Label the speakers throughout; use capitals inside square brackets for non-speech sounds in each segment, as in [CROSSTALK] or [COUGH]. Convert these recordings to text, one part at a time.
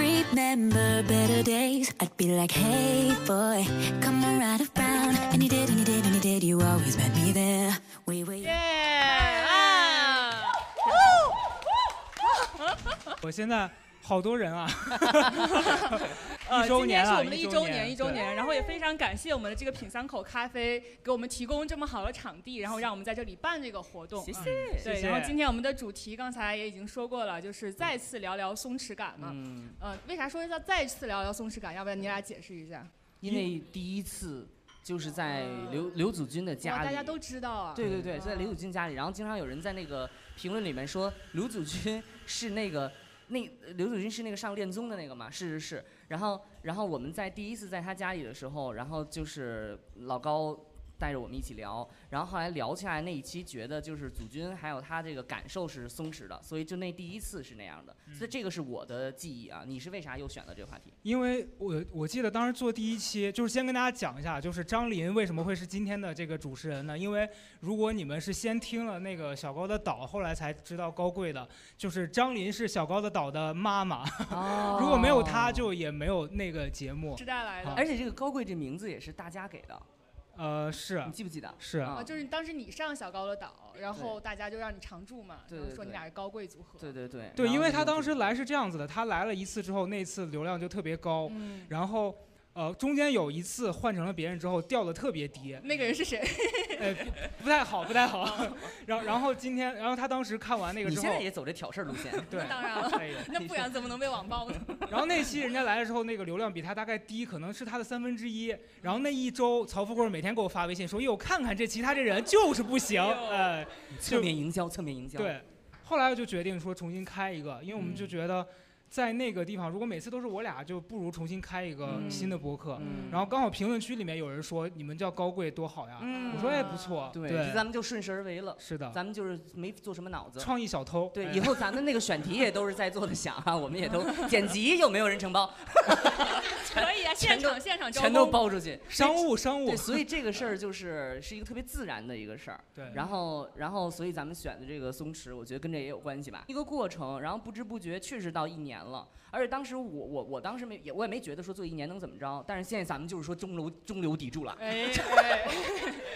Speaker 1: Remember better days, I'd be like, hey boy, come on right around. And you did, and you did, and you did, you always met me there. We were
Speaker 2: 啊！
Speaker 3: 我现在好多
Speaker 2: [LAUGHS]
Speaker 3: 人啊，
Speaker 2: 呃，
Speaker 3: 啊一周
Speaker 2: 今天
Speaker 3: 年
Speaker 2: 是
Speaker 3: 啊，
Speaker 2: 我们的一周年，一周
Speaker 3: 对
Speaker 2: 年，然后也非常感谢我们的这个品三口咖啡给我们提供这么好的场地，然后让我们在这里办这个活动。谢谢。对，
Speaker 3: 谢
Speaker 2: 然后
Speaker 3: 谢
Speaker 2: 今天我们的主题刚才也已经说过了，就是再次聊聊松弛感嘛。
Speaker 4: 嗯，
Speaker 2: 呃，为啥说要再次聊聊松弛感？要不然你俩解释一下？
Speaker 4: 因为第一次就是在刘刘祖君的家
Speaker 2: 啊哇，
Speaker 4: 里，
Speaker 2: 大家都知道啊。
Speaker 4: 对对对，
Speaker 2: 嗯
Speaker 4: 就在刘祖君家里，然后经常有人在那个评论里面说刘祖君是那个那刘祖君是那个上恋综的那个嘛，是是是。然后然后我们在第一次在他家里的时候，然后就是老高。带着我们一起聊，然后后来聊起来那一期，觉得就是祖君还有他这个感受是松弛的，所以就那第一次是那样的，所以
Speaker 2: 嗯
Speaker 4: 这个是我的记忆啊。你是为啥又选择这个话题？
Speaker 3: 因为我我记得当时做第一期，就是先跟大家讲一下，就是张琳为什么会是今天的这个主持人呢？因为如果你们是先听了那个小高的岛，后来才知道高贵的，就是张琳是小高的岛的妈妈，
Speaker 2: 哦
Speaker 3: 如果没有她，就也没有那个节目
Speaker 2: 时。代来的。
Speaker 3: 好
Speaker 4: 而且这个高贵这名字也是大家给的，
Speaker 3: 呃，是
Speaker 4: 你记不记得？
Speaker 3: 是
Speaker 4: 啊
Speaker 2: 啊，就是当时你上小高的岛，然后大家就让你常驻嘛，
Speaker 4: 对
Speaker 2: 然后
Speaker 4: 对
Speaker 2: 说你
Speaker 4: 对
Speaker 2: 俩是高贵组合。
Speaker 4: 对对对，
Speaker 3: 对，
Speaker 4: 然后
Speaker 3: 因为
Speaker 4: 这
Speaker 3: 她
Speaker 4: 个
Speaker 3: 当
Speaker 4: 就
Speaker 3: 时来是这样子的，她来了一次之后，那次流量就特别高，
Speaker 2: 嗯，
Speaker 3: 然后呃中间有一次换成了别人之后掉的特别低，
Speaker 2: 那个人是谁？
Speaker 3: 呃，不不太好，不太好。然后，然后今天，然后他当时看完那个
Speaker 4: 你
Speaker 3: 之后
Speaker 4: 现，在也走这挑事儿路
Speaker 3: [LAUGHS]
Speaker 4: 线，
Speaker 3: 对，
Speaker 2: [LAUGHS] 当然了，
Speaker 3: 可以。
Speaker 2: 那不然怎么能被网暴呢？
Speaker 3: 然后那期人家来的时候，那个流量比他大概低，可能是他的三分之一。然后那一周，曹富贵每天给我发微信说：“哟，看看这期他这人就是不行。”哎，
Speaker 4: 侧面营销，侧面营销。，
Speaker 3: 对。后来就决定说重新开一个，因为我们
Speaker 4: 嗯
Speaker 3: 就觉得在那个地方，如果每次都是我俩，就不如重新开一个
Speaker 4: 嗯
Speaker 3: 新的博客。
Speaker 4: 嗯，
Speaker 3: 然后刚好评论区里面有人说：“你们叫高贵多好呀！”
Speaker 4: 嗯
Speaker 3: 我说：“哎，不错。”
Speaker 4: 对，这咱们就顺势而为了，
Speaker 3: 是的，
Speaker 4: 咱们就是没做什么脑子。
Speaker 3: 创意小偷。
Speaker 4: 对，
Speaker 3: 哎
Speaker 4: 以后咱们那个选题也都是在座的想啊，我们
Speaker 3: [LAUGHS]
Speaker 4: 也都剪辑又没有人承包，
Speaker 2: 可
Speaker 3: [LAUGHS]
Speaker 2: 以啊，现
Speaker 4: 全都
Speaker 2: 场现场招
Speaker 4: 全都
Speaker 2: 工
Speaker 4: 包出去。
Speaker 3: 哎商务商务
Speaker 4: 对，，所以这个事儿就是是一个特别自然的一个事儿。
Speaker 3: 对
Speaker 4: 然后，然后，所以咱们选的这个松弛，我觉得跟这也有关系吧，一个过程。然后不知不觉确实到一年了，而且当时我我我当时没也我也没觉得说做一年能怎么着，但是现在咱们就是说中流中流砥柱了，
Speaker 2: 哎
Speaker 3: [LAUGHS]
Speaker 2: 哎，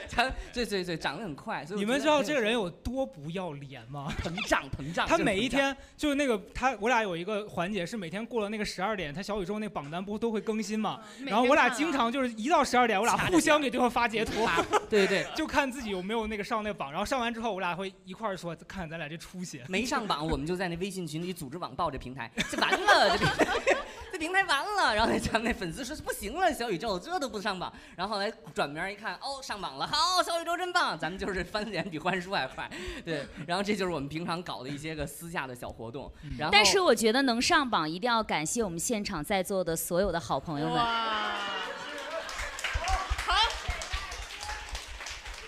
Speaker 4: 咱对对对，涨得很快。所以我
Speaker 3: 你们
Speaker 4: 觉
Speaker 3: 知
Speaker 4: 得
Speaker 3: 道
Speaker 4: 很有
Speaker 3: 这个人
Speaker 4: 趣
Speaker 3: 有多不要脸吗？
Speaker 4: 膨胀膨胀，
Speaker 3: 他
Speaker 4: 就是
Speaker 3: 每
Speaker 4: 膨
Speaker 3: 一
Speaker 4: 胀
Speaker 3: 天就是那个他，我俩有一个环节是每天过了那个十二点，他小宇宙那榜单不都会更新嘛？然后我
Speaker 2: 啊
Speaker 4: 啊
Speaker 3: 俩经常就是一到十二点，我俩互相给对方发截图，
Speaker 4: 对对对。
Speaker 3: 就看自己有没有那个上那个榜。然后上完之后，我俩会一块儿说，看咱俩这出息。
Speaker 4: [LAUGHS] 没上榜，我们就在那微信群里组织网暴这平台，这完了，这平台这平台完了。然后咱们那粉丝说不行了，小宇宙这都不上榜。然后后来转名一看，哦，上榜了，好，小宇宙真棒。咱们就是翻脸比翻书还快，对。然后这就是我们平常搞的一些个私下的小活动。
Speaker 3: 嗯
Speaker 4: 然后，
Speaker 5: 但是我觉得能上榜，一定要感谢我们现场在座的所有的好朋友们。
Speaker 2: 哇，好。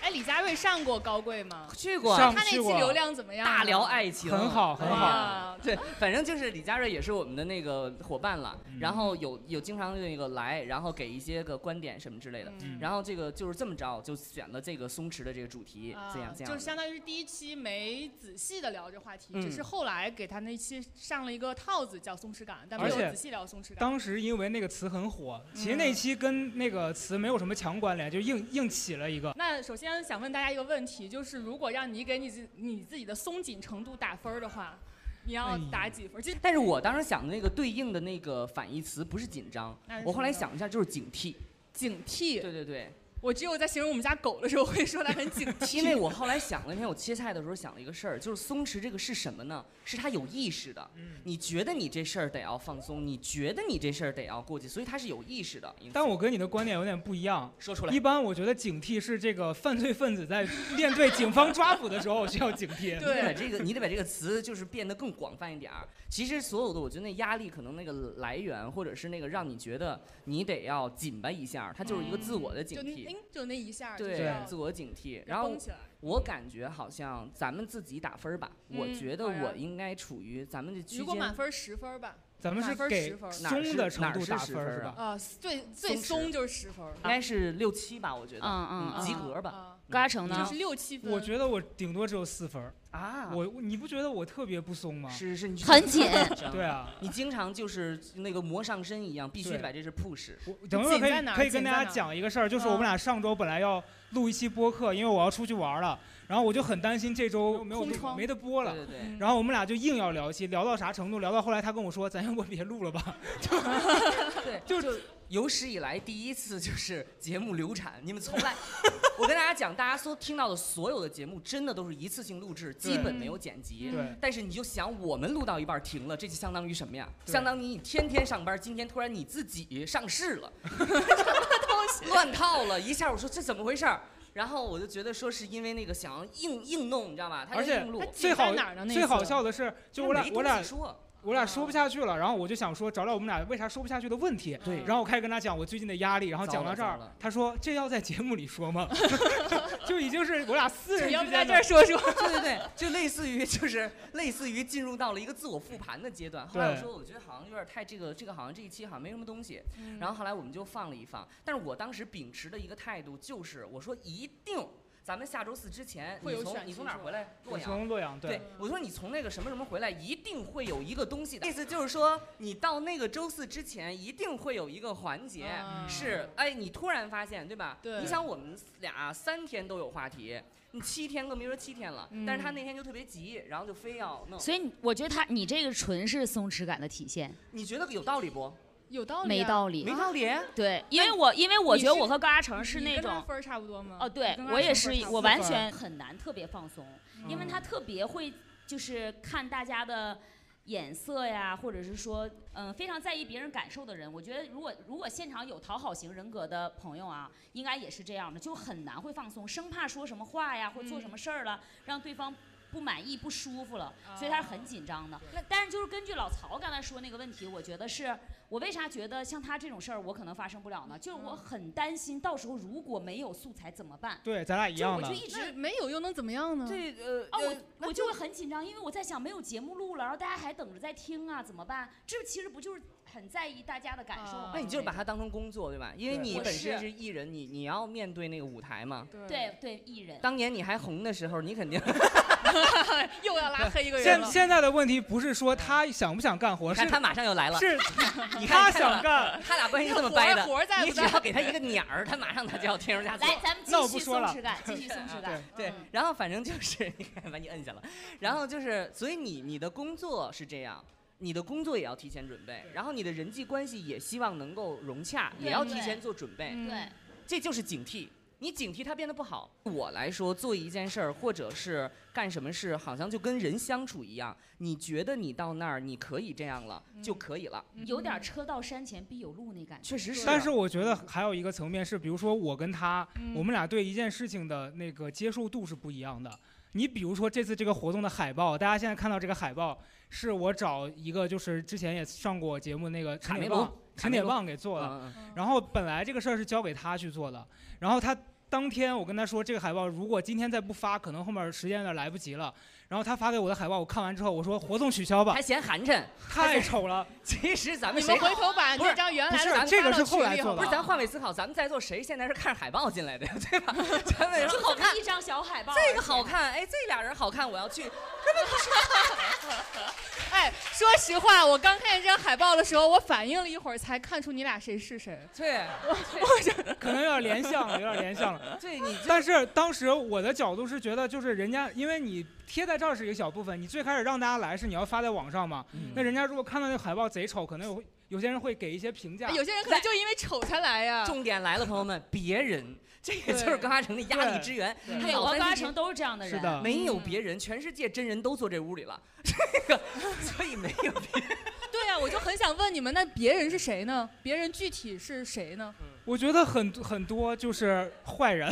Speaker 2: 哎，李佳瑞上过高贵吗？
Speaker 4: 去过
Speaker 3: 上
Speaker 2: 他那期
Speaker 3: 去过
Speaker 2: 流量怎么样？啊
Speaker 4: 大聊爱情，
Speaker 3: 很好很好
Speaker 2: 哇。
Speaker 4: 对，反正就是李佳瑞也是我们的那个伙伴了，
Speaker 3: 嗯
Speaker 4: 然后有有经常那个来，然后给一些个观点什么之类的，
Speaker 2: 嗯
Speaker 4: 然后这个就是这么着，就选了这个松弛的这个主题，
Speaker 2: 啊
Speaker 4: 这样这样
Speaker 2: 就是
Speaker 4: 的。
Speaker 2: 相当于是第一期没仔细的聊这话题，
Speaker 4: 嗯
Speaker 2: 只是后来给他那期上了一个套子叫松弛感，但没
Speaker 3: 而
Speaker 2: 有
Speaker 3: 且
Speaker 2: 仔细聊松弛感。
Speaker 3: 当时因为那个词很火，其实那期跟那个词没有什么强关联，就硬硬起了一个。
Speaker 2: 那首先想问大家一个问题，就是如果让你给你自你自己的松紧程度打分儿的话，你要
Speaker 3: 哎呀
Speaker 2: 打几分儿？其实
Speaker 4: 但是我当时想的那个对应的那个反义词不是紧张
Speaker 2: 那是，
Speaker 4: 我后来
Speaker 2: 什么
Speaker 4: 想一下就是警惕。
Speaker 2: 警惕，
Speaker 4: 对对对，
Speaker 2: 我只有在形容我们家狗的时候会说它很警
Speaker 4: [LAUGHS]
Speaker 2: 惕，
Speaker 4: 因为我后来想了一天，我切菜的时候想了一个事儿，就是松弛这个是什么呢？是他有意识的，你觉得你这事儿得要放松，你觉得你这事儿得要过去，所以他是有意识的。因此
Speaker 3: 但我跟你的观点有点不一样，
Speaker 4: 说出来
Speaker 3: 一，般我觉得警惕是这个犯罪分子在面对警方抓捕的时候需要警惕。
Speaker 4: 你得把
Speaker 2: [LAUGHS] 对，
Speaker 4: 这个，你得把这个词就是变得更广泛一点儿。其实所有的，我觉得那压力可能那个来源，或者是那个让你觉得你得要紧巴一下儿，它就是一个自我的警
Speaker 2: 嗯就
Speaker 4: 惕，
Speaker 2: 那就那一下儿，
Speaker 4: 对，
Speaker 2: 就要
Speaker 4: 自我警惕。然
Speaker 2: 要
Speaker 4: 后
Speaker 2: 绷起来，
Speaker 4: 我感觉好像咱们自己打分儿吧，我
Speaker 2: 嗯
Speaker 4: 觉得
Speaker 2: 好呀
Speaker 4: 我应该处于咱们这区
Speaker 2: 如果满
Speaker 4: 间。
Speaker 2: 分十分儿吧，
Speaker 3: 咱们是
Speaker 2: 满分
Speaker 3: 给
Speaker 2: 10分
Speaker 4: 哪儿是
Speaker 3: 松的程度打分
Speaker 4: 哪儿是10分
Speaker 3: 儿
Speaker 4: 儿
Speaker 3: 是
Speaker 4: 啊
Speaker 3: 吧？
Speaker 2: 啊，最最
Speaker 4: 松弛
Speaker 2: 松就是十分儿，
Speaker 4: 应该是六七吧，我觉得，
Speaker 5: 嗯嗯
Speaker 4: 嗯，及
Speaker 2: 啊
Speaker 4: 格吧。
Speaker 2: 啊
Speaker 5: 高嘉诚
Speaker 2: 就
Speaker 5: 呢
Speaker 2: 是？六七分。
Speaker 3: 我觉得我顶多只有四分儿，
Speaker 4: 啊啊，
Speaker 3: 我你不觉得我特别不松吗？
Speaker 4: 是是，你
Speaker 5: 很
Speaker 2: [LAUGHS]
Speaker 5: 紧
Speaker 3: 对啊，
Speaker 4: 你经常就是那个磨上身一样，必须
Speaker 3: 对
Speaker 4: 得把这事 push。
Speaker 3: 我等会儿可
Speaker 2: 紧在哪
Speaker 3: 以
Speaker 2: 儿
Speaker 3: 可以跟
Speaker 2: 紧在
Speaker 3: 大家
Speaker 2: 哪儿
Speaker 3: 讲一个事儿，就是我们俩上周本来要录一期播客，因为我要出去玩了，然后我就很担心这周没有
Speaker 2: 空窗
Speaker 3: 没得播了
Speaker 4: 对。对对，
Speaker 2: 嗯
Speaker 3: 然后我们俩就硬要聊一期，聊到啥程度？聊到后来他跟我说：“咱要不别录了吧
Speaker 4: 就就有史以来第一次就是节目流产，你们从来，我跟大家讲，大家所听到的所有的节目真的都是一次性录制，基本没有剪？”辑。
Speaker 3: 对
Speaker 4: 但是你就想，我们录到一半停了，这就相当于什么呀？
Speaker 3: 对
Speaker 4: 相当于你天天上班，今天突然你自己上市
Speaker 3: [LAUGHS]
Speaker 4: 了，乱套了一下。我说这怎么回事儿？然后我就觉得说是因为那个想要硬硬弄，你知道吧？他就
Speaker 3: 而且
Speaker 4: 硬录
Speaker 2: 他，
Speaker 3: 最好
Speaker 2: 紧在哪儿呢？那
Speaker 3: 最
Speaker 2: 次
Speaker 3: 好笑的是，就我
Speaker 4: 他
Speaker 3: 俩
Speaker 4: 没
Speaker 3: 我
Speaker 4: 东
Speaker 3: 俩
Speaker 4: 西说，
Speaker 3: 我俩说不下去了，然后我就想说找找我们俩为啥说不下去的问题。
Speaker 4: 对
Speaker 3: 然后我开始跟他讲我最近的压力，然后讲到这
Speaker 4: 糟了
Speaker 3: 儿
Speaker 4: 糟了，
Speaker 3: 他说这要在节目里说吗？就已经是我俩私人
Speaker 2: 要
Speaker 3: 之
Speaker 2: 不在
Speaker 3: 间
Speaker 2: 这儿
Speaker 3: 的。
Speaker 2: 说说？
Speaker 4: [LAUGHS] 对对对，就类似于就是类似于进入到了一个自我复盘的阶段。后来我
Speaker 3: 对
Speaker 4: 说，我觉得好像有点太这个这个好像这一期好像没什么东西。
Speaker 2: 嗯
Speaker 4: 然后后来我们就放了一放，但是我当时秉持的一个态度就是，我说一定咱们下周四之前，
Speaker 2: 会有
Speaker 4: 你
Speaker 2: 选
Speaker 4: 从你
Speaker 2: 题
Speaker 4: 从哪儿
Speaker 2: 是吧
Speaker 4: 回来？洛
Speaker 3: 我
Speaker 4: 阳。
Speaker 3: 从洛阳对
Speaker 4: 对，我说你从那个什么什么回来，一定会有一个东
Speaker 2: 嗯
Speaker 4: 西的。意思就是说，你到那个周四之前，一定会有一个环节，
Speaker 2: 啊
Speaker 4: 是，哎，你突然发现，对吧？
Speaker 2: 对
Speaker 4: 你想，我们俩三天都有话题，你七天更别说七天了。
Speaker 2: 嗯
Speaker 4: 但是他那天就特别急，然后就非要弄。
Speaker 5: 所以你我觉得他你这个纯是松弛感的体现，
Speaker 4: 你觉得有道理不？
Speaker 2: 有道理、啊
Speaker 5: 没道理啊
Speaker 4: 没。道理。
Speaker 5: 对，因为我因为我觉得
Speaker 2: 你是
Speaker 5: 我和高嘉
Speaker 2: 理
Speaker 5: 诚是那种
Speaker 2: 分儿差不多吗？
Speaker 5: 哦，对
Speaker 2: 你跟阿
Speaker 5: 我也
Speaker 2: 成
Speaker 5: 是
Speaker 2: 分儿差，不
Speaker 5: 我
Speaker 2: 多
Speaker 5: 完
Speaker 3: 吧
Speaker 5: 全很难特别放松，
Speaker 2: 嗯
Speaker 5: 因为
Speaker 3: 嗯
Speaker 5: 他特别会就是看大家的眼色呀，或者是说嗯非常在意别人感受的人，我觉得如果如果现场有讨好型人格的朋友啊，应该也是这样的，就很难会放松，生怕说什么话呀或做什
Speaker 3: 嗯
Speaker 5: 么事儿了，让对方。不满意、不舒服了，
Speaker 3: 哦
Speaker 5: 所以他是很紧张的。但是就是根据老曹刚才说那个问题，我觉得是我为啥觉得像他这种事儿我可能发生不了呢？就是
Speaker 3: 嗯
Speaker 5: 我很担心到时候如果没有素材怎么办？
Speaker 3: 对，咱俩一
Speaker 5: 就
Speaker 3: 样
Speaker 5: 我
Speaker 3: 的
Speaker 5: 就。一
Speaker 2: 那
Speaker 5: 直。
Speaker 2: 没有又能怎么样呢？
Speaker 4: 这呃，
Speaker 5: 啊，
Speaker 4: 呃
Speaker 5: 我
Speaker 4: 那
Speaker 5: 我就会很紧张，因为我在想没有节目录了，然后大家还等着在听啊，怎么办？这其实不就是很在意大家的感受吗
Speaker 2: 啊？
Speaker 4: 那你就是把它当成工作，对吧？因为
Speaker 3: 对
Speaker 4: 你
Speaker 5: 我
Speaker 4: 本
Speaker 5: 是
Speaker 4: 身是艺人，你你要面对那个舞台嘛。
Speaker 2: 对，
Speaker 5: 对对艺人，
Speaker 4: 当年你还红的时候，你肯定
Speaker 2: 又要拉黑一个人
Speaker 3: 现
Speaker 2: 了。
Speaker 3: 现在的问题不是说他想不想干活，是
Speaker 4: 看他马上要来了，
Speaker 3: 是
Speaker 4: 你看
Speaker 3: 他
Speaker 4: 你看到
Speaker 3: 想
Speaker 4: 了
Speaker 3: 干。
Speaker 4: 他俩关系是这么掰的，
Speaker 2: 活儿活儿在
Speaker 4: 你只
Speaker 2: 不在
Speaker 4: 要给他一个鸟儿，他马上他就要天上下
Speaker 5: 来
Speaker 4: 座。
Speaker 5: 咱们继
Speaker 3: 那我不
Speaker 5: 续松
Speaker 3: 说了
Speaker 5: 弛感，继续松弛感。
Speaker 4: 对，然后反正就是，你看把你摁下了，然后就是，所以你你的工作是这样，你的工作也要提前准备，然后你的人际关系也希望能够融洽，
Speaker 5: 对
Speaker 4: 也要提前做准备，
Speaker 2: 嗯
Speaker 5: 对，
Speaker 4: 这就是警惕。你警惕它变得不好。我来说，做一件事儿或者是干什么事，好像就跟人相处一样，你觉得你到那儿你可以这样了，就可以了。
Speaker 2: 嗯
Speaker 4: 嗯
Speaker 5: 有点车到山前必有路那感觉。
Speaker 4: 确实是，
Speaker 3: 但是我觉得还有一个层面是，比如说我跟他，
Speaker 2: 嗯
Speaker 3: 我们俩对一件事情的那个接受度是不一样的。你比如说这次这个活动的海报，大家现在看到这个海报，是我找一个就是之前也上过节目那个陈
Speaker 4: 卡梅
Speaker 3: 铁
Speaker 4: 隆
Speaker 3: 棒，陈铁棒给做的。
Speaker 4: 嗯嗯
Speaker 3: 然后本来这个事儿是交给他去做的，然后他当天我跟他说这个海报如果今天再不发，可能后面时间有点来不及了。然后他发给我的海报，我看完之后我说活动取消吧
Speaker 4: 还，嫌寒碜。
Speaker 3: 太丑了。
Speaker 4: 其实咱们
Speaker 2: 你
Speaker 4: 谁
Speaker 2: 们回头把
Speaker 4: 不是
Speaker 2: 那张原
Speaker 3: 不
Speaker 2: 来
Speaker 3: 是
Speaker 2: 的咱
Speaker 3: 这
Speaker 2: 发
Speaker 3: 个
Speaker 2: 到
Speaker 3: 是
Speaker 2: 群
Speaker 3: 后来
Speaker 2: 里
Speaker 3: 做
Speaker 2: 好
Speaker 3: 的
Speaker 4: 不是，
Speaker 2: 好
Speaker 4: 咱换位思考，咱们在座谁现在是看着海报进来的呀，对吧？ [LAUGHS] 咱们说好看，
Speaker 5: 一张小海报，
Speaker 4: 这个好看，哎，这俩人好看，我要去。
Speaker 2: 哎，说实话，我刚看见这张海报的时候，我反应了一会儿才看出你俩谁是谁。
Speaker 4: 对，
Speaker 3: 可能有点联想了，有点联想了。
Speaker 4: 对你就
Speaker 3: [LAUGHS] 但是当时我的角度是觉得，就是人家因为你贴在这儿是一个小部分，你最开始让大家来是你要发在网上嘛。那人家如果看到那个海报贼丑，可能有有些人会给一些评价
Speaker 2: 哎。有些人可能就因为丑才来呀。
Speaker 4: 重点来了，朋友们，别
Speaker 2: [LAUGHS]
Speaker 4: 人，这个就是高嘉诚的压力之源。
Speaker 2: 对
Speaker 4: 他
Speaker 5: 对，
Speaker 4: 老
Speaker 5: 我和
Speaker 4: 三
Speaker 5: 高
Speaker 4: 自
Speaker 5: 嘉
Speaker 4: 己
Speaker 5: 诚都是这样的人。
Speaker 3: 是的，
Speaker 4: 没有别人，全世界真人都坐这屋里了， [LAUGHS] 这个所以没有别人。
Speaker 2: 对呀、我就很想问你们，那别人是谁呢？别人具体是谁呢？
Speaker 3: 我觉得很很多就是坏人。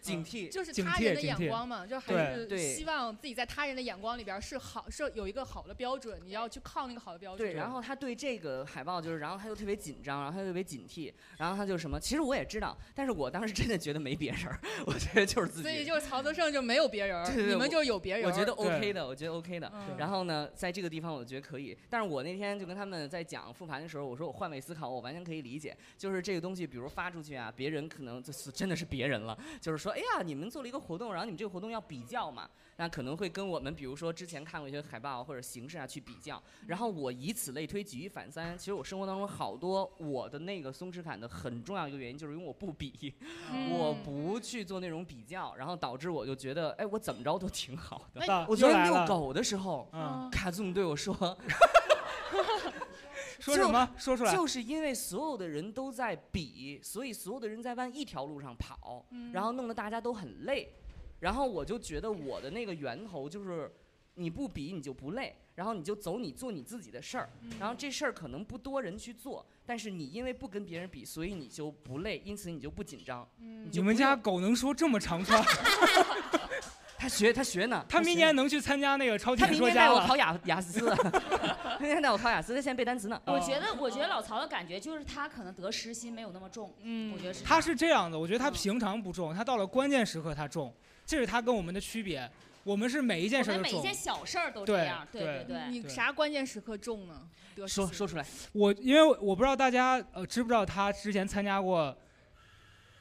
Speaker 4: 警
Speaker 2: [LAUGHS]
Speaker 4: 惕。
Speaker 2: 就是
Speaker 3: 警
Speaker 2: 他
Speaker 3: 惕
Speaker 2: 人的
Speaker 3: 警
Speaker 2: 眼
Speaker 3: 惕
Speaker 2: 光嘛，就还是
Speaker 4: 对
Speaker 2: 希望自己在他人的眼光里边是好，是有一个好的标准，你要去靠那个好的标准。
Speaker 4: 对，然后他对这个海报就是，然后他就特别紧张，然后他就特别警惕，然后他就什么，其实我也知道，但是我当时真的觉得没别人儿，我觉得就是自己。
Speaker 2: 所以就是曹德胜就没有别人儿，
Speaker 4: 对对对
Speaker 2: 你
Speaker 4: 我
Speaker 2: 们就有别人儿。
Speaker 4: 我觉得
Speaker 3: 对
Speaker 4: OK 的，我觉得 OK 的。
Speaker 2: 嗯，
Speaker 4: 然后呢，在这个地方我觉得可以，但是我那天就跟他们在讲复盘的时候，我说我换位思考，我完全可以理解，就是这个东西，比如发出去啊，别人可能就是真的是别人了，就是说，哎呀，你们做了一个活动，然后你们这个活动要比较嘛，那可能会跟我们比如说之前看过一些海报或者形式啊去比较，然后我以此类推，举一反三。其实我生活当中好多我的那个松弛感的很重要一个原因，就是因为我不比，
Speaker 2: 嗯
Speaker 4: 我不去做那种比较，然后导致我就觉得，哎，我怎么着都挺好
Speaker 3: [LAUGHS]
Speaker 4: 的。
Speaker 3: 到
Speaker 4: 我
Speaker 3: 又
Speaker 4: 昨天
Speaker 3: 来
Speaker 4: 遛
Speaker 3: 了，
Speaker 4: 狗的时候，
Speaker 3: 嗯，
Speaker 4: 卡总对我说，
Speaker 3: 说什么？说出来。
Speaker 4: 就是因为所有的人都在比，所以所有的人在往一条路上
Speaker 2: 嗯
Speaker 4: 跑，然后弄得大家都很累。然后我就觉得我的那个源头就是，你不比你就不累，然后你就走你做你自己的事儿。
Speaker 2: 嗯
Speaker 4: 然后这事儿可能不多人去做，但是你因为不跟别人比，所以你就不累，因此你就不紧张。
Speaker 2: 嗯
Speaker 4: 你
Speaker 3: 你
Speaker 4: 就
Speaker 3: 们
Speaker 4: 不
Speaker 3: 家
Speaker 4: 用
Speaker 3: 狗能说这么长串？
Speaker 4: 他学他学呢，
Speaker 3: 它
Speaker 4: 学
Speaker 3: 明
Speaker 4: 呢
Speaker 3: 年能去参加那个超级
Speaker 4: 他明
Speaker 3: 演说
Speaker 4: 年
Speaker 3: 家
Speaker 4: 带我
Speaker 3: 了？
Speaker 4: 考雅雅思， [LAUGHS] 明年带我考雅思，他现在背单词呢。
Speaker 5: 我觉得，我觉得老曹的感觉就是他可能得失心没有那么重，
Speaker 2: 嗯
Speaker 5: 我觉得是。
Speaker 3: 他是这样的，我觉得他
Speaker 5: 嗯
Speaker 3: 平常不重，他到了关键时刻他重，这是他跟我们的区别。我们是每一件
Speaker 5: 我
Speaker 3: 事儿都
Speaker 5: 们每一
Speaker 3: 重
Speaker 5: 件。小事儿都
Speaker 3: 对
Speaker 5: 这样，对
Speaker 3: 对
Speaker 5: 对。
Speaker 2: 你
Speaker 3: 对
Speaker 2: 啥关键时刻中呢？得失
Speaker 4: 说
Speaker 2: 心
Speaker 4: 说出来，
Speaker 3: 我因为我不知道大家呃知不知道他之前参加过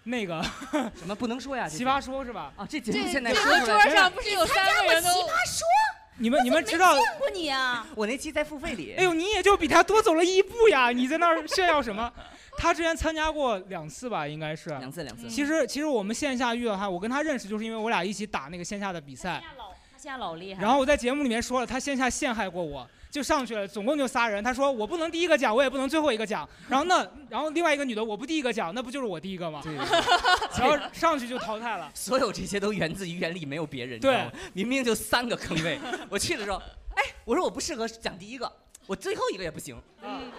Speaker 3: 那个
Speaker 4: 什么不能说呀？这
Speaker 3: 奇
Speaker 4: 种
Speaker 3: 葩说是吧？
Speaker 4: 啊，这节
Speaker 2: 这
Speaker 4: 目现在
Speaker 2: 这
Speaker 4: 说
Speaker 2: 个
Speaker 4: 出
Speaker 2: 桌
Speaker 4: 来真的
Speaker 2: 上不是有三个
Speaker 5: 我
Speaker 4: [LAUGHS]
Speaker 2: 人
Speaker 5: 奇
Speaker 2: 都
Speaker 5: 葩说
Speaker 3: 你们你们知道？
Speaker 5: 过你啊！
Speaker 4: 我那期在付费里。
Speaker 3: 哎呦，你也就比他多走了一步呀！你在那儿炫耀什么？他之前参加过两次吧，应该是。
Speaker 4: 两次
Speaker 2: 嗯
Speaker 4: 两次，
Speaker 3: 其实其实我们线下遇到他，我跟他认识就是因为我俩一起打那个线下的比
Speaker 5: 他
Speaker 3: 赛
Speaker 5: 现，在老，他现在老厉害。
Speaker 3: 然后我在节目里面说了，他线下陷害过我，就上去了，总共就仨人。他说我不能第一个讲，我也不能最后一个讲。然后那，然后另外一个女的我不第一个讲，那不就是我第一个吗？
Speaker 4: 对，
Speaker 3: 然后上去就淘汰了。
Speaker 4: 所有这些都源自于原理没有别人，
Speaker 3: 对
Speaker 4: 你知道吗，明明就三个坑位，我去的时候，哎，我说我不适合讲第一个，我最后一个也不行，
Speaker 3: 嗯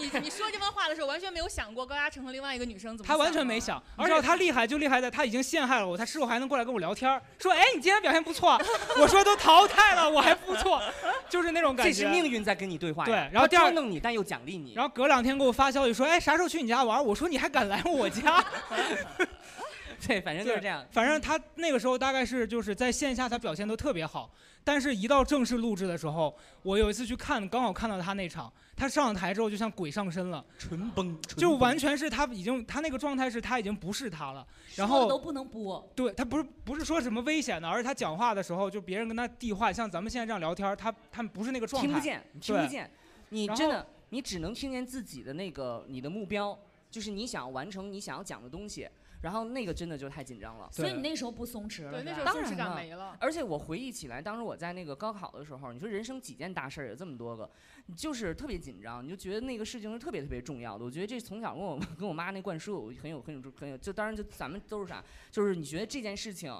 Speaker 2: 你你说这番话的时候，完全没有想过高嘉诚和另外一个女生怎么
Speaker 3: 他
Speaker 2: 想的。
Speaker 3: 完全没想，啊你
Speaker 4: 而
Speaker 3: 知
Speaker 4: 且
Speaker 3: 道他厉害就厉害在，他已经陷害了我，他事后还能过来跟我聊天儿，说哎你今天表现不错，我说都淘汰了我还不错，就是那种感
Speaker 4: 这
Speaker 3: 觉。
Speaker 4: 是命运在跟你对话呀。
Speaker 3: 对然后
Speaker 4: 他
Speaker 3: 第二
Speaker 4: 捉弄你，但又奖励你。
Speaker 3: 然后隔两天给我发消息说，哎啥时候去你家玩儿？我说你还敢来我家？ [LAUGHS]
Speaker 4: 对，反正就是这样。
Speaker 3: 反正他那个时候大概是就是在线下他表现都特别好，但是一到正式录制的时候，我有一次去看，刚好看到他那场，他上了台之后就像鬼上身了，
Speaker 4: 纯崩，纯
Speaker 3: 就
Speaker 4: 崩
Speaker 3: 完全是他已经他那个状态是他已经不是他了，然
Speaker 5: 说的
Speaker 3: 后
Speaker 5: 都不能播，
Speaker 3: 对他不是不是说什么危险的，而是他讲话的时候就别人跟他递话，像咱们现在这样聊天，他他们不是那个状态，
Speaker 4: 听不见，你听
Speaker 3: 对
Speaker 4: 不见，你
Speaker 3: 然
Speaker 4: 真
Speaker 3: 后
Speaker 4: 的，你只能听见自己的那个你的目标，就是你想要完成你想要讲的东西，然后那个真的就太紧张了。
Speaker 5: 所以
Speaker 3: 对
Speaker 5: 你那时候不松弛了。
Speaker 2: 对，那
Speaker 5: 是
Speaker 2: 时候
Speaker 5: 吧
Speaker 2: 松
Speaker 4: 当
Speaker 2: 弛
Speaker 4: 然
Speaker 2: 感
Speaker 4: 了
Speaker 2: 没了。
Speaker 4: 而且我回忆起来，当时我在那个高考的时候，你说人生几件大事儿有这么多个，你就是特别紧张，你就觉得那个事情是特别特别重要的。我觉得这从小跟我跟我妈那灌输我很有很有很有，就当然就咱们都是啥，就是你觉得这件事情。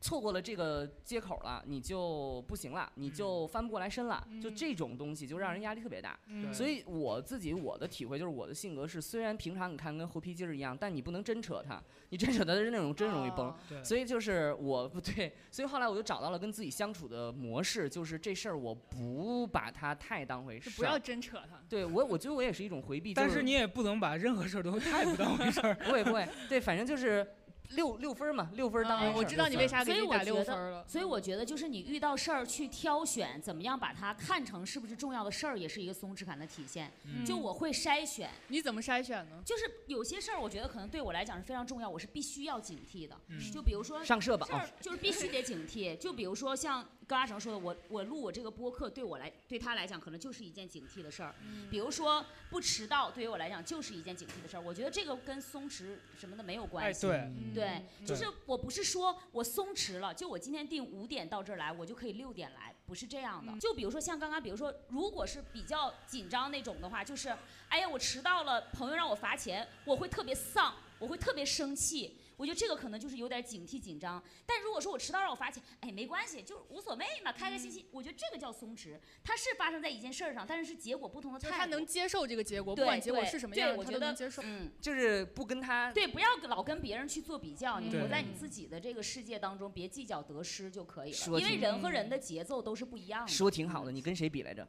Speaker 4: 错过了这个接口了，你就不行了，你
Speaker 3: 嗯
Speaker 4: 就翻不过来身了，就
Speaker 2: 嗯
Speaker 4: 这种东西就让人压力特别大。
Speaker 3: 嗯对
Speaker 4: 所以我自己我的体会就是，我的性格是虽然平常你看跟猴皮筋儿一样，但你不能真扯它，你真扯它是
Speaker 3: 嗯
Speaker 4: 那种真容易崩。
Speaker 2: 啊
Speaker 3: 对
Speaker 4: 所以就是我不对，所以后来我就找到了跟自己相处的模式，就是这事儿我不把它太当回
Speaker 2: 就
Speaker 4: 事儿。
Speaker 2: 不要真扯他。
Speaker 4: 对我，我觉得我也是一种回避。
Speaker 3: 但
Speaker 4: 就是，
Speaker 3: 你也不能把任何事儿都 [LAUGHS] 太不当回事儿
Speaker 4: [LAUGHS] 不会不会，对，反正就是六六分儿嘛，六分儿当回
Speaker 2: 啊
Speaker 4: 事儿、
Speaker 2: 我知道你为啥
Speaker 5: 所
Speaker 2: 给
Speaker 5: 以
Speaker 2: 你
Speaker 5: 我
Speaker 2: 打
Speaker 5: 觉
Speaker 2: 六
Speaker 5: 得
Speaker 2: 分儿了。
Speaker 5: 所以我觉得，就是你遇到事儿去挑选，怎么样把它看成是不是重要的事儿，也是一个松弛感的体现。就
Speaker 2: 嗯
Speaker 5: 我会筛选，
Speaker 2: 你怎么筛选呢？
Speaker 5: 就是有些事儿，我觉得可能对我来讲是非常重要，我是必须要警惕的。
Speaker 3: 嗯
Speaker 5: 就比如说
Speaker 4: 上社保
Speaker 5: 事
Speaker 3: 哦
Speaker 5: 儿就是必须得警惕。就比如说像高嘉诚说的，我我录我这个播客，对我来对他来讲，可能就是一件警惕的事儿。
Speaker 2: 嗯
Speaker 5: 比如说不迟到，对于我来讲就是一件警惕的事儿。我觉得这个跟松弛什么的没有
Speaker 3: 哎
Speaker 5: 关系。
Speaker 3: 对。
Speaker 5: 对，就
Speaker 2: 嗯
Speaker 3: 对
Speaker 5: 是我不是说我松弛了，就我今天定五点到这儿来，我就可以六点来，不是这样的。就比如说像刚刚，比如说如果是比较紧张那种的话，就是哎呀我迟到了，朋友让我罚钱，我会特别丧，我会特别生气。我觉得这个可能就是有点警惕紧张，但如果说我迟到让我罚钱，哎，没关系，就是无所谓嘛，开开心心。我觉得这个叫松弛，它是发生在一件事儿上，但是是结果不同的
Speaker 2: 就
Speaker 5: 态
Speaker 2: 是
Speaker 5: 度。
Speaker 2: 他能接受这个结果，不
Speaker 5: 对
Speaker 2: 管结果
Speaker 5: 对
Speaker 2: 是什么
Speaker 5: 对
Speaker 2: 样的，
Speaker 5: 我
Speaker 2: 他
Speaker 5: 觉
Speaker 2: 都能
Speaker 5: 得
Speaker 2: 接受。
Speaker 5: 嗯，
Speaker 4: 就是不跟他
Speaker 5: 对，不要老跟别人去做比较，你
Speaker 3: 嗯对
Speaker 5: 活在你自己的这个世界当中，别计较得失就可以
Speaker 4: 说
Speaker 5: 了。因为
Speaker 4: 挺
Speaker 5: 人和人的节奏都是不一样的。
Speaker 4: 说挺好的，你跟谁比来着？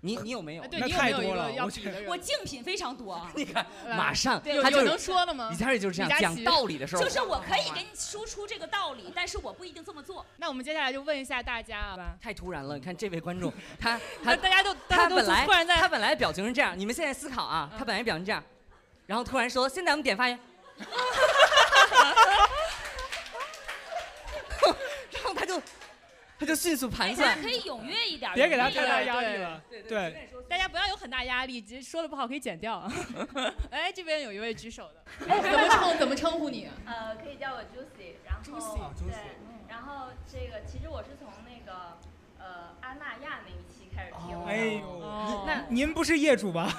Speaker 4: 你你有没有
Speaker 2: 哎，？对
Speaker 3: 那
Speaker 2: 你有
Speaker 3: 太
Speaker 2: 没有一
Speaker 3: 多
Speaker 2: 个
Speaker 3: 了
Speaker 2: 要
Speaker 3: 我
Speaker 2: 比
Speaker 3: 觉
Speaker 2: 的人？
Speaker 5: 我竞品非常多啊，
Speaker 4: [LAUGHS] 你看，
Speaker 2: 来
Speaker 4: 马上
Speaker 5: 对
Speaker 2: 有
Speaker 4: 他就
Speaker 2: 有
Speaker 4: 是
Speaker 2: 能说的吗
Speaker 4: 李？佳瑞就是这
Speaker 2: 李佳
Speaker 4: 样讲
Speaker 2: 琦
Speaker 4: 道理的时候，
Speaker 5: 就是我可以给你输出这个道理，但是我不一定这么做。
Speaker 2: 那我们接下来就问一下大家啊，
Speaker 4: 太突然了。你看这位观众，他他
Speaker 2: 那大家都大
Speaker 4: 他
Speaker 2: 家都
Speaker 4: 本来
Speaker 2: 突
Speaker 4: [LAUGHS]
Speaker 2: 然
Speaker 4: 他
Speaker 2: 在
Speaker 4: 本来表情是这样，你们现在思考 [LAUGHS] 啊，他本来表情这样，然后突然说现在我们点发言，就迅速盘
Speaker 5: 大
Speaker 4: 算
Speaker 5: 家。可以踊跃一点儿，
Speaker 3: 别给他
Speaker 5: 踊跃
Speaker 3: 太大
Speaker 5: 一点儿
Speaker 3: 压力
Speaker 2: 对
Speaker 3: 了。
Speaker 4: 对
Speaker 3: 对
Speaker 2: 大家不要有很大压力，只说的不好可以剪掉。啊 [LAUGHS] 哎，这边有一位举手的，怎么称怎么称呼你、啊？
Speaker 6: 呃，可以叫我 Juicy，然后
Speaker 2: Juicy
Speaker 3: 啊
Speaker 6: 对
Speaker 3: Juicy，
Speaker 6: 然后这个其实我是从那个呃阿那亚那一期开始听的，
Speaker 4: 哦
Speaker 3: 哎呦，
Speaker 2: 哦，
Speaker 4: 那
Speaker 3: 您不是业主吧？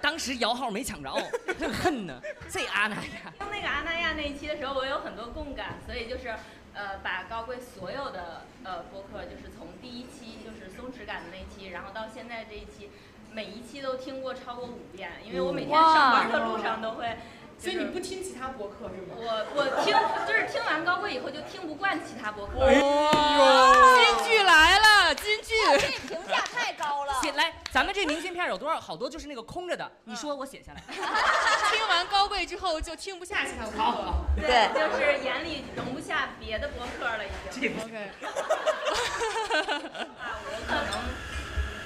Speaker 4: 当时摇号没抢着，很恨呢。这阿那亚，
Speaker 6: 听那个阿那亚那一期的时候，我有很多共感，所以就是呃把高贵所有的呃播客，就是从第一期就是松弛感的那一期，然后到现在这一期，每一期都听过超过五遍，因为我每天
Speaker 5: 哇
Speaker 6: 上班的路上都会。
Speaker 2: 所以你不听其他博客是吗？
Speaker 6: 我我听就是听完高贵以后就听不惯其他播客了。
Speaker 3: 哎
Speaker 4: [LAUGHS]
Speaker 3: 呦，
Speaker 2: 剧来了，金句。 [LAUGHS]
Speaker 5: 这评价太高了。
Speaker 4: 写来，咱们这明信片有多少？好多就是那个空着的，你说我写下来。
Speaker 2: 听完高贵之后就听不下其他博客了。
Speaker 6: 对，就是眼里容不下别的播客了，已经。
Speaker 2: OK，
Speaker 6: 啊，我可能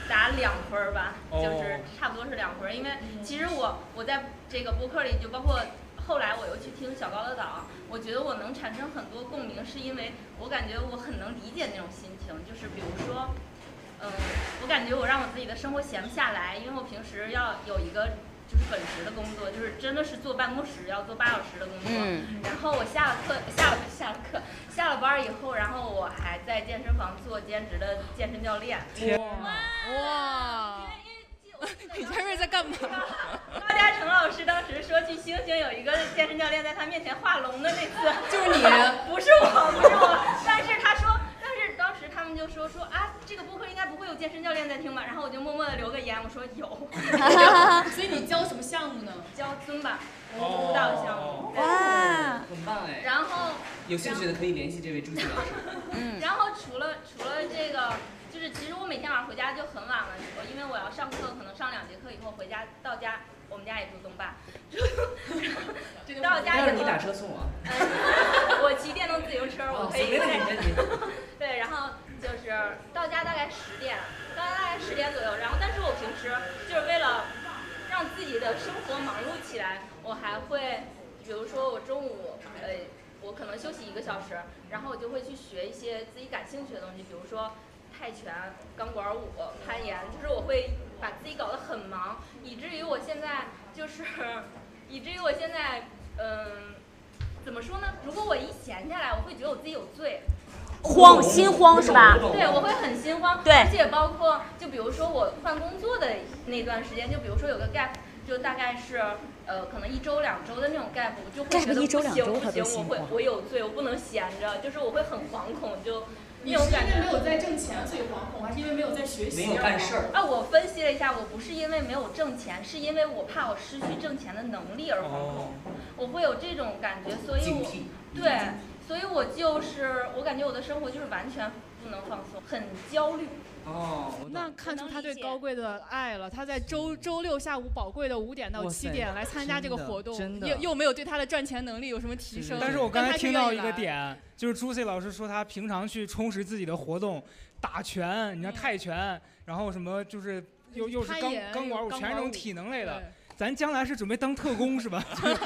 Speaker 6: 打两分儿吧，就是差不多是两分儿，因为其实我我在这个播客里，就包括后来我又去听小高的岛，我觉得我能产生很多共鸣，是因为我感觉我很能理解那种心情，就是比如说。嗯，我感觉我让我自己的生活闲不下来，因为我平时要有一个就是本职的工作，就是真的是坐办公室要做八小时的工作。
Speaker 5: 嗯
Speaker 6: 然后我下了课，下了下了课，下了班儿以后，然后我还在健身房做兼职的健身教练。
Speaker 3: 天
Speaker 2: 哇，
Speaker 6: [LAUGHS]
Speaker 2: 李佳
Speaker 5: [LAUGHS]
Speaker 2: 瑞在干嘛？
Speaker 6: 高嘉诚老师当时说去星星有一个健身教练在他面前画龙的那次， [LAUGHS]
Speaker 2: 就是你。
Speaker 6: 不是我，不是我，但是他说，但是当时他们就说说啊，这个播客应该不会有健身教练在听吧？然后我就默默的留个言，我说有， [LAUGHS]
Speaker 2: 所以你教什么项目呢？
Speaker 6: 教尊吧，舞蹈项目。对
Speaker 5: 哇，
Speaker 4: 很棒哎！
Speaker 6: 然后，
Speaker 4: 有兴趣的可以联系这位朱琪老师。
Speaker 5: 嗯，
Speaker 6: 然后除了除了这个，就是其实我每天晚上回家就很晚了，我因为我要上课，可能上两节课以后回家到家，我们家也住东 [LAUGHS] 坝， [LAUGHS] 到家
Speaker 4: 要是
Speaker 6: 以
Speaker 4: 你
Speaker 6: 后
Speaker 4: 打，车送我，
Speaker 6: 嗯我骑电动自行车，
Speaker 4: 哦
Speaker 6: 我可
Speaker 4: 行没
Speaker 6: 以
Speaker 4: 问题，没
Speaker 6: 在
Speaker 4: 问题。
Speaker 6: 对，然后就是到家大概十点，到家大概十点左右。然后，但是我平时就是为了让自己的生活忙碌起来，我还会，比如说我中午，呃，我可能休息一个小时，然后我就会去学一些自己感兴趣的东西，比如说泰拳、钢管舞、攀岩，就是我会把自己搞得很忙，以至于我现在就是，以至于我现在，嗯、怎么说呢？如果我一闲下来，我会觉得我自己有罪，
Speaker 5: 慌心慌是吧？
Speaker 6: 对，我会很心慌。
Speaker 5: 对
Speaker 6: 而且包括就比如说我换工作的那段时间，就比如说有个 gap，就大概是呃可能一周两周的那种 gap，我就会
Speaker 5: gap
Speaker 6: 觉得
Speaker 5: 一周两周
Speaker 6: 不
Speaker 5: 他都
Speaker 6: 行不行，
Speaker 5: 心
Speaker 6: 我会
Speaker 5: 慌
Speaker 6: 我有罪，我不能闲着，就是我会很惶恐，就那种感觉。
Speaker 2: 有在挣钱所以惶恐，还是因为没有在学
Speaker 4: 没有办事儿。
Speaker 6: 啊，我分析了一下，我不是因为没有挣钱，是因为我怕我失去挣钱的能力而惶恐，我会有这种感觉，所以
Speaker 4: 哦警
Speaker 6: 我
Speaker 4: 惕。嗯
Speaker 6: 对，所以我就是我感觉我的生活就是完全不能放松，很焦虑。
Speaker 4: 哦，我懂
Speaker 2: 那看出他对高贵的爱了。他在周周六下午宝贵的五点到
Speaker 4: 哇
Speaker 2: 七
Speaker 4: 塞
Speaker 2: 点来参加这个活动，
Speaker 4: 真的
Speaker 2: 又又没有对他的赚钱能力有什么提升。
Speaker 3: 但是我刚才听到一个
Speaker 2: 但他就愿意来，
Speaker 3: 点，就是朱 C 老师说他平常去充实自己的活动，打拳，你像
Speaker 2: 嗯
Speaker 3: 泰拳，然后什么就是又又是
Speaker 2: 攀
Speaker 3: 钢
Speaker 2: 岩
Speaker 3: 钢管舞，
Speaker 2: 钢
Speaker 3: 全是这
Speaker 2: 管
Speaker 3: 种
Speaker 2: 舞
Speaker 3: 体能类的。
Speaker 2: 对
Speaker 3: 咱将来是准备当特工是吧？就是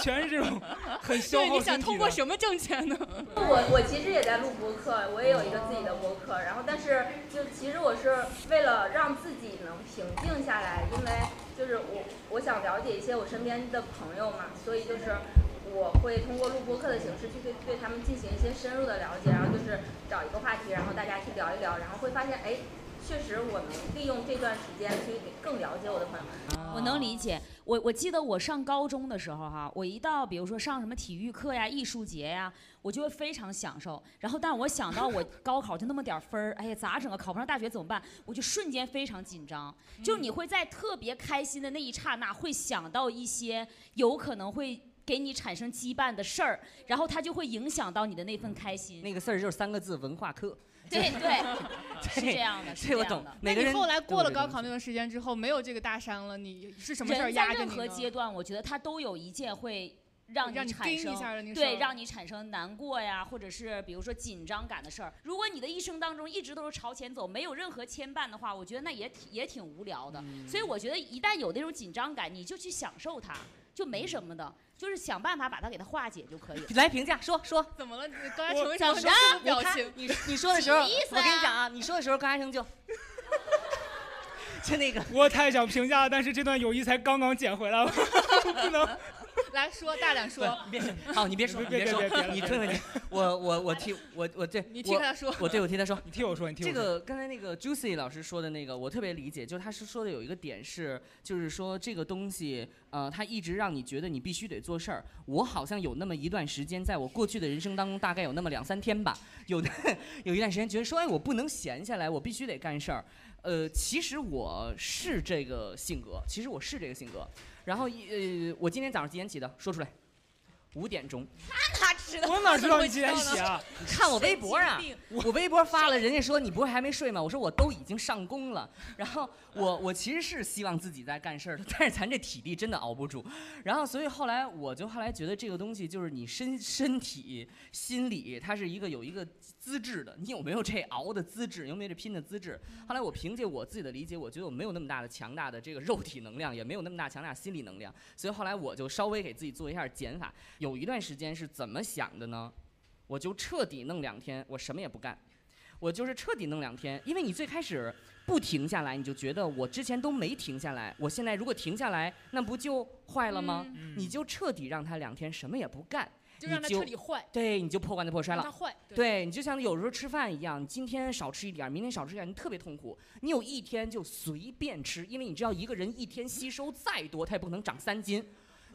Speaker 3: 全是这种很消
Speaker 2: 对，
Speaker 3: 耗
Speaker 2: 你想
Speaker 3: 身体
Speaker 2: 通过
Speaker 3: 的。
Speaker 2: 什么挣
Speaker 3: [LAUGHS]
Speaker 2: 钱呢？
Speaker 6: 我我其实也在录播客，我也有一个自己的播客，然后但是就其实我是为了让自己能平静下来，因为就是我我想了解一些我身边的朋友嘛，所以就是我会通过录播客的形式去对对他们进行一些深入的了解，然后就是找一个话题，然后大家去聊一聊，然后会发现哎，确实我能利用这段时间去更了解我的朋友。
Speaker 5: 啊我能理解。我我记得我上高中的时候哈，我一到比如说上什么体育课呀、艺术节呀，我就会非常享受。然后，但我想到
Speaker 6: [LAUGHS]
Speaker 5: 我高考就那么点儿分儿，哎呀，咋整啊？考不上大学怎么办？我就瞬间非常紧张。
Speaker 6: 嗯
Speaker 5: 就是你会在特别开心的那一刹那，会想到一些有可能会给你产生羁绊的事儿，然后它就会影响到你的那份开心。
Speaker 4: 那个事儿就是三个字：文化 [LAUGHS] 课。
Speaker 5: [LAUGHS] 对
Speaker 2: [LAUGHS]
Speaker 5: 对，是这
Speaker 4: 这
Speaker 5: 样的，是
Speaker 4: 这
Speaker 5: 这
Speaker 4: 我
Speaker 5: 样
Speaker 4: 懂
Speaker 5: 的。。
Speaker 2: 那
Speaker 4: 每个
Speaker 2: 你
Speaker 4: 人
Speaker 2: 后来过了高考
Speaker 4: 都
Speaker 2: 那
Speaker 4: 有这个东西
Speaker 2: 段时间之后，没有这个大山了，你是什么事儿
Speaker 5: 人在
Speaker 2: 压着
Speaker 5: 任
Speaker 2: 你
Speaker 5: 何
Speaker 2: 呢？
Speaker 5: 阶段，我觉得他都有一件会让
Speaker 2: 让
Speaker 5: 你
Speaker 2: 你
Speaker 5: 产
Speaker 2: 盯
Speaker 5: 生
Speaker 2: 一下的那个事
Speaker 5: 对，
Speaker 2: 儿
Speaker 5: 让你产生难过呀，或者是比如说紧张感的事儿。如果你的一生当中一直都是朝前走，没有任何牵绊的话，
Speaker 2: 嗯
Speaker 5: 我觉得那也挺也挺无聊的。所以我觉得一旦有那种紧张感，你就去享受它。就没什么的，就是想办法把它给它化解就可
Speaker 2: [LAUGHS]
Speaker 5: 以了。
Speaker 4: 来评价，说说。
Speaker 2: 怎么了？你刚才陈为
Speaker 4: 讲
Speaker 2: 长
Speaker 4: 什
Speaker 2: 什
Speaker 4: 么
Speaker 2: 么表
Speaker 4: 你看
Speaker 2: [LAUGHS] 情？
Speaker 4: 你你说的时候，
Speaker 5: 什么意思
Speaker 4: 我跟你
Speaker 5: 啊
Speaker 4: 讲啊，你说的时候，高嘉诚就 [LAUGHS] 就那个
Speaker 3: 我太想评价了，但是这段友谊才刚刚捡回来了，不能。
Speaker 2: 来说，大胆说，
Speaker 4: 别好，哦你别说，你
Speaker 3: 别别
Speaker 4: 说
Speaker 3: 别别别，
Speaker 4: 你
Speaker 3: 别
Speaker 4: 听听你，我我我替我我对，
Speaker 2: 你听
Speaker 4: 我
Speaker 2: 他说。
Speaker 4: 我对我替他说，
Speaker 3: 你听我说，你听
Speaker 4: 这
Speaker 3: 我说。
Speaker 4: 个刚才那个 Juicy 老师说的那个，我特别理解，就是他是说的有一个点是，就是说这个东西，呃，它一直让你觉得你必须得做事儿。我好像有那么一段时间，在我过去的人生当中，大概有那么两三天吧，有的有一段时间觉得说，哎，我不能闲下来，我必须得干事儿。呃，其实我是这个性格，其实我是这个性格。然后一呃，我今天早上几点起的？说出来，五点钟。
Speaker 5: 他知道
Speaker 3: 我哪知道你今天写啊？
Speaker 4: 看我微博啊
Speaker 5: 嗯
Speaker 2: 神经，
Speaker 4: 我微博发了，人家说你不会还没睡吗？我说我都已经上工了。然后我我其实是希望自己在干事儿的，但是咱这体力真的熬不住。然后所以后来我就后来觉得这个东西就是你身身体、心理，它是一个有一个资质的，你有没有这熬的资质，有没有这拼的资质？后来我凭借我自己的理解，我觉得我没有那么大的强大的这个肉体能量，也没有那么大强大的心理能量，所以后来我就稍微给自己做一下减法。有一段时间是怎么想的呢？我就彻底弄两天，我什么也不干，我就是彻底弄两天。因为你最开始不停下来，你就觉得我之前都没停下来，我现在如果停下来，那不就坏了吗？
Speaker 2: 嗯
Speaker 4: 你就彻底让他两天什么也不干，
Speaker 2: 就让他
Speaker 4: 你就
Speaker 2: 彻底坏，
Speaker 4: 对，你就破罐子破摔
Speaker 2: 让
Speaker 4: 了
Speaker 2: 他。坏。对，
Speaker 4: 对你就像有时候吃饭一样，你今天少吃一点儿，明天少吃一点儿，你特别痛苦。你有一天就随便吃，因为你知道一个人一天吸收再多，他也不可能长三斤。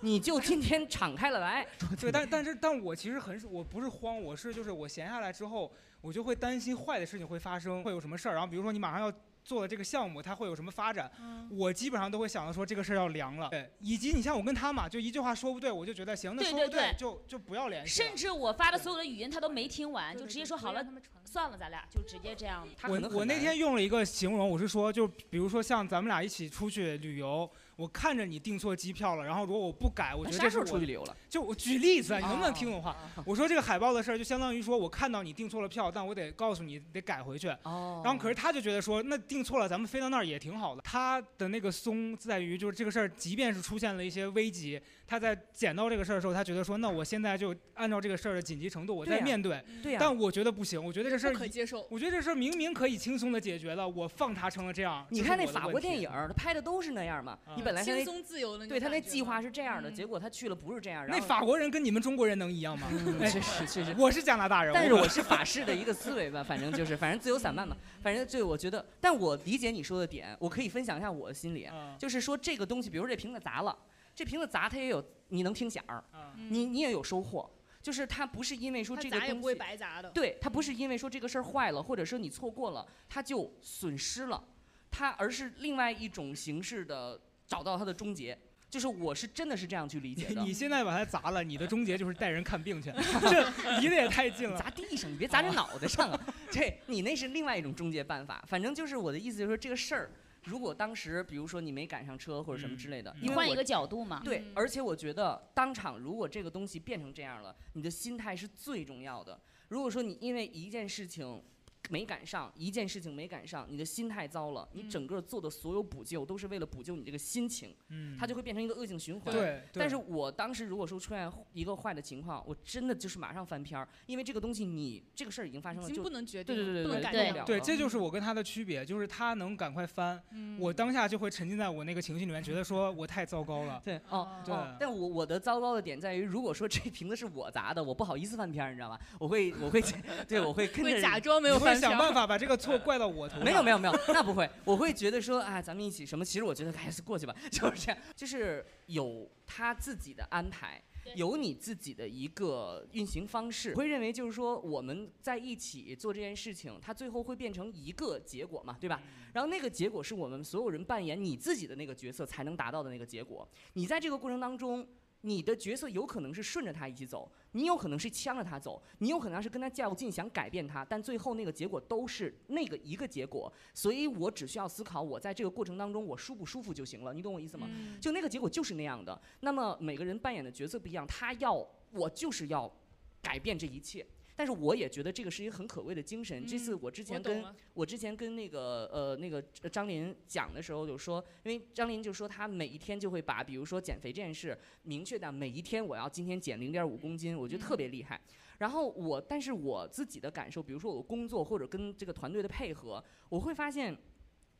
Speaker 4: 你就今天敞开
Speaker 3: [LAUGHS]
Speaker 4: 了来，
Speaker 3: [LAUGHS] 对，但但是但我其实很是我不是慌，我是就是我闲下来之后，我就会担心坏的事情会发生，会有什么事儿。然后比如说你马上要做的这个项目，它会有什么发展，
Speaker 2: 嗯，
Speaker 3: 我基本上都会想到说这个事儿要凉了。对，以及你像我跟他嘛，就一句话说不对，我就觉得行，那
Speaker 5: 对
Speaker 3: 说
Speaker 5: 对
Speaker 3: 不
Speaker 5: 对
Speaker 3: 就就不要联系了。
Speaker 5: 甚至我发的所有的语音他都没听完，
Speaker 2: 对
Speaker 5: 就
Speaker 2: 对
Speaker 5: 直接
Speaker 2: 对
Speaker 5: 说
Speaker 2: 不
Speaker 5: 好
Speaker 2: 要
Speaker 5: 了
Speaker 2: 让，他们传
Speaker 5: 算了，咱俩就直接这样。
Speaker 4: 他可
Speaker 3: 我
Speaker 4: 能
Speaker 3: 我
Speaker 4: 很
Speaker 3: 那
Speaker 4: 难
Speaker 3: 天用了一个形容，我是说，就比如说像咱们俩一起出去旅游，我看着你订错机票了，然后如果我不改，我
Speaker 4: 那
Speaker 3: 觉得
Speaker 4: 啥
Speaker 3: 这
Speaker 4: 时
Speaker 3: 是
Speaker 4: 候出
Speaker 3: 我
Speaker 4: 去旅游了？
Speaker 3: 就我举例子啊，你能不能听懂话？
Speaker 4: 啊
Speaker 3: 我说这个海报的事儿，就相当于说我看到你订错了票，但我得告诉你得改回去。
Speaker 4: 哦
Speaker 3: 然后可是他就觉得说，那订错了，咱们飞到那儿也挺好的。他的那个松在于，就是这个事儿，即便是出现了一些危机，他在捡到这个事儿的时候，他觉得说，那我现在就按照这个事儿的紧急程度，我
Speaker 4: 对
Speaker 3: 再
Speaker 4: 呀
Speaker 3: 面对。
Speaker 4: 对呀、
Speaker 3: 但我觉得不行，我觉得这事儿
Speaker 2: 不可接受。
Speaker 3: 我觉得这事儿明明可以轻松的解决了，我放他成了这样。
Speaker 4: 你
Speaker 3: 这是
Speaker 4: 看那
Speaker 3: 我的
Speaker 4: 法
Speaker 3: 问
Speaker 4: 国
Speaker 3: 题
Speaker 4: 电影，儿，他拍的都是那样嘛。
Speaker 3: 啊
Speaker 4: 你本来他
Speaker 2: 轻
Speaker 4: 那
Speaker 2: 松自由的，
Speaker 4: 对他那计划
Speaker 2: 是
Speaker 4: 是这样的，
Speaker 2: 嗯
Speaker 4: 结果他去了不是这样。然
Speaker 3: 那
Speaker 4: 后
Speaker 3: 法国人跟你们中国人能一
Speaker 4: [LAUGHS]
Speaker 3: 样吗？
Speaker 4: 嗯是是是是，
Speaker 3: 我是加拿大人，
Speaker 4: [LAUGHS] 但是
Speaker 3: 我
Speaker 4: 我是法式的一个思维吧，反正就是，反正自由散漫嘛，反正对我觉得，但我理解你说的点，我可以分享一下我的心理，啊
Speaker 3: 嗯
Speaker 4: 就是说这个东西，比如这瓶子砸了，这瓶子砸它也有，你能听响儿，
Speaker 3: 嗯
Speaker 4: 你你也有收获，就是它不是因为说
Speaker 2: 他
Speaker 4: 这个
Speaker 2: 砸也
Speaker 4: 东
Speaker 2: 不会
Speaker 4: 西，
Speaker 2: 白砸的。
Speaker 4: 对，它不是因为说这个事儿坏了，或者说你错过了，它就损失了，它而是另外一种形式的找到它的终结。就是我是真的是这样去理解
Speaker 3: 你
Speaker 2: [LAUGHS]
Speaker 4: 的，
Speaker 3: 你现在把它砸了，你的终结就是带人看病去，
Speaker 4: [LAUGHS]
Speaker 3: 这离得也太近
Speaker 4: 你 [LAUGHS]
Speaker 3: 了。
Speaker 4: 砸地上，你别
Speaker 2: 哦
Speaker 4: 砸人脑袋上啊！ [LAUGHS] 对你那是另外一种终结办法。反正就是我的意思，就是说这个事儿，如果当时比如说你没赶上车或者什么之类的，
Speaker 3: 嗯嗯
Speaker 5: 你
Speaker 4: 因
Speaker 5: 换
Speaker 4: 为
Speaker 5: 一
Speaker 4: 我
Speaker 5: 个角度嘛，
Speaker 4: 对
Speaker 2: 嗯，
Speaker 4: 而且我觉得当场如果这个东西变成这样了，你的心态是最重要的。如果说你因为一件事情。没赶上一件事情，没赶上，你的心态糟了，你
Speaker 2: 嗯
Speaker 4: 整个做的所有补救都是为了补救你这个心情，
Speaker 3: 嗯，
Speaker 4: 它就会变成一个恶性循环。
Speaker 3: 对。对，
Speaker 4: 但是我当时如果说出现一个坏的情况，我真的就是马上翻篇儿，因为这个东西你这个事儿已经发生了，
Speaker 2: 已
Speaker 4: 就
Speaker 2: 经不能决
Speaker 4: 对
Speaker 2: 定
Speaker 4: 对
Speaker 2: 了，
Speaker 4: 对对，
Speaker 2: 不能改
Speaker 5: 对
Speaker 2: 变
Speaker 5: 对
Speaker 2: 了。
Speaker 3: 对，这就是我跟他的区别，就是他能赶快翻，
Speaker 2: 嗯
Speaker 3: 我当下就会沉浸在我那个情绪里面，觉得说我太糟糕了。
Speaker 4: 对哦
Speaker 2: 嗯对
Speaker 4: 哦，但我我的糟糕的点在于，如果说这瓶子是我砸的，我不好意思翻篇儿，你知道吧？我会我会 [LAUGHS] 对我会跟着
Speaker 2: 会
Speaker 4: 人
Speaker 2: 假装没
Speaker 3: 你
Speaker 2: 有
Speaker 3: 会
Speaker 2: 翻
Speaker 3: 想
Speaker 2: 墙。
Speaker 3: 办法把这个错怪到我头上。
Speaker 4: 没有没有没有，那不会，我会觉得说啊，咱们一起什么？其实我觉得还是过去吧， [LAUGHS] 就是这样，就是有他自己的安排
Speaker 5: 对。
Speaker 4: 有你自己的一个运行方式，我会认为就是说我们在一起做这件事情，它最后会变成一个结果嘛，对吧？然后那个结果是我们所有人扮演你自己的那个角色才能达到的那个结果。你在这个过程当中，你的角色有可能是顺着他一起走，你有可能是呛着他走，你有可能是跟他较劲想改变他，但最后那个结果都是那个一个结果。所以我只需要思考我在这个过程当中我舒不舒服就行了，你懂我意思吗？
Speaker 2: 嗯
Speaker 4: 就那个结果就是那样的。那么每个人扮演的角色不一样，他要我就是要改变这一切。但是我也觉得这个是一个很可贵的精神。这次
Speaker 2: 嗯
Speaker 4: 我之
Speaker 2: 我
Speaker 4: 前
Speaker 2: 懂
Speaker 4: 跟
Speaker 2: 了，
Speaker 4: 我之前跟那个呃那个呃张琳讲的时候，就说，因为张琳就说她每一天就会把，比如说减肥这件事，明确到每一天我要今天减零点五公斤，我觉得特别厉害。然后我，但是我自己的感受，比如说我工作或者跟这个团队的配合，我会发现，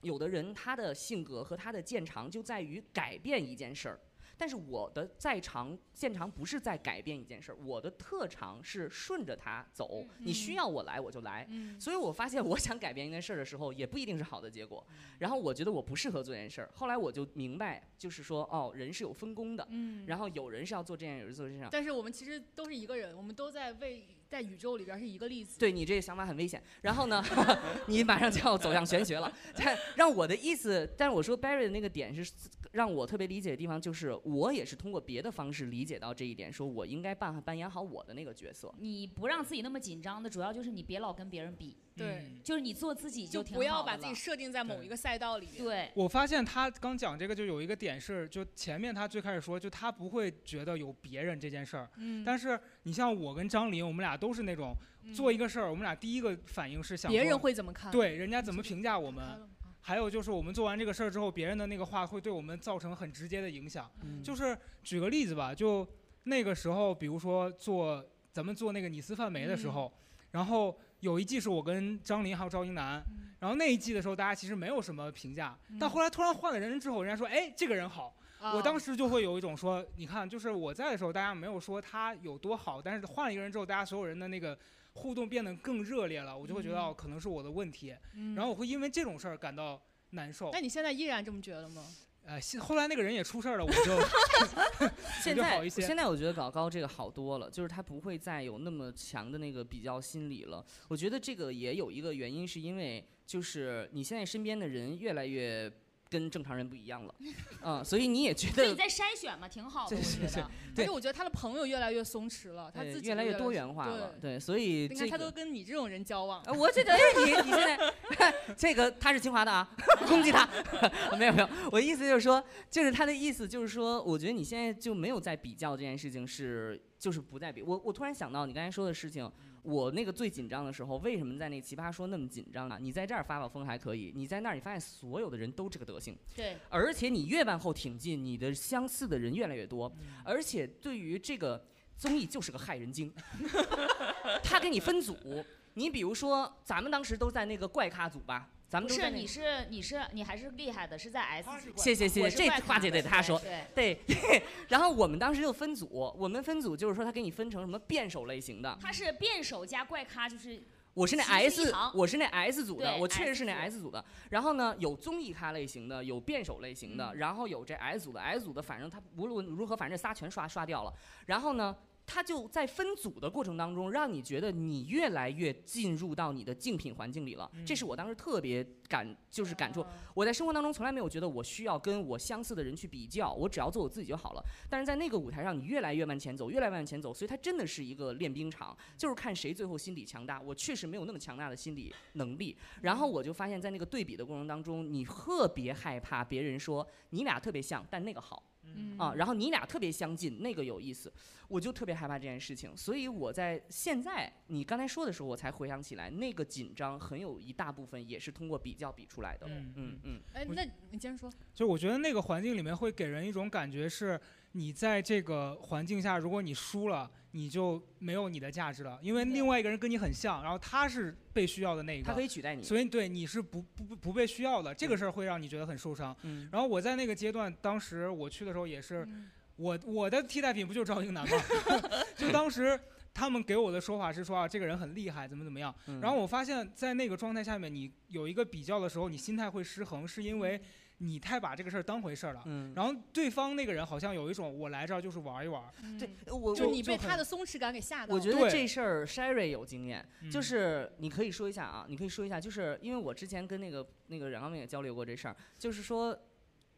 Speaker 4: 有的人他的性格和他的见长就在于改变一件事儿。但是我的在长现长不是在改变一件事儿，我的特长是顺着它走，你需要我来我就来，
Speaker 2: 嗯，
Speaker 4: 所以我发现我想改变一件事儿的时候，也不一定是好的结果。然后我觉得我不适合做这件事儿，后来我就明白，就是说，哦，人是有分工的，
Speaker 2: 嗯
Speaker 4: 然后有人是要做这件，有人做这件。
Speaker 2: 但是我们其实都是一个人，我们都在为在宇宙里边是一个粒子。
Speaker 4: 对你这个想法很危险。然后呢， [LAUGHS] 你马上就要走向玄学了。但让我的意思，但是我说 Barry 的那个点是让我特别理解的地方，就是我也是通过别的方式理解到这一点，说我应该扮扮演好我的那个角色。
Speaker 5: 你不让自己那么紧张的，主要就是你别老跟别人比，
Speaker 4: 嗯
Speaker 2: 对，
Speaker 3: 嗯
Speaker 5: 就是你做自己
Speaker 2: 就
Speaker 5: 挺
Speaker 2: 不要
Speaker 5: 好的
Speaker 2: 把自己
Speaker 5: 了
Speaker 2: 设定在某一个赛道里面。
Speaker 5: 对，
Speaker 3: 我发现他刚讲这个就有一个点是，就前面他最开始说，就他不会觉得有别人这件事儿。
Speaker 2: 嗯
Speaker 3: 但是你像我跟张琳，我们俩都是那种做一个事儿，我们俩第一个反应是想
Speaker 2: 别人
Speaker 3: 说
Speaker 2: 会嗯怎么看？
Speaker 3: 对人家怎么评价我
Speaker 2: 我
Speaker 3: 们，还有就是我们做完这个事儿之后，别人的那个话会对我们造成很直接的影响。就是举个例子吧，就那个时候，比如说做咱们做那个你撕范梅的时
Speaker 2: 嗯
Speaker 3: 候，然后有一季是我跟张琳还有赵英男，
Speaker 2: 嗯
Speaker 3: 然后那一季的时候大家其实没有什么评价，但
Speaker 2: 嗯哦
Speaker 3: 后来突然换了人之后，人家说哎这个人好，我当
Speaker 2: 时
Speaker 3: 时就会有一种说，你看，就是我在的时候，大家没有说他有多好，但是换了一个人之后，大家所有人的那个互动变得更热烈了，我就会觉得
Speaker 2: 嗯
Speaker 3: 哦，可能是我的问题，然
Speaker 4: 嗯
Speaker 2: 后，
Speaker 3: 后我会因为这种事儿感到难受
Speaker 2: 嗯那。
Speaker 4: 哎
Speaker 2: 你现在依然这么觉得吗？
Speaker 3: 呃，现后来那个人也出事儿了，我就
Speaker 4: [LAUGHS] 现
Speaker 3: 就好
Speaker 4: 在
Speaker 3: 一些
Speaker 4: 现在我觉得搞高这个好多了，就是他不会再有那么强的那个比较心理了。我觉得这个也有一个原因，是因为就是你现在身边的人越来越跟正常人不一样了，嗯，所以你也觉
Speaker 5: 所以你
Speaker 4: 得
Speaker 5: 在筛选嘛，挺好的，我
Speaker 4: 是
Speaker 5: 觉
Speaker 4: 是
Speaker 5: 得。
Speaker 4: 对
Speaker 2: 而且我觉得他的朋友越来越松弛了，他
Speaker 4: 对
Speaker 2: 自己
Speaker 4: 哎越来
Speaker 2: 越
Speaker 4: 越多。元化了，对，所以
Speaker 2: 你看，
Speaker 4: 这
Speaker 2: 他都
Speaker 4: 个。
Speaker 2: 跟你这种人交往，
Speaker 4: 啊，我这
Speaker 5: [LAUGHS]
Speaker 4: 个哎，你你现在这个他是清华的啊， [LAUGHS] 攻击他没有没有，我意思就是说，就是他的意思就是说，我觉得你现在就没有在比较这件事情是，就是不再比。我我突然想到你刚才说的事情，我那个最紧张的时候，为什么在那奇葩说那么紧张啊？你在这儿发发疯还可以，你在那儿你发现所有的人都这个德行，
Speaker 5: 对，
Speaker 4: 而且你越往后挺进，你的相似的人越来越多，而且对于这个综艺就是个害人精， [LAUGHS] 他给你分组，你比如说咱们当时都在那个怪咖组吧，咱
Speaker 5: 不
Speaker 4: 们都
Speaker 5: 是
Speaker 4: 在那
Speaker 5: 你
Speaker 4: 个。
Speaker 5: 是你是你还是厉害的，是在 S 级，
Speaker 4: 谢谢谢
Speaker 5: 我
Speaker 4: 谢，
Speaker 5: 是
Speaker 4: 这
Speaker 5: 怪
Speaker 4: 话
Speaker 5: 咖
Speaker 4: 就得
Speaker 5: 的
Speaker 4: 他
Speaker 5: 对
Speaker 4: 说。
Speaker 5: 对，
Speaker 4: 对，然后我们当时就分组，我们分组就是说他给你分成什么辩手类型的，
Speaker 5: 他是辩手加怪咖，就是
Speaker 4: 我是那
Speaker 5: 其实是一
Speaker 4: S，
Speaker 5: 行
Speaker 4: 我是那 S 组的，
Speaker 5: 对
Speaker 4: 我确实
Speaker 5: S
Speaker 4: 是那
Speaker 5: 组
Speaker 4: S 组的。然后呢，有综艺咖类型的，有辩手类型的，
Speaker 2: 嗯
Speaker 4: 然后有这 S 组的，S 组的，反正他无论如何，反正仨全刷刷掉了。然后呢，他就在分组的过程当中，让你觉得你越来越进入到你的竞品环境里了。这是我当时特别感，就是
Speaker 5: 啊
Speaker 4: 感触。我在生活当中从来没有觉得我需要跟我相似的人去比较，我只要做我自己就好了。但是在那个舞台上，你越来越往前走，越来越往前走，所以它真的是一个练兵场，就是看谁最后心理强大。我确实没有那么强大的心理能力，然后我就发现，在那个对比的过程当中，你特别害怕别人说你俩特别像，但那个好。
Speaker 2: 嗯
Speaker 4: 啊，，然后你俩特别相近，那个有意思，我就特别害怕这件事情，所以我在现在你刚才说的时候，我才回想起来，那个紧张很有一大部分也是通过比较比出来的。
Speaker 3: 嗯
Speaker 4: 嗯嗯，
Speaker 2: 哎，
Speaker 3: 我
Speaker 2: 那你接着说，
Speaker 3: 就我觉得那个环境里面会给人一种感觉是，你在这个环境下，如果你输了，你就没有你的价值了，因为
Speaker 2: 对
Speaker 3: 另外一个人跟你很像，然后他是被需要的那一
Speaker 4: 它可
Speaker 3: 个，
Speaker 4: 以取代你。
Speaker 3: 所以对你是不不不不被需要的，这个事儿会让你觉得很受伤。
Speaker 4: 嗯，
Speaker 3: 然后我在那个阶段，当时我去的时候也是，
Speaker 2: 嗯
Speaker 3: 我我的替代品不就是赵英男吗？ [LAUGHS] 就当时他们给我的说法是说啊，这个人很厉害，怎么怎么样。
Speaker 4: 嗯
Speaker 3: 然后我发现，在那个状态下面，你有一个比较的时候，你心态会失衡，是因为你太把这个事儿当回事儿了。
Speaker 4: 嗯，
Speaker 3: 然后对方那个人好像有一种我来这儿就是玩一玩，
Speaker 4: 对
Speaker 2: 嗯
Speaker 4: 我我
Speaker 2: 就你
Speaker 3: 就
Speaker 2: 被他
Speaker 3: 很
Speaker 2: 的松弛感给吓到了。
Speaker 4: 我觉得
Speaker 3: 对
Speaker 4: 这事儿 Sherry 有经验，
Speaker 3: 嗯
Speaker 4: 就是你可以说一下啊，你可以说一下，就是因为我之前跟那个那个冉高明也交流过这事儿，就是说，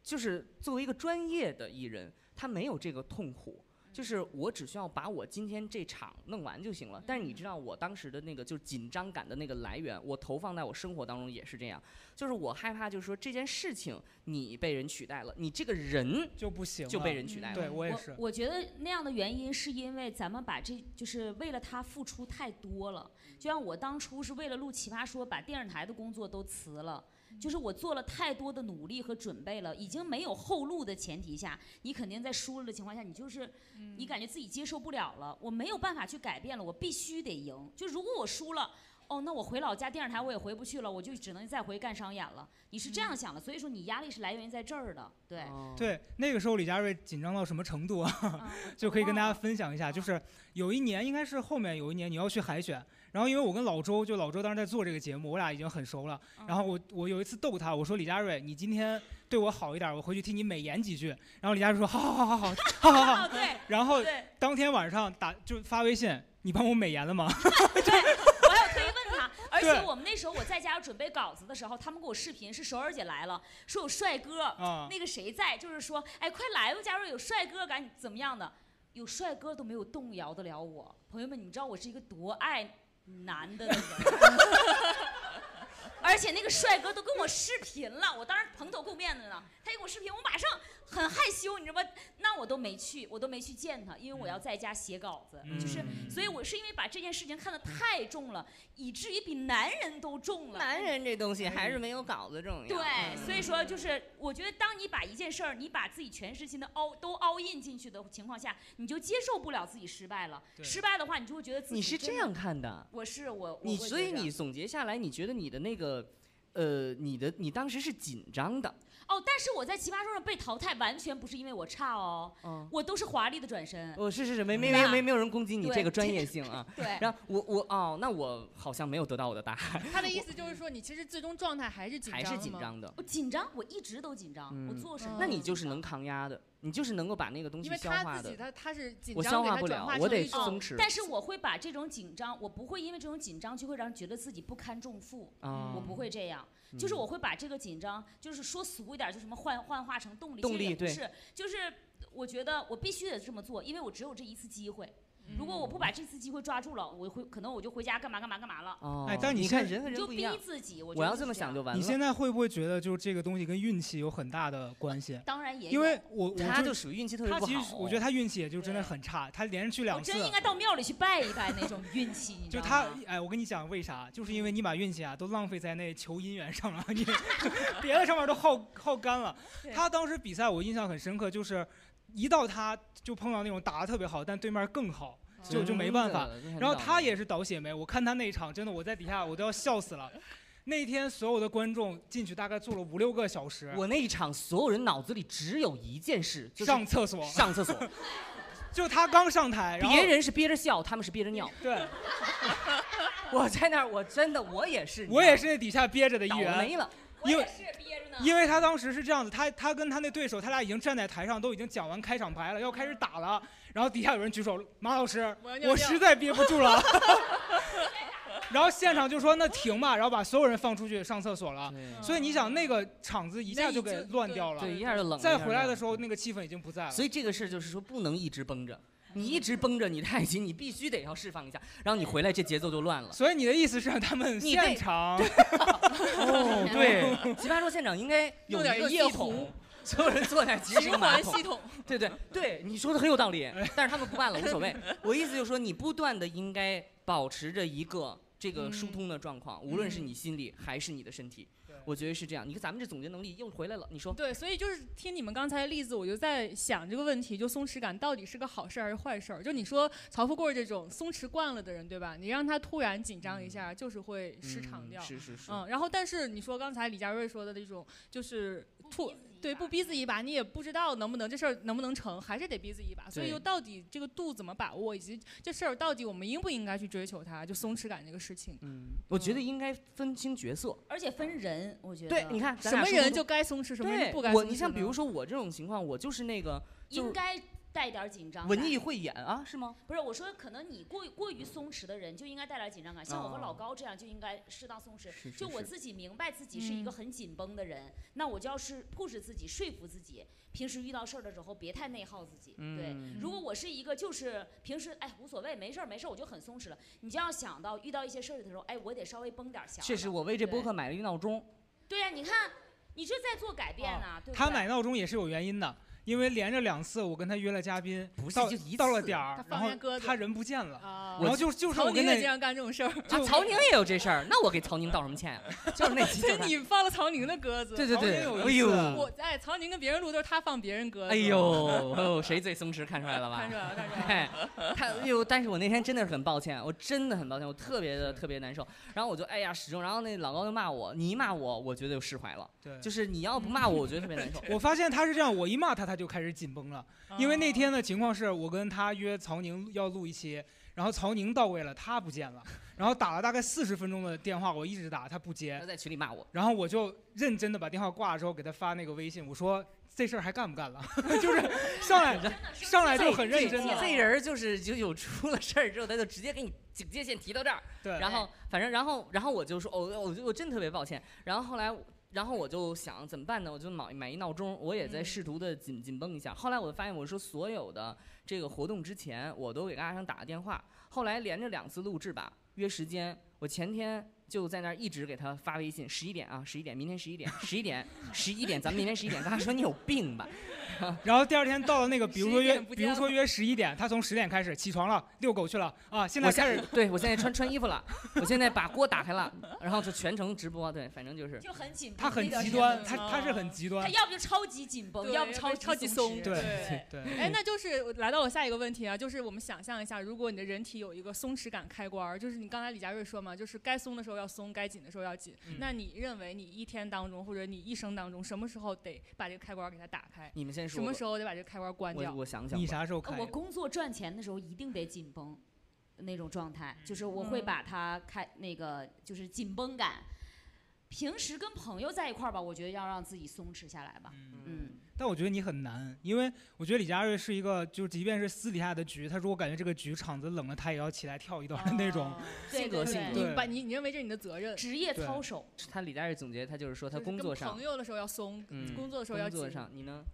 Speaker 4: 就是作为一个专业的艺人，他没有这个痛苦。就是我只需要把我今天这场弄完就行了。但是你知道我当时的那个就是紧张感的那个来源，我投放在我生活当中也是这样，就是我害怕就是说这件事情你被人取代了，你这个人
Speaker 3: 就不行了，
Speaker 4: 就被人取代了。
Speaker 3: 对我也是
Speaker 5: 我。我觉得那样的原因是因为咱们把这就是为了他付出太多了，就像我当初是为了录《奇葩说》，把电视台的工作都辞了。就是我做了太多的努力和准备了，已经没有后路的前提下，你肯定在输了的情况下，你就是，
Speaker 2: 嗯
Speaker 5: 你感觉自己接受不了了，我没有办法去改变了，我必须得赢。就如果我输了，哦，那我回老家电视台我也回不去了，我就只能再回干商演了。你是这样想的，所以说你压力是来源于在这儿的，对。
Speaker 4: 哦，
Speaker 3: 对，那个时候李佳瑞紧张到什么程度啊？
Speaker 5: 嗯
Speaker 3: [LAUGHS] 就可以跟大家分享一下，就是有一年应该是后面有一年你要去海选，然后因为我跟老周，就老周当时在做这个节目，我俩已经很熟了。然后我我有一次逗他，我说李佳瑞，你今天对我好一点，我回去替你美言几句。然后李佳瑞说好好好好好好好好。 [LAUGHS]
Speaker 5: 哦，对
Speaker 3: 然后
Speaker 5: 对，
Speaker 3: 当天晚上打就发微信，你帮我美言了吗？
Speaker 5: [LAUGHS] 我还有特意问他，而且
Speaker 3: 对
Speaker 5: 我们那时候我在家准备稿子的时候，他们给我视频，是首尔姐来了，说有帅哥，
Speaker 3: 啊，
Speaker 5: 那个谁在，就是说，哎，快来吧，假如有帅哥，赶紧怎么样的？有帅哥都没有动摇得了我，朋友们，你们知道我是一个多爱男的人， [LAUGHS] 而且那个帅哥都跟我视频了，我当时蓬头垢面的呢，他一给我视频，我马上很害羞，你知道吗？那我都没去，我都没去见他，因为我要在家写稿子，
Speaker 3: 嗯
Speaker 5: 就是，所以我是因为把这件事情看得太重了，以至于比男人都重了，
Speaker 4: 男人嗯这东西还是没有稿子重要。
Speaker 5: 对，所
Speaker 4: 以
Speaker 5: 以说就是，我觉得当你把一件事儿，你把自己全身心的 all 都 all in 进去的情况下，你就接受不了自己失败了。
Speaker 3: 对
Speaker 5: 失败的话，你就会觉得自己
Speaker 4: 你是这
Speaker 5: 真的，
Speaker 4: 样看的，
Speaker 5: 我是我，我
Speaker 4: 你
Speaker 5: 会
Speaker 4: 所
Speaker 5: 觉
Speaker 4: 以
Speaker 5: 得
Speaker 4: 你总结下来，你觉得你的那个。呃，你的你当时是紧张的，
Speaker 5: 哦，但是我在奇葩说上被淘汰，完全不是因为我差哦，
Speaker 4: 嗯，
Speaker 5: 我都是华丽的转身。
Speaker 4: 哦，是是是，没没
Speaker 5: 明
Speaker 4: 没
Speaker 5: 白
Speaker 4: 没没有人攻击你
Speaker 5: 嗯对
Speaker 4: 这个专业性啊。
Speaker 5: 对，
Speaker 4: 然后我我哦，那我好像没有得到我的答案，
Speaker 2: 他的意思就是说，你其实最终状态还是紧张
Speaker 4: 还
Speaker 2: 的吗
Speaker 4: 是紧。张的。
Speaker 5: 我紧张，我一直都紧张，
Speaker 4: 嗯
Speaker 5: 我做什么哦都紧张？
Speaker 2: 嗯
Speaker 4: 那你就是能抗压的，你就是能够把那个东
Speaker 2: 因
Speaker 4: 西
Speaker 2: 为
Speaker 4: 消
Speaker 2: 他
Speaker 4: 化
Speaker 2: 自己
Speaker 4: 的。
Speaker 2: 他他是紧
Speaker 4: 我
Speaker 2: 张
Speaker 4: 消
Speaker 2: 给
Speaker 4: 化
Speaker 2: 他
Speaker 4: 不
Speaker 2: 转
Speaker 4: 了
Speaker 2: 化，
Speaker 4: 我
Speaker 2: 成
Speaker 4: 得
Speaker 2: 一种
Speaker 4: 松弛
Speaker 5: 但是我会把这种紧张，我不会因为这种紧张就会让人觉得自己不堪重负。
Speaker 4: 啊。
Speaker 5: 我不会这样，就是
Speaker 4: 嗯
Speaker 5: 我会把这个紧张，就是说俗一点，就什么幻幻化成动力，
Speaker 4: 动
Speaker 5: 其实也
Speaker 4: 力
Speaker 5: 不
Speaker 4: 对
Speaker 5: 是，就是我觉得我必须得这么做，因为我只有这一次机会。
Speaker 2: 嗯
Speaker 5: 如果我不把
Speaker 4: 嗯
Speaker 5: 这次机会抓住了，我会可能我就回家干嘛干嘛干嘛了。
Speaker 4: 哦，
Speaker 3: 哎但你
Speaker 4: 你
Speaker 3: 现
Speaker 4: 看
Speaker 3: 在
Speaker 4: 人和
Speaker 5: 你
Speaker 4: 人
Speaker 5: 就
Speaker 4: 不一
Speaker 5: 逼
Speaker 4: 样，
Speaker 5: 自己，我
Speaker 4: 我要
Speaker 5: 这
Speaker 4: 这么想就完
Speaker 3: 你现
Speaker 4: 了。
Speaker 3: 在会不会觉得就是这个东西跟运气有很大的关系？
Speaker 5: 当然也有
Speaker 3: 因为我我
Speaker 4: 他
Speaker 3: 就
Speaker 4: 就属于运气特别
Speaker 3: 他
Speaker 4: 不
Speaker 3: 其
Speaker 4: 好。哦
Speaker 3: 实我觉得他运气也就真的很差，他连着去
Speaker 5: 我
Speaker 3: 两次
Speaker 5: 真。应该到庙里去拜一拜那种运气，
Speaker 4: [LAUGHS]
Speaker 5: 你知
Speaker 3: 就
Speaker 5: 道
Speaker 3: 他
Speaker 5: 吗？，
Speaker 3: 哎，我跟你讲，为啥？就是因为你把运气啊都浪费在那求姻缘上了，你 [LAUGHS] 别的上面都耗耗干了
Speaker 5: 对。
Speaker 3: 他当时比赛我印象很深刻，就是一到他就碰到那种打得特别好，但对面更好，就就没办法。
Speaker 4: 真的。
Speaker 3: 然后他也是倒血霉，我看他那一场真的我在底下我都要笑死了。那天所有的观众进去大概坐了五六个小时，
Speaker 4: 我那一场所有人脑子里只有一件事，就是
Speaker 3: 上厕所，
Speaker 4: 上厕所，
Speaker 3: 就他刚上台，然后
Speaker 4: 别人是憋着笑，他们是憋着尿。
Speaker 3: 对
Speaker 4: 我在那儿，我真的我也是，
Speaker 3: 我也是那底下憋着的
Speaker 4: 你
Speaker 3: 一
Speaker 4: 知道吗倒
Speaker 3: 员，
Speaker 4: 霉了。
Speaker 3: 因为
Speaker 5: 是憋着呢
Speaker 3: 因为他当时是这样子，他他跟他那对手，他俩已经站在台上，都已经讲完开场白了，要开始打了。然后底下有人举手，马老师，
Speaker 2: 我要尿
Speaker 3: 我
Speaker 2: 尿
Speaker 3: 实在憋不住了。然后现场就说那停吧，然后把所有人放出去上厕所
Speaker 4: 啊
Speaker 3: 了。所以你想，那个场子一下就给乱掉了。
Speaker 4: 嗯对，一下就冷了。
Speaker 3: 再回来的时
Speaker 4: 候，
Speaker 3: 候，那个气氛已经不在了。
Speaker 4: 所以这个事儿就是说，不能一直绷着。你一直绷着你太极，你必须得要释放一下，然后你回来这节奏就乱 [LAUGHS] 了。
Speaker 3: 所以你的意思是让他们
Speaker 4: 你被
Speaker 3: 现场 [LAUGHS]
Speaker 4: 哦，对，奇葩说现场应该有
Speaker 2: 弄点
Speaker 4: 一个
Speaker 2: 液
Speaker 4: 系
Speaker 2: 桶
Speaker 4: 统，所有人坐 [LAUGHS] 在集
Speaker 2: 循
Speaker 4: 合马
Speaker 2: 环
Speaker 4: 桶
Speaker 2: 系。统，
Speaker 4: 对
Speaker 2: [LAUGHS]
Speaker 4: 对对，你说的很有道理，
Speaker 2: 哎
Speaker 4: 但是他们不办了，无所谓。我意思就是说，你不断的应该保持着一个这个
Speaker 2: 嗯
Speaker 4: 疏通的状况，无论是你心里还是你的身体
Speaker 3: 对，
Speaker 4: 我觉得是这样。你看咱们这总结能力又回来了，你说
Speaker 2: 对，所以就是听你们刚才的例子，我就在想这个问题，就松弛感到底是个好事儿还是坏事儿？就你说曹富贵这种松弛惯了的人，对吧？你让他突然紧张一下，就是会失常
Speaker 4: 嗯
Speaker 2: 掉。
Speaker 4: 是是是，
Speaker 2: 嗯，然后但是你说刚才李佳瑞说的那种，就是突对不逼自己一把，你也不知道能不能这事儿能不能成，还是得逼自己一把。所以
Speaker 4: 对
Speaker 2: 就到底这个度怎么把握，以及这事儿到底我们应不应该去追求它，就松弛感这个事情。
Speaker 4: 嗯，我觉得应该分清角色。
Speaker 5: 而且分人，我觉得
Speaker 4: 对，你看咱
Speaker 2: 什
Speaker 4: 俩
Speaker 2: 么
Speaker 4: 说的
Speaker 2: 人
Speaker 4: 都
Speaker 2: 就该松弛，什么人
Speaker 4: 对
Speaker 2: 就不该松弛
Speaker 4: 我
Speaker 2: 呢。嗯
Speaker 4: 你像比如说我这种情况，我就是那个就
Speaker 5: 应该带点儿紧
Speaker 2: 嗯
Speaker 5: 张感。
Speaker 4: 文艺汇演啊，是吗？
Speaker 5: 不是，我说可能你过于过于松弛的人就应该带点紧张感，像我和
Speaker 4: 啊
Speaker 5: 老高这样就应该适当松弛。
Speaker 4: 是是
Speaker 5: 就我
Speaker 4: 是
Speaker 5: 自己明白自己是一
Speaker 2: 嗯
Speaker 5: 个很紧绷的人，那我就要是 push 自己，说服自己，平时遇到事儿的时候别太内耗自己。
Speaker 4: 嗯
Speaker 5: 对，如果我是一个就是平时哎无所谓，没事儿没事儿，我就很松弛了。你就要想到遇到一些事儿的时候，哎，我得稍微绷点儿弦。
Speaker 4: 确实，。我为这播
Speaker 5: 对
Speaker 4: 客买了一闹钟。
Speaker 5: 对呀、你看，你这在做改变啊，对不
Speaker 3: 哦他
Speaker 5: 对
Speaker 3: 买闹钟也是有原因的，因为连着两次我跟他约了嘉宾，
Speaker 4: 不是
Speaker 3: 到
Speaker 4: 就一
Speaker 3: 到了
Speaker 4: 次
Speaker 3: 点儿
Speaker 2: 他，
Speaker 3: 然
Speaker 2: 放
Speaker 3: 后
Speaker 2: 下鸽子
Speaker 3: 他人不见了，
Speaker 2: 啊
Speaker 3: 然后就就是
Speaker 2: 曹
Speaker 3: 我
Speaker 2: 宁
Speaker 3: 跟
Speaker 2: 也经
Speaker 3: 他
Speaker 2: 常干这种事 [LAUGHS] 儿，
Speaker 4: 啊，曹宁也有这事儿，那我给曹宁道什么歉啊？ [LAUGHS] 就是那期就
Speaker 2: [LAUGHS] 就是
Speaker 4: 他
Speaker 2: 你放了曹宁的鸽子。
Speaker 4: 对对对，
Speaker 3: 曹宁有
Speaker 4: 哎
Speaker 3: 一次
Speaker 2: 我
Speaker 4: 呦，
Speaker 2: 哎，曹宁跟别人录都是他放别人鸽
Speaker 4: [LAUGHS]
Speaker 2: 子。
Speaker 4: 哎
Speaker 2: [LAUGHS]
Speaker 4: 呦，哦，谁最松弛看出来了吧？
Speaker 2: 看出来了，看出啊来了。
Speaker 4: [LAUGHS] 哎，他哎呦，但是我那天真的是很抱歉，我真的很抱歉，我特别的特别难受。然后我就哎呀，始终，然后那老高就骂我，你一骂我，我觉得就释怀了。
Speaker 3: 对
Speaker 4: 就。是你要不骂我，我觉得特别难受。
Speaker 3: 我发现他是这样，我一骂他，他就开始紧绷了。
Speaker 2: 啊
Speaker 3: 因
Speaker 2: 嗯
Speaker 3: 为那天的情况是我跟他约曹宁要录一期，然后曹宁到位了，他不
Speaker 2: [LAUGHS]
Speaker 3: 见了，然后打了大概四十分钟的电话，我一直打他不接
Speaker 4: 他，在群里骂我，
Speaker 3: 然后我就认真的把电话挂了之后，给他发那个微信，我说这事儿还干不干了？ [LAUGHS] 就是上
Speaker 2: [LAUGHS]
Speaker 3: 来
Speaker 5: 真的生
Speaker 3: 上来
Speaker 5: 气
Speaker 3: 就很认真
Speaker 5: 了
Speaker 3: 的，
Speaker 4: 这人儿就是就有出了事儿之后，他就直接给你警戒线提到这儿。
Speaker 3: 对，
Speaker 4: 然后反正然后然后我就说，哦，我就我真的特别抱歉。然后后来。然后我就想怎么办呢？我就买买一闹钟，我也在
Speaker 2: 嗯
Speaker 4: 试图的紧紧绷一下。后来我发现，我说所有的这个活动之前，我都给阿生打个电话。后来连着两次录制吧，约时间，我前天就在那儿一直给他发微信，十一点啊，十一点，明天十一点，十一点， [LAUGHS] 十一点，咱们明天十一点。他说你有病吧？
Speaker 3: 然后第二天到了那个，比如说
Speaker 2: 11
Speaker 3: 约，
Speaker 2: 点不
Speaker 3: 比
Speaker 2: 见
Speaker 3: 如
Speaker 2: 了
Speaker 3: 说约十一点，他从十点开始起床了，遛狗去了啊，现在
Speaker 4: 我现
Speaker 3: 开
Speaker 4: 在
Speaker 3: 始
Speaker 4: 对我现在穿穿衣服了，我现在把锅打开了，然后就全程直播。对，反正就是
Speaker 5: 就很紧绷。
Speaker 3: 他很
Speaker 5: 那段
Speaker 3: 极
Speaker 5: 时间
Speaker 3: 端，
Speaker 2: 间
Speaker 3: 他
Speaker 2: 啊
Speaker 3: 他是很极端
Speaker 5: 他，要不就超级紧绷，
Speaker 2: 对
Speaker 5: 要不
Speaker 2: 要不
Speaker 5: 超
Speaker 2: 超级松
Speaker 5: 弛
Speaker 3: 对
Speaker 2: 对
Speaker 3: 对，
Speaker 2: 哎，那就是我来到我下一个问题啊，就是我们想象一下，如果你的人体有一个松弛感开关儿，就是你刚才李佳瑞说嘛，就是该松的时候要松，该紧的时候要紧。
Speaker 3: 嗯
Speaker 2: 那你认为你一天当中或者你一生当中，什么时候得把这个开关儿给它打开？
Speaker 4: 你们先说
Speaker 2: 什么
Speaker 4: 吧
Speaker 2: 时候得把这个开关儿关
Speaker 4: 我
Speaker 2: 掉？
Speaker 4: 我想想吧，
Speaker 3: 你啥时候
Speaker 5: 呃
Speaker 3: 开
Speaker 5: 我？工作赚钱的时候一定得紧绷，那种状态，就是我会
Speaker 2: 嗯
Speaker 5: 把它开那个就是紧绷感。平时跟朋友在一块儿吧，我觉得要让自己松弛下来吧。
Speaker 3: 嗯
Speaker 5: 嗯，
Speaker 3: 但我觉得你很难，因为我觉得李佳瑞是一个，就是即便是私底下的局，他如果感觉这个局场子冷了，他也要起来跳一段儿那
Speaker 2: 哦
Speaker 3: 种。
Speaker 5: 对
Speaker 4: 性格
Speaker 5: 对
Speaker 4: 性
Speaker 5: 对
Speaker 3: 格
Speaker 2: 你把你你认为这是你的责任，
Speaker 5: 嗯职业
Speaker 3: 对
Speaker 5: 操守，
Speaker 4: 他李佳瑞总结，他就是说他
Speaker 2: 就是
Speaker 4: 工作
Speaker 2: 跟
Speaker 4: 上
Speaker 2: 朋，友的时候要松，
Speaker 4: 嗯
Speaker 2: 工作的时候要
Speaker 4: 工
Speaker 2: 紧。
Speaker 4: 作上，你呢？
Speaker 3: [LAUGHS]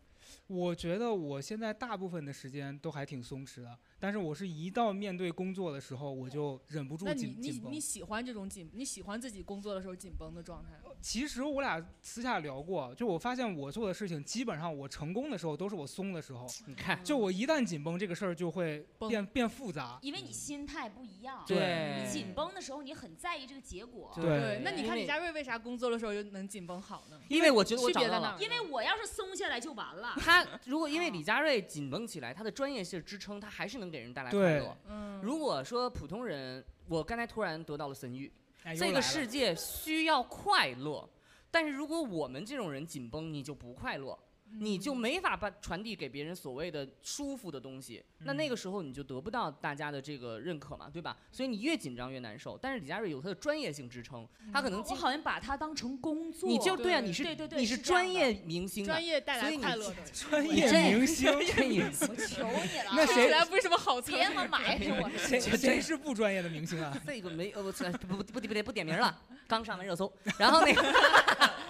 Speaker 3: 我觉得我现在大部分的时间都还挺松弛的，但是我是一到面对工作的时候，我就忍不住
Speaker 2: 那你
Speaker 3: 紧
Speaker 2: 你
Speaker 3: 紧绷
Speaker 2: 你。喜欢这种紧，你喜欢自己工作的时候紧绷的状态吗？
Speaker 3: 其实我俩私下聊过，就我发现我做的事情，基本上我成功的时候都是我松的时候，
Speaker 4: 你看，
Speaker 3: 就我一旦紧绷，这个事儿就会
Speaker 2: 绷
Speaker 3: 变变复杂。
Speaker 5: 因为你心态不一样。
Speaker 4: 对
Speaker 5: 你紧绷的时候，你很在意这个结果。
Speaker 4: 对
Speaker 2: 对，那你看
Speaker 4: 因为
Speaker 2: 李佳瑞为啥工作的时候就能紧绷好呢？
Speaker 4: 因为我觉得我
Speaker 2: 区
Speaker 4: 找
Speaker 2: 别在
Speaker 4: 到
Speaker 2: 哪儿
Speaker 4: 了
Speaker 2: 呢？。
Speaker 5: 因为我要是松下来就完了。
Speaker 4: 他如果因为李佳瑞紧绷起来，他的专业性支撑，他还是能给人带来快
Speaker 3: 对
Speaker 4: 乐。
Speaker 2: 嗯，
Speaker 4: 如果说普通人，我刚才突然得到了神谕，
Speaker 3: 哎又
Speaker 4: 这
Speaker 3: 来
Speaker 4: 个
Speaker 3: 了
Speaker 4: 世界需要快乐，但是如果我们这种人紧绷，你就不快乐，你
Speaker 2: 嗯
Speaker 4: 就没法把传递给别人所谓的舒服的东西。那那个时候你就得不到大家的这个认可嘛，对吧？所以你越紧张越难受。但是李佳瑞有他的专业性支撑，他可能
Speaker 5: 我
Speaker 4: 经
Speaker 5: 好像把它当成工作。
Speaker 4: 你就对啊，
Speaker 2: 对
Speaker 4: 你是
Speaker 5: 哦对对对
Speaker 4: 你
Speaker 5: 是
Speaker 4: 是
Speaker 5: 这样
Speaker 4: 专业明星啊
Speaker 2: 专业带
Speaker 4: 所以
Speaker 2: 来
Speaker 4: 你
Speaker 2: 快乐的，
Speaker 3: 专
Speaker 4: 你这
Speaker 3: 业明星，
Speaker 4: 专业
Speaker 5: [LAUGHS]
Speaker 4: 明星
Speaker 5: 我求你
Speaker 2: [LAUGHS]
Speaker 5: 了，
Speaker 3: 那
Speaker 2: 听
Speaker 3: 谁
Speaker 2: 起来不是什么好词儿。
Speaker 5: 别他妈埋
Speaker 3: [LAUGHS]
Speaker 5: 汰我。
Speaker 3: 谁谁是不专业的明星啊？
Speaker 4: 这个没呃不不不不不点不点名了，刚上完热搜。然后那个，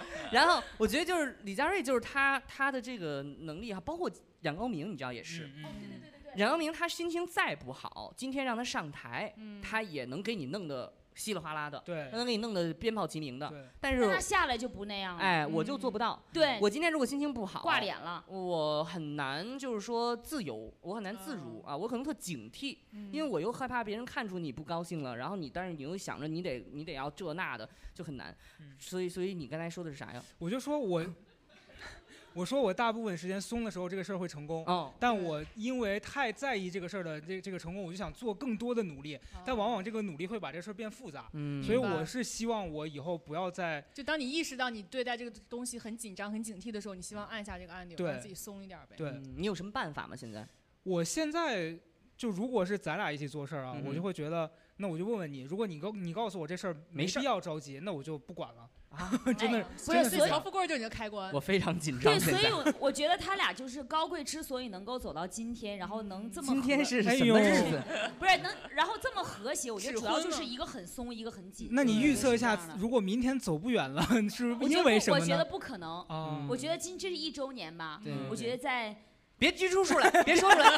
Speaker 4: [LAUGHS] 然后我觉得就是李佳瑞，就是他他的这个能力啊，包括冉高明，你知道也是。
Speaker 3: 嗯，
Speaker 5: 对对
Speaker 3: 嗯
Speaker 2: 哦
Speaker 5: 对对对。
Speaker 4: 冉高明他心情再不好，今天让他上台，
Speaker 2: 嗯
Speaker 4: 他也能给你弄得稀里哗啦的，
Speaker 3: 嗯对
Speaker 4: 他能给你弄得鞭炮齐鸣的。
Speaker 3: 对，
Speaker 4: 但
Speaker 5: 那他
Speaker 4: 是，
Speaker 5: 下来就不那样了，
Speaker 4: 哎，我就做不到。
Speaker 5: 对，
Speaker 4: 我今天如果心情不好，
Speaker 5: 挂脸了。
Speaker 4: 我很难就是说自由，我很难自
Speaker 3: 嗯
Speaker 4: 如啊，我可能特警惕，
Speaker 2: 嗯
Speaker 4: 因为我又害怕别人看出你不高兴了，然后你但是你又想着你得你得要这那的，就很难。
Speaker 3: 嗯
Speaker 4: 所以所以你刚才说的是啥呀？
Speaker 3: 我就说我， [LAUGHS] 我说我大部分时间松的时候，这个事儿会成功。
Speaker 4: 哦，
Speaker 3: 但我因为太在意这个事儿的这这个成功，我就想做更多的努力，
Speaker 2: 哦
Speaker 3: 但往往这个努力会把这事儿变复杂，
Speaker 4: 嗯，
Speaker 3: 所以
Speaker 2: 明白
Speaker 3: 我是希望我以后不要再
Speaker 2: 就当你意识到你对待这个东西很紧张、很警惕的时候，你希望按下这个按钮，
Speaker 3: 对
Speaker 2: 让自己松一点呗。
Speaker 3: 对
Speaker 4: 嗯你有什么办法吗？现在？
Speaker 3: 我现在就如果是咱俩一起做事儿啊，
Speaker 4: 嗯哼
Speaker 3: 我就会觉得，那我就问问你，如果你告你告诉我这事儿
Speaker 4: 没
Speaker 3: 没
Speaker 4: 事儿
Speaker 3: 必要着急，那我就不管了。 [LAUGHS] 真的真
Speaker 2: 不是，
Speaker 3: 的
Speaker 2: 所
Speaker 3: 是
Speaker 2: 以
Speaker 3: 这
Speaker 2: 曹
Speaker 3: 样。
Speaker 2: 富贵就你的开关
Speaker 3: 呃
Speaker 4: 我。非常紧张。
Speaker 5: 对，
Speaker 4: 现
Speaker 5: 所
Speaker 4: 在
Speaker 5: 以我我觉得他俩就是高贵，之所以能够走到今天，然后能这么
Speaker 4: 今天
Speaker 5: 和
Speaker 4: 是
Speaker 3: 哎
Speaker 4: 什么
Speaker 3: 呦
Speaker 4: 日子？
Speaker 5: 不是能，然后这么和谐，我觉得
Speaker 2: 指
Speaker 5: 主要
Speaker 2: 婚
Speaker 5: 就是
Speaker 2: 了
Speaker 5: 一个很松，一个很紧。
Speaker 3: 那你预测一下
Speaker 5: 就是这样，的
Speaker 3: 如果明天走不远了， [LAUGHS] 是
Speaker 5: 我觉
Speaker 3: 因
Speaker 5: 得
Speaker 3: 为
Speaker 5: 不
Speaker 3: 什么
Speaker 5: 我觉得
Speaker 3: 呢？
Speaker 5: 不可能。
Speaker 3: 啊，
Speaker 5: 我觉得今这是一周年吧，
Speaker 4: 对
Speaker 5: 我觉得在
Speaker 4: 别拘出出来，别说出来，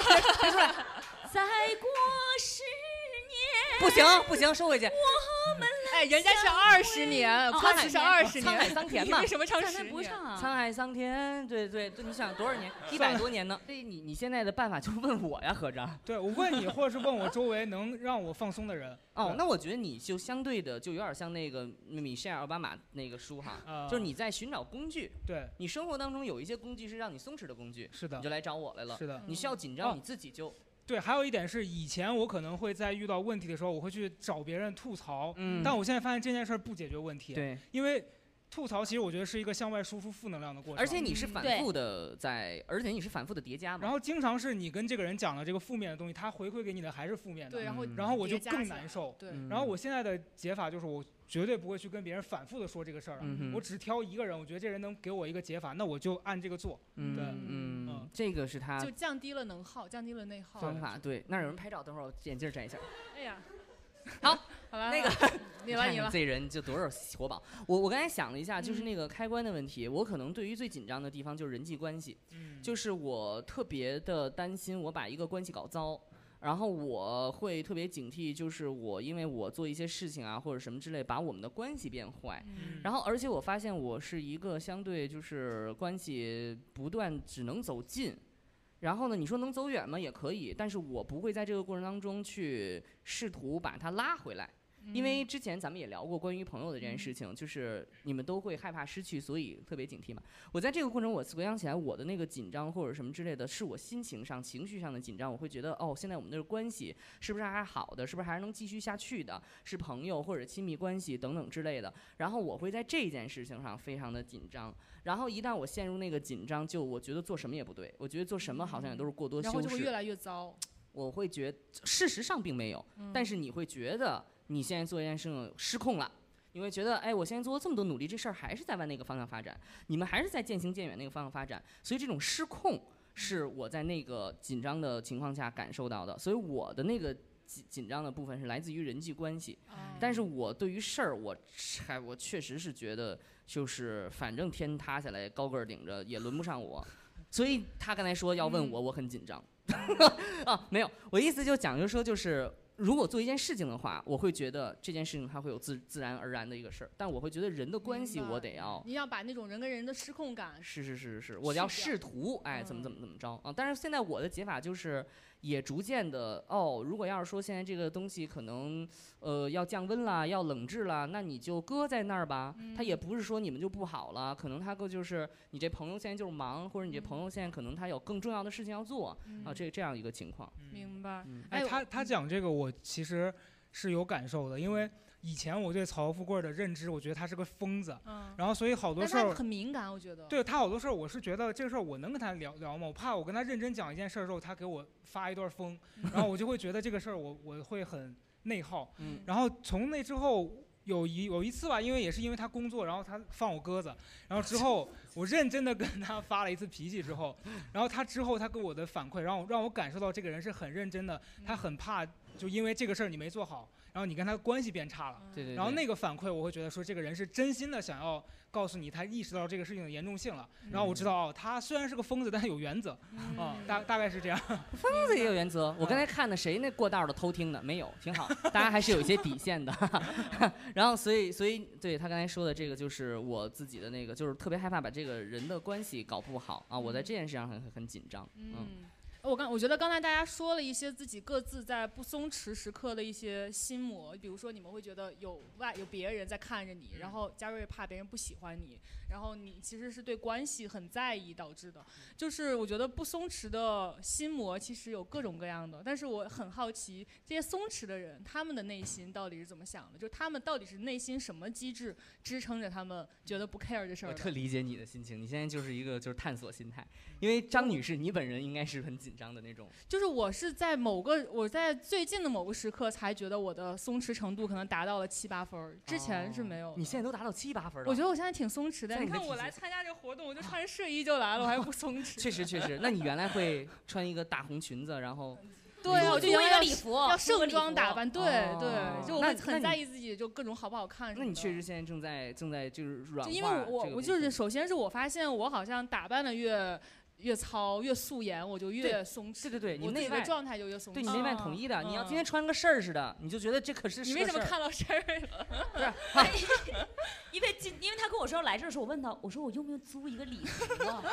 Speaker 5: 再过十年，
Speaker 4: 不行不行，收回去。
Speaker 2: 哎，人家是二十年，
Speaker 5: 哦
Speaker 2: 夸你是二十
Speaker 4: 沧海
Speaker 2: 年，
Speaker 4: 桑田
Speaker 2: 你
Speaker 4: 嘛
Speaker 2: 为什么唱
Speaker 5: 咱
Speaker 2: 十
Speaker 5: 们不
Speaker 2: 年？嗯
Speaker 5: 上啊。
Speaker 4: 沧海桑田，对对对，你想多 [LAUGHS] 少年？一百多年呢？对你你现在的办法就问我呀，合着。啊
Speaker 3: 对我问你，或者是问我周围能让我放松的人。
Speaker 4: [LAUGHS] 哦
Speaker 3: 对，
Speaker 4: 那我觉得你就相对的就有点像那个米歇尔奥巴马那个书哈，
Speaker 3: 啊
Speaker 4: 就是你在寻找工具，
Speaker 3: 对，
Speaker 4: 你生活当中有一些工具是让你松弛的工具，
Speaker 3: 是的
Speaker 4: 你就，来找我来了。
Speaker 3: 是的，
Speaker 4: 你需要紧
Speaker 3: 哦
Speaker 4: 张，你自己就
Speaker 3: 对。还有一点是，以前我可能会在遇到问题的时候，我会去找别人吐槽，
Speaker 4: 嗯
Speaker 3: 但我现在发现这件事儿不解决问题，
Speaker 4: 对，
Speaker 3: 因为吐槽其实我觉得是一个向外输出负能量的过程，
Speaker 4: 而且你是反
Speaker 5: 对
Speaker 4: 复的在，而且你是反复的叠加嘛。
Speaker 3: 然后经常是你跟这个人讲了这个负面的东西，他回馈给你的还是负面的，
Speaker 2: 对，然后
Speaker 4: 嗯
Speaker 3: 然后我就
Speaker 2: 叠加起来
Speaker 3: 更难受。
Speaker 2: 对，
Speaker 4: 嗯
Speaker 3: 然后我现在的解法就是，我绝对不会去跟别人反复的说这个事儿了，啊
Speaker 4: 嗯哼
Speaker 3: 我只挑一个人，我觉得这人能给我一个解法，那我就按这个做。
Speaker 4: 嗯
Speaker 3: 对
Speaker 4: 嗯
Speaker 3: 嗯
Speaker 4: 嗯，这个是他
Speaker 2: 就降低了能耗，降低了内耗。
Speaker 4: 方法对。那有人拍照，等会儿我眼镜摘一下。
Speaker 2: 哎呀，
Speaker 4: 好，
Speaker 2: 好了，
Speaker 4: 那个
Speaker 2: 好了你了
Speaker 4: 看
Speaker 2: 你
Speaker 4: 看
Speaker 2: 了，
Speaker 4: 这人就多少活宝。我我刚才想了一下，就是
Speaker 2: 嗯
Speaker 4: 那个开关的问题，我可能对于最紧张的地方就是人际关系，
Speaker 3: 嗯
Speaker 4: 就是我特别的担心我把一个关系搞糟。然后我会特别警惕，就是我因为我做一些事情啊或者什么之类，把我们的关系变坏。
Speaker 2: 嗯
Speaker 4: 然后，而且我发现我是一个相对就是关系不断只能走近，然后呢，你说能走远吗？也可以，但是我不会在这个过程当中去试图把它拉回来，因
Speaker 2: 嗯
Speaker 4: 为之前咱们也聊过关于朋友的这件事情，就是你们都会害怕失去，所以特别警惕嘛。我在这个过程，我回想起来，我的那个紧张或者什么之类的，是我心情上、情绪上的紧张，我会觉得哦，现在我们的关系是不是还是好的，是不是还是能继续下去的，是朋友或者亲密关系等等之类的。然后我会在这件事情上非常的紧张，然后一旦我陷入那个紧张，就我觉得做什么也不对，我觉得做什么好像也都是过多修
Speaker 2: 嗯然后就会越
Speaker 4: 饰。
Speaker 2: 来越糟。嗯
Speaker 4: 我会觉事实上并没有，但是你会觉得你现在做一件事情失控了。你会觉得，哎，我现在做了这么多努力，这事儿还是在往那个方向发展，你们还是在渐行渐远那个方向发展，所以这种失控是我在那个紧张的情况下感受到的，所以我的那个紧紧张的部分是来自于人际关系，
Speaker 2: 哦嗯
Speaker 4: 但是我对于事儿，我还我确实是觉得，就是反正天塌下来，高个儿顶着也轮不上我，所以他刚才说要问我，
Speaker 2: 嗯
Speaker 4: 我很紧张。 [LAUGHS] 啊，没有，我意思就讲，就是说，就是如果做一件事情的话，我会觉得这件事情它会有自自然而然的一个事儿，但我会觉得人的关系
Speaker 2: 明白
Speaker 4: 我得要。
Speaker 2: 你要把那种人跟人的失控感，
Speaker 4: 是是是是，我
Speaker 2: 是
Speaker 4: 要
Speaker 2: 这
Speaker 4: 试图哎，怎么
Speaker 2: 嗯
Speaker 4: 怎么怎么着啊！但是现在我的解法就是，也逐渐的哦，如果要是说现在这个东西可能呃要降温啦，要冷制啦，那你就搁在那儿吧。它
Speaker 3: 嗯
Speaker 4: 也不是说你们就不好了，可能他个就是你这朋友现在就是忙，或
Speaker 3: 嗯
Speaker 4: 者你这朋友现在可能他有更重要的事情要做啊，这这样一个情况。
Speaker 2: 嗯明白？
Speaker 3: 哎，
Speaker 2: 我嗯
Speaker 3: 他他讲这个，我其实是有感受的，因为以前我对曹富贵的认知，我觉得他是个疯子，
Speaker 2: 嗯，
Speaker 3: 然后所以好多
Speaker 2: 但
Speaker 3: 事儿
Speaker 2: 他，很敏感，我觉得。，
Speaker 3: 对他好多事儿，我是觉得这个事儿我能跟他聊聊吗？我怕我跟他认真讲一件事儿之后，他给我发一段疯，然后我就会觉得这个事儿我我会很内耗，
Speaker 4: 嗯
Speaker 3: 然后从那之后。有一有一次吧，因为也是因为他工作，然后他放我鸽子，然后之后我认真的跟他发了一次脾气之后，然后他之后他给我的反馈，让我让我感受到这个人是很认真的，他很怕就因为这个事儿你没做好，然后你跟他关系变差了，
Speaker 2: 嗯
Speaker 4: 对对
Speaker 3: 然后那个反馈，我会觉得说这个人是真心的想要告诉你，他意识到这个事情的严重性了。然后我
Speaker 4: 嗯
Speaker 3: 知道哦，他虽然是个疯子，但他有原则
Speaker 2: 嗯
Speaker 3: 啊，大大概是这样。
Speaker 4: 疯子也有原则。我刚才看的谁那过道的偷听的没有，挺好，大家还是有一些底线
Speaker 2: [LAUGHS]
Speaker 4: 的。 [LAUGHS] 然后所以所以对他刚才说的这个就是我自己的那个，就是特别害怕把这个人的关系搞不好啊，我在这件事上很很很紧张。嗯，
Speaker 2: 嗯。我刚我觉得刚才大家说了一些自己各自在不松弛时刻的一些心魔，比如说你们会觉得有外有别人在看着你，然后嘉瑞怕别人不喜欢你，然后你其实是对关系很在意导致的。就是我觉得不松弛的心魔其实有各种各样的，但是我很好奇这些松弛的人他们的内心到底是怎么想的，就他们到底是内心什么机制支撑着他们觉得不 care 这事儿
Speaker 4: 我
Speaker 2: 的
Speaker 4: 特理解你的心情，你现在就是一个就是探索心态，因为张女士你本人应该是很紧紧张的那种。
Speaker 2: 就是我是在某个我在最近的某个时刻才觉得我的松弛程度可能达到了七八分儿，之前是没有的。
Speaker 4: 哦你现在都达到七八分了，
Speaker 2: 哦我觉得我现在挺松弛的，
Speaker 4: 在你
Speaker 2: 你
Speaker 4: 的
Speaker 2: 看
Speaker 4: 体啊
Speaker 2: 我
Speaker 4: 系
Speaker 2: 来参加这个活动，我就穿着睡衣就来了，我还
Speaker 4: [LAUGHS]
Speaker 2: 不松弛。
Speaker 4: 确实确实。那你原来
Speaker 2: [LAUGHS]
Speaker 4: 会穿一个大红裙子，然后
Speaker 2: 对啊，我就
Speaker 5: 租
Speaker 2: 原
Speaker 5: 一个
Speaker 2: 来要
Speaker 5: 礼服，
Speaker 2: 要
Speaker 5: 租个
Speaker 2: 盛
Speaker 5: 礼
Speaker 2: 装打
Speaker 5: 服。
Speaker 2: 扮，对
Speaker 4: 哦
Speaker 2: 对，就我
Speaker 4: 那
Speaker 2: 会
Speaker 4: 那
Speaker 2: 很
Speaker 4: 你
Speaker 2: 在意自己，就各种好不好看什
Speaker 4: 那
Speaker 2: 么
Speaker 4: 你
Speaker 2: 的。
Speaker 4: 确实现在正在正在就是软化。
Speaker 2: 就因为我我
Speaker 4: 这个部
Speaker 2: 我就是
Speaker 4: 分
Speaker 2: 首先是我发现我好像打扮的越越糙越素颜，我就越
Speaker 4: 对
Speaker 2: 松弛，
Speaker 4: 对对对，你
Speaker 2: 我自
Speaker 4: 内
Speaker 2: 己的
Speaker 4: 外
Speaker 2: 状态就越松
Speaker 4: 对你
Speaker 2: 弛。
Speaker 4: 内外
Speaker 5: 嗯
Speaker 4: 统一的，你要
Speaker 2: 嗯
Speaker 4: 今天穿个事儿似的，你就觉得这可是
Speaker 2: 你
Speaker 4: 是
Speaker 2: 为
Speaker 4: 个
Speaker 2: 什么
Speaker 4: 事儿
Speaker 2: 看到这儿了？
Speaker 5: 因为今因为他跟我说要来这儿的时候，我问他，我说我用不用租一个礼服啊？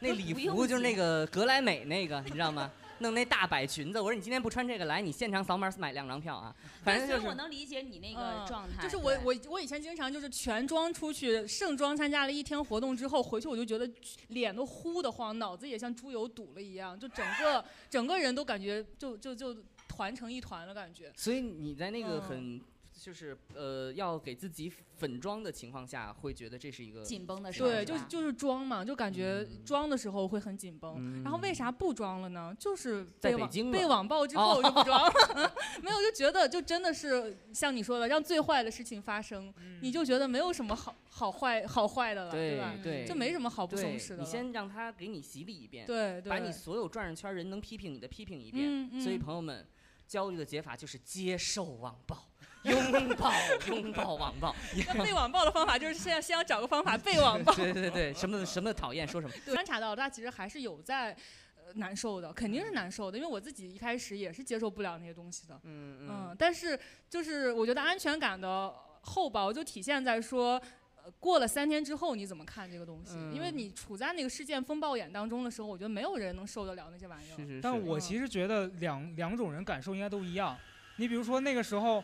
Speaker 4: 那礼
Speaker 5: 不用
Speaker 4: 服就是
Speaker 5: 紧
Speaker 4: 那个格莱美那个，你知道吗？弄那大摆裙子，我说你今天不穿这个来，你现场扫码买两张票啊！反正
Speaker 5: 所
Speaker 4: 就
Speaker 5: 以我
Speaker 4: 是
Speaker 5: 能理解你那个
Speaker 2: 嗯
Speaker 4: 哎
Speaker 5: 状态。
Speaker 2: 就是我
Speaker 5: 对
Speaker 2: 我我以前经常就是全装出去盛装参加了一天活动之后回去我就觉得脸都呼得慌，脑子也像猪油堵了一样，就整个整个人都感觉就就就团成一团了感觉。
Speaker 4: 所以你在那个
Speaker 2: 嗯
Speaker 4: 很就是呃要给自己粉妆的情况下，会觉得这是一个
Speaker 5: 紧绷的时候，
Speaker 2: 对，
Speaker 5: 是
Speaker 2: 就
Speaker 5: 吧
Speaker 2: 就是装嘛，就感觉
Speaker 4: 嗯
Speaker 2: 装的时候会很紧绷。
Speaker 4: 嗯
Speaker 2: 然后为啥不装了呢？就是
Speaker 4: 在北
Speaker 2: 被网
Speaker 4: 京
Speaker 2: 被
Speaker 4: 嘛
Speaker 2: 网暴之后就不装了， [LAUGHS] 没有就觉得就真的是像你说的，让最坏的事情发生，嗯
Speaker 3: 嗯
Speaker 4: 嗯
Speaker 2: 你就觉得没有什么好好坏好坏的了，
Speaker 4: 对
Speaker 2: 吧？
Speaker 4: 对
Speaker 2: 就没什么好不
Speaker 4: 对
Speaker 2: 松弛的了。
Speaker 4: 你先让他给你洗礼一遍，
Speaker 2: 对对，
Speaker 4: 把你所有转着圈儿人能批评你的批评一遍。
Speaker 2: 嗯嗯， [LAUGHS]
Speaker 4: 所以朋友们，焦虑的解法就是接受网暴，拥抱拥抱网 [LAUGHS] 暴。
Speaker 2: 那被网暴的方法就是现在先要找个方法被
Speaker 4: [LAUGHS]
Speaker 2: 网暴。
Speaker 4: 对对对，什么什么讨厌说什么。
Speaker 2: 观察到他其实还是有在。呃难受的，肯定是难受的，因为我自己一开始也是接受不了那些东西的。
Speaker 4: 嗯
Speaker 2: 嗯，但是就是我觉得安全感的厚薄就体现在说。呃过了三天之后，你怎么看这个东西？因为
Speaker 4: 嗯
Speaker 2: 你处在那个事件风暴眼当中的时候，我觉得没有人能受得了那些玩意儿。
Speaker 4: 是是是。嗯
Speaker 3: 但我其实觉得两两种人感受应该都一样。你比如说那个时候，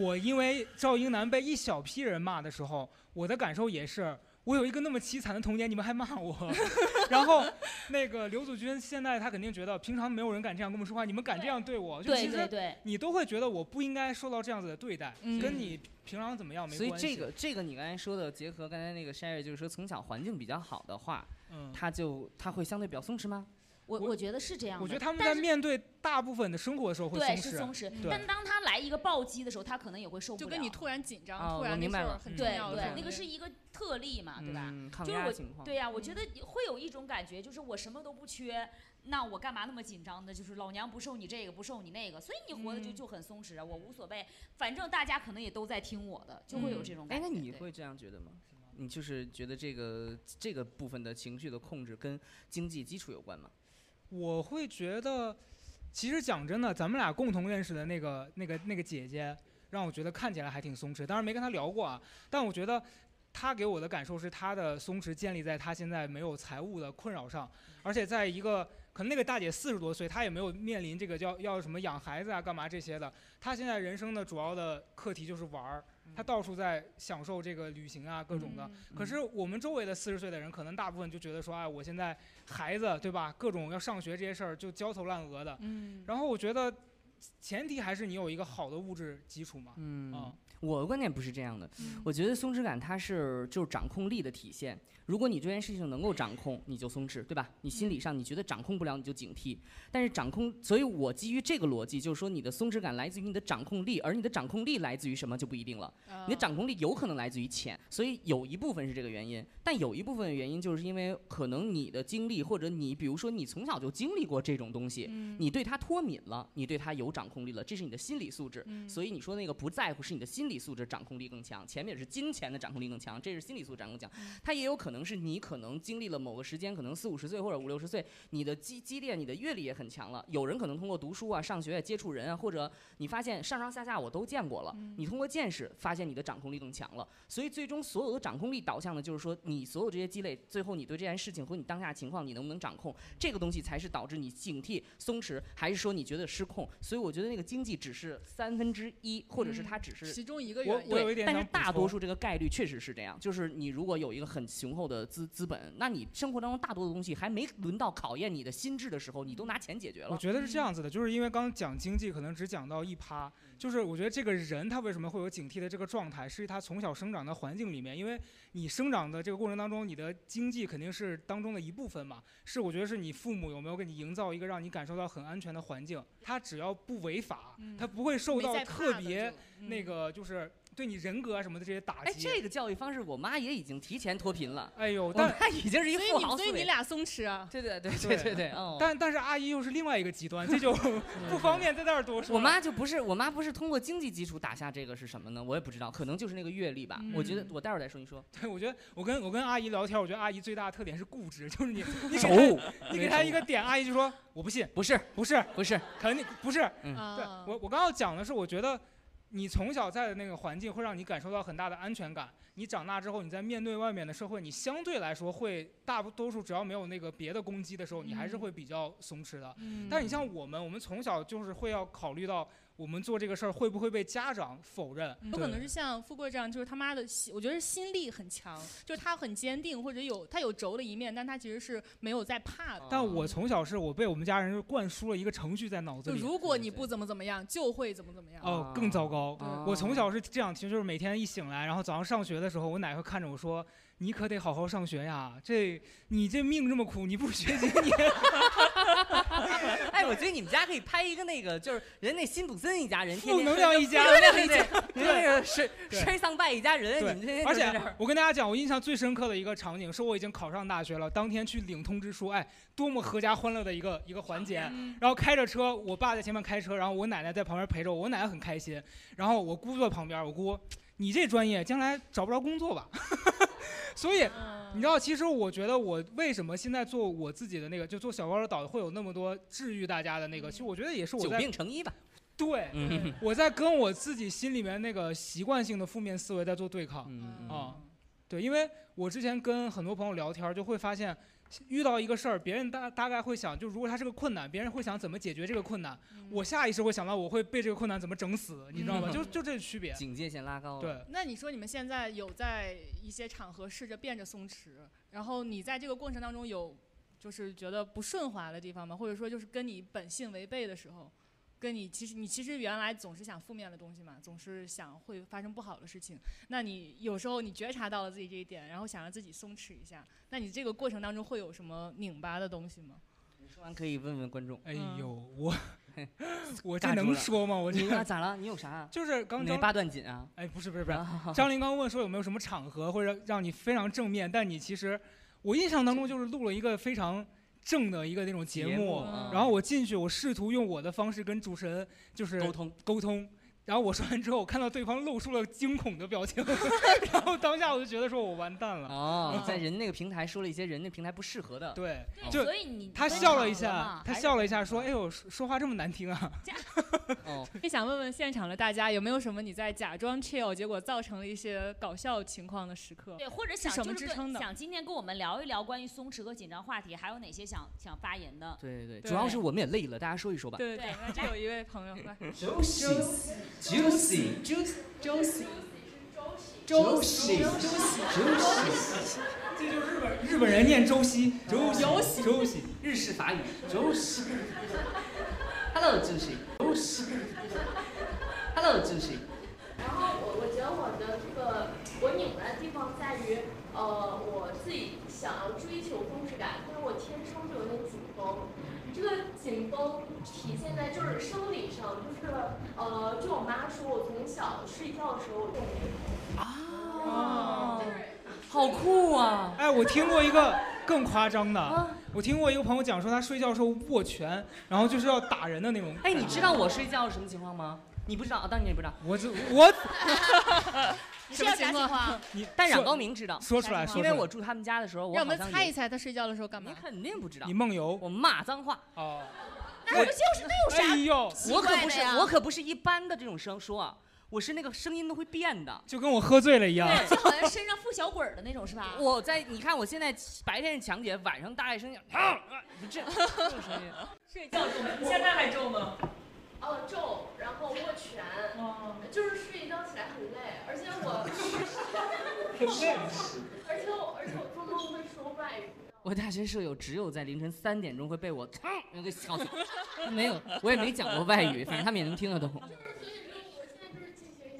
Speaker 3: 我因为赵英男被一小批人骂的时候，我的感受也是，我有一个那么凄惨的童年，你们还骂我。 [LAUGHS] 然后那个刘祖君现在他肯定觉得，平常没有人敢这样跟我们说话，你们敢这样对我，就
Speaker 5: 对
Speaker 3: 其
Speaker 5: 对
Speaker 3: 实
Speaker 5: 对，
Speaker 3: 你都会觉得我不应该受到这样子的对待，
Speaker 2: 嗯
Speaker 3: 跟你平常怎么样没
Speaker 4: 所以
Speaker 3: 关系。
Speaker 4: 这个这个你刚才说的，结合刚才那个 Sherry，就是说从小环境比较好的话，
Speaker 3: 嗯，
Speaker 4: 他就他会相对比较松弛吗？
Speaker 5: 我
Speaker 3: 我
Speaker 5: 我觉得是这样的。
Speaker 3: 我觉得他们
Speaker 5: 但
Speaker 3: 在
Speaker 5: 是
Speaker 3: 面对大部分的生活的时候会
Speaker 5: 对是
Speaker 3: 松
Speaker 5: 松
Speaker 3: 弛。
Speaker 5: 弛，
Speaker 3: 对
Speaker 5: 但当他来一个暴击的时候，他可能也会受不
Speaker 2: 就
Speaker 5: 了。
Speaker 2: 跟你突然紧张、
Speaker 4: 哦
Speaker 2: 突
Speaker 4: 我
Speaker 2: 然那
Speaker 4: 明
Speaker 2: 事
Speaker 4: 白
Speaker 2: 儿
Speaker 4: 了
Speaker 2: 很
Speaker 5: 对
Speaker 2: 重要的
Speaker 5: 对
Speaker 2: 感，
Speaker 5: 那个
Speaker 2: 觉
Speaker 5: 是一个特例嘛，对吧？
Speaker 4: 嗯，抗
Speaker 5: 就是
Speaker 4: 压
Speaker 5: 我
Speaker 4: 情况。
Speaker 5: 对呀、我
Speaker 2: 嗯
Speaker 5: 觉得会有一种感觉，就是我什么都不缺，那我干嘛那么紧张呢？就是老娘不受你这个，不受你那个，所以你活的就
Speaker 2: 嗯
Speaker 5: 就很松弛啊，我无所谓，反正大家可能也都在听我的，就会有
Speaker 2: 嗯
Speaker 5: 这种
Speaker 4: 哎
Speaker 5: 感，觉。
Speaker 4: 那你
Speaker 5: 对
Speaker 4: 会这样觉得吗？你就是觉得这个这个部分的情绪的控制跟经济基础有关吗？
Speaker 3: 我会觉得，其实讲真的，咱们俩共同认识的那个、那个、那个姐姐，让我觉得看起来还挺松弛。当然没跟她聊过啊，但我觉得她给我的感受是，她的松弛建立在她现在没有财务的困扰上，而且在一个可能那个大姐四十多岁，她也没有面临这个叫要什么养孩子啊、干嘛这些的。她现在人生的主要的课题就是玩儿，她到处在享受这个旅行啊，各种的。
Speaker 2: 嗯
Speaker 3: 可是我们周围的四十岁的人，可能大部分就觉得说，哎，我现在孩子对吧，各种要上学这些事儿就焦头烂额的。
Speaker 2: 嗯，
Speaker 3: 然后我觉得，前提还是你有一个好的物质基础嘛。
Speaker 4: 嗯
Speaker 3: 啊
Speaker 4: 我的观点不是这样的，
Speaker 2: 嗯
Speaker 4: 我觉得松弛感它是就是掌控力的体现。如果你这件事情能够掌控，你就松弛，对吧？你心理上你觉得掌控不了，你就警惕。但是掌控，所以我基于这个逻辑，就是说你的松弛感来自于你的掌控力，而你的掌控力来自于什么就不一定了。
Speaker 2: 呃嗯
Speaker 4: 你的掌控力有可能来自于钱，所以有一部分是这个原因，但有一部分原因就是因为可能你的经历或者你，比如说你从小就经历过这种东西，
Speaker 2: 嗯
Speaker 4: 你对它脱敏了，你对它有掌控力了，这是你的心理素质。所以你说那个不在乎是你的心理素质掌控力更强，前面也是金钱的掌控力更强，这是心理素质掌控强。它也有可能是你可能经历了某个时间，可能四五十岁或者五六十岁，你的积积淀、你的阅历也很强了。有人可能通过读书啊、上学啊、接触人啊，或者你发现上上下下我都见过了，你通过见识发现你的掌控力更强了，所以最终所有的掌控力导向的就是说，你所有这些积累，最后你对这件事情和你当下情况你能不能掌控，这个东西才是导致你警惕、松弛，还是说你觉得失控？所以我觉得那个经济只是三分之一，或者是它只是
Speaker 2: 其中一个
Speaker 4: 我
Speaker 2: 原因
Speaker 3: 我。有一
Speaker 4: 对，
Speaker 3: 点
Speaker 4: 但
Speaker 3: 想
Speaker 4: 是
Speaker 3: 补
Speaker 4: 大
Speaker 3: 充
Speaker 4: 多数这个概率确实是这样，就是你如果有一个很雄厚的资资本，那你生活当中大多的东西还没轮到考验你的心智的时候，你都拿钱解决
Speaker 2: 哦
Speaker 3: 我
Speaker 4: 了。
Speaker 2: 嗯
Speaker 3: 觉得是这样子的，就是因为刚讲经济，可能只讲到一趴，就是我觉得这个人他为什么会有警惕的这个状态，是他从小生长的环境里面，因为你生长的这个过程当中，你的经济肯定是当中的一部分嘛。是我觉得是你父母有没有给你营造一个让你感受到很安全的环境，他只要不违法，
Speaker 2: 嗯
Speaker 3: 他不会受
Speaker 2: 没
Speaker 3: 到
Speaker 2: 在怕
Speaker 3: 特
Speaker 2: 的
Speaker 3: 别
Speaker 2: 就嗯
Speaker 3: 那个就是对你人格啊什么的这些打
Speaker 4: 哎，
Speaker 3: 击。
Speaker 4: 这个教育方式，我妈也已经提前脱贫了，
Speaker 3: 哎呦，
Speaker 4: 我
Speaker 3: 但
Speaker 4: 妈已经是一
Speaker 2: 所以
Speaker 4: 富
Speaker 2: 你
Speaker 4: 豪
Speaker 2: 所以
Speaker 4: 思
Speaker 2: 你
Speaker 4: 维。
Speaker 2: 俩松弛啊，
Speaker 4: 对对
Speaker 3: [LAUGHS]
Speaker 4: 对对对对，哦。
Speaker 3: 但但是阿姨又是另外一个极端，这
Speaker 2: [LAUGHS]
Speaker 3: 就不方便在这儿多说。
Speaker 4: 我妈就不是，我妈不是通过经济基础打下这个是什么呢？我也不知道，可能就是那个阅历吧。
Speaker 3: 嗯
Speaker 4: 我觉得我待会儿再说，你说。
Speaker 3: 对，我觉得我跟我跟阿姨聊天，我觉得阿姨最大的特点是固执， [LAUGHS] 就是你你给她
Speaker 4: 轴，
Speaker 3: 你给她一个点，阿姨就说我不信，
Speaker 4: 不是
Speaker 3: 不是，
Speaker 4: 不是，
Speaker 3: 肯定不是。嗯对
Speaker 2: 啊，
Speaker 3: 我我刚要讲的是，我觉得你从小在的那个环境会让你感受到很大的安全感。你长大之后，你在面对外面的社会，你相对来说会大多数只要没有那个别的攻击的时候，你还是
Speaker 2: 嗯
Speaker 3: 会比较松弛的。
Speaker 2: 嗯
Speaker 3: 但是你像我们，我们从小就是会要考虑到我们做这个事儿会不会被家长否认，
Speaker 2: 有可
Speaker 3: 对
Speaker 2: 能是像富贵这样，就是他妈的心，我觉得是心力很强，就是他很坚定，或者有他有轴的一面，但他其实是没有在怕的。
Speaker 3: 但我从小是我被我们家人灌输了一个程序在脑子
Speaker 2: 就
Speaker 3: 里，
Speaker 2: 如果
Speaker 4: 对
Speaker 2: 你
Speaker 4: 对
Speaker 2: 不怎么怎么样，就会怎么怎么样。
Speaker 3: 哦，更糟糕。
Speaker 4: 哦
Speaker 3: 我从小是这样，其实就是每天一醒来，然后早上上学的时候，我奶会看着我说：“你可得好好上学呀，这你这命这么苦，你不学习
Speaker 4: [LAUGHS]
Speaker 3: 你……
Speaker 4: 哎，我觉得你们家可以拍一个那个，就是人那辛普森一家人，天
Speaker 3: 负
Speaker 4: 天
Speaker 3: 能量一家
Speaker 4: 对对对， [LAUGHS] 人家那个摔
Speaker 3: 对
Speaker 4: 摔丧败一家人，你
Speaker 3: 对
Speaker 4: 们天天
Speaker 3: 而
Speaker 4: 就在
Speaker 3: 且
Speaker 4: 这儿
Speaker 3: 我跟大家讲，我印象最深刻的一个场景是我已经考上大学了，当天去领通知书，哎，多么阖家欢乐的一个一个环节。
Speaker 2: 嗯
Speaker 3: 然后开着车，我爸在前面开车，然后我奶奶在旁边陪着我，我奶奶很开心。然后我姑坐旁边，我姑，你这专业将来找不着工作吧？ [LAUGHS] 所以
Speaker 2: 嗯
Speaker 3: 你知道，其实我觉得我为什么现在做我自己的那个，就做小高的导会有那么多治愈大家的那个，其实我觉得也是我
Speaker 4: 久
Speaker 3: 在
Speaker 4: 病成医吧。
Speaker 3: 对
Speaker 4: 嗯
Speaker 3: 我在跟我自己心里面那个习惯性的负面思维在做对抗。
Speaker 4: 嗯
Speaker 3: 哦对，因为我之前跟很多朋友聊天儿，就会发现遇到一个事儿，别人大大概会想，就如果它是个困难，别人会想怎么解决这个困难，我下意识会想到我会被这个困难怎么整死，你知道吧？
Speaker 4: [LAUGHS]
Speaker 2: 嗯
Speaker 3: 就就这区别。
Speaker 4: 警戒线拉高。
Speaker 3: 对，
Speaker 2: 那你说你们现在有在一些场合试着变着松弛，然后你在这个过程当中有就是觉得不顺滑的地方吗？或者说就是跟你本性违背的时候，跟你其实你其实原来总是想负面的东西嘛，总是想会发生不好的事情。那你有时候你觉察到了自己这一点，然后想让自己松弛一下，那你这个过程当中会有什么拧巴的东西吗？ [LAUGHS]
Speaker 4: 你说完可以问问观众，
Speaker 3: 哎
Speaker 2: 嗯
Speaker 3: 呦，我我这
Speaker 4: [LAUGHS] 尬住
Speaker 3: 能
Speaker 4: 了
Speaker 3: 说吗？我这
Speaker 4: 你啊咋了？你有啥？
Speaker 3: 就是刚
Speaker 4: 哪
Speaker 3: 张
Speaker 4: 八段锦啊？
Speaker 3: 哎，不是不是不是，
Speaker 4: 啊
Speaker 3: 张琳刚问说有没有什么场合会让让你非常正面，但你其实我印象当中就是录了一个非常正的一个那种节目，
Speaker 4: 啊
Speaker 2: 嗯
Speaker 3: 然后我进去，我试图用我的方式跟主持人就是
Speaker 4: 沟通，
Speaker 3: 沟通。然后我说完之后，我看到对方露出了惊恐的表情， [LAUGHS] 然后当下我就觉得说我完蛋了。 [LAUGHS]
Speaker 4: 哦，在人那个平台说了一些人那平台不适合的，
Speaker 3: 啊对，
Speaker 5: 对，
Speaker 3: 就
Speaker 5: 所以你
Speaker 3: 他
Speaker 5: 分
Speaker 3: 笑
Speaker 5: 场
Speaker 3: 了一
Speaker 5: 合
Speaker 3: 下
Speaker 5: 嘛，
Speaker 3: 他
Speaker 4: 啊还是
Speaker 3: 笑了一下，说：“哎呦，说说话这么难听啊
Speaker 4: 哦，
Speaker 2: 也想问问现场的大家，有没有什么你在假装 chill，结果造成了一些搞笑情况的时刻？
Speaker 5: 对，或者想
Speaker 2: 什
Speaker 5: 就
Speaker 2: 么
Speaker 5: 是
Speaker 2: 支撑
Speaker 5: 跟
Speaker 2: 的
Speaker 5: 想今天跟我们聊一聊关于松弛和紧张话题，还有哪些想想发言的？
Speaker 4: 对对对，
Speaker 2: 对
Speaker 4: 主要是我们也累了，大家说一说吧。
Speaker 2: 对对对
Speaker 5: 对，
Speaker 2: 那这有一位朋友来，
Speaker 7: Juicy, juicy,
Speaker 8: Juicy, juicy,
Speaker 7: juicy, juicy,
Speaker 3: 这就是日本日本人念周西，周西，周西。
Speaker 4: 日式法语
Speaker 7: juicy,
Speaker 4: ，Hello Juicy。
Speaker 7: juicy.
Speaker 4: Hello，主持
Speaker 6: 然后我我觉得我的这个我拧巴的地方在于，呃，我自己想要追求控制感，但是我天生就有点紧绷。这个紧绷体现在就是生理上，就是呃，据我妈说，我从小睡觉的时候我就没
Speaker 4: 哦，好酷啊！
Speaker 3: 哎，我听过一个更夸张的，我听过一个朋友讲说，他睡觉的时候握拳，然后就是要打人的那种。
Speaker 4: 哎，你知道我睡觉是什么情况吗？你不知道，啊，当然你也不知道。
Speaker 3: 我这我
Speaker 5: 你是
Speaker 2: 什么
Speaker 5: 要啥
Speaker 2: 情
Speaker 5: 情
Speaker 2: 况
Speaker 5: 况？
Speaker 3: 你
Speaker 4: 但冉
Speaker 3: 说
Speaker 4: 高明知道，
Speaker 3: 说出来，说出
Speaker 4: 因为
Speaker 3: 来
Speaker 4: 我住他们家的时候，我
Speaker 2: 让我
Speaker 4: 好
Speaker 2: 们
Speaker 4: 像
Speaker 2: 猜一
Speaker 4: 也
Speaker 2: 猜他睡觉的时候干嘛
Speaker 4: 你？肯定不知道
Speaker 3: 你。梦游
Speaker 4: 我骂脏话，
Speaker 3: 哦，
Speaker 5: 那不就是那有
Speaker 3: 哎
Speaker 5: 啥？
Speaker 3: 呦，
Speaker 5: 奇
Speaker 4: 我可
Speaker 5: 怪
Speaker 4: 不
Speaker 5: 的
Speaker 4: 是
Speaker 5: 呀
Speaker 4: 我可不是一般的这种声说啊，我是那个声音都会变的。
Speaker 3: 就跟我喝醉了一样。
Speaker 5: 对，就好像身上附小鬼儿的那种是吧？
Speaker 4: 我在你看我现在白天是强姐，晚上大爱声音，啊啊就这这种声音。
Speaker 5: 睡觉中，现在还中吗？哦
Speaker 6: 哦皱，然后握拳，就是睡一觉起来很累，而且我， [LAUGHS] 而且我而且我做梦会说外语。
Speaker 4: 我大学舍友只有在凌晨三点钟会被
Speaker 5: [LAUGHS]
Speaker 4: 我那个笑死，没有，我也没讲过外语，反正他们也能听得懂。
Speaker 6: 就是所以说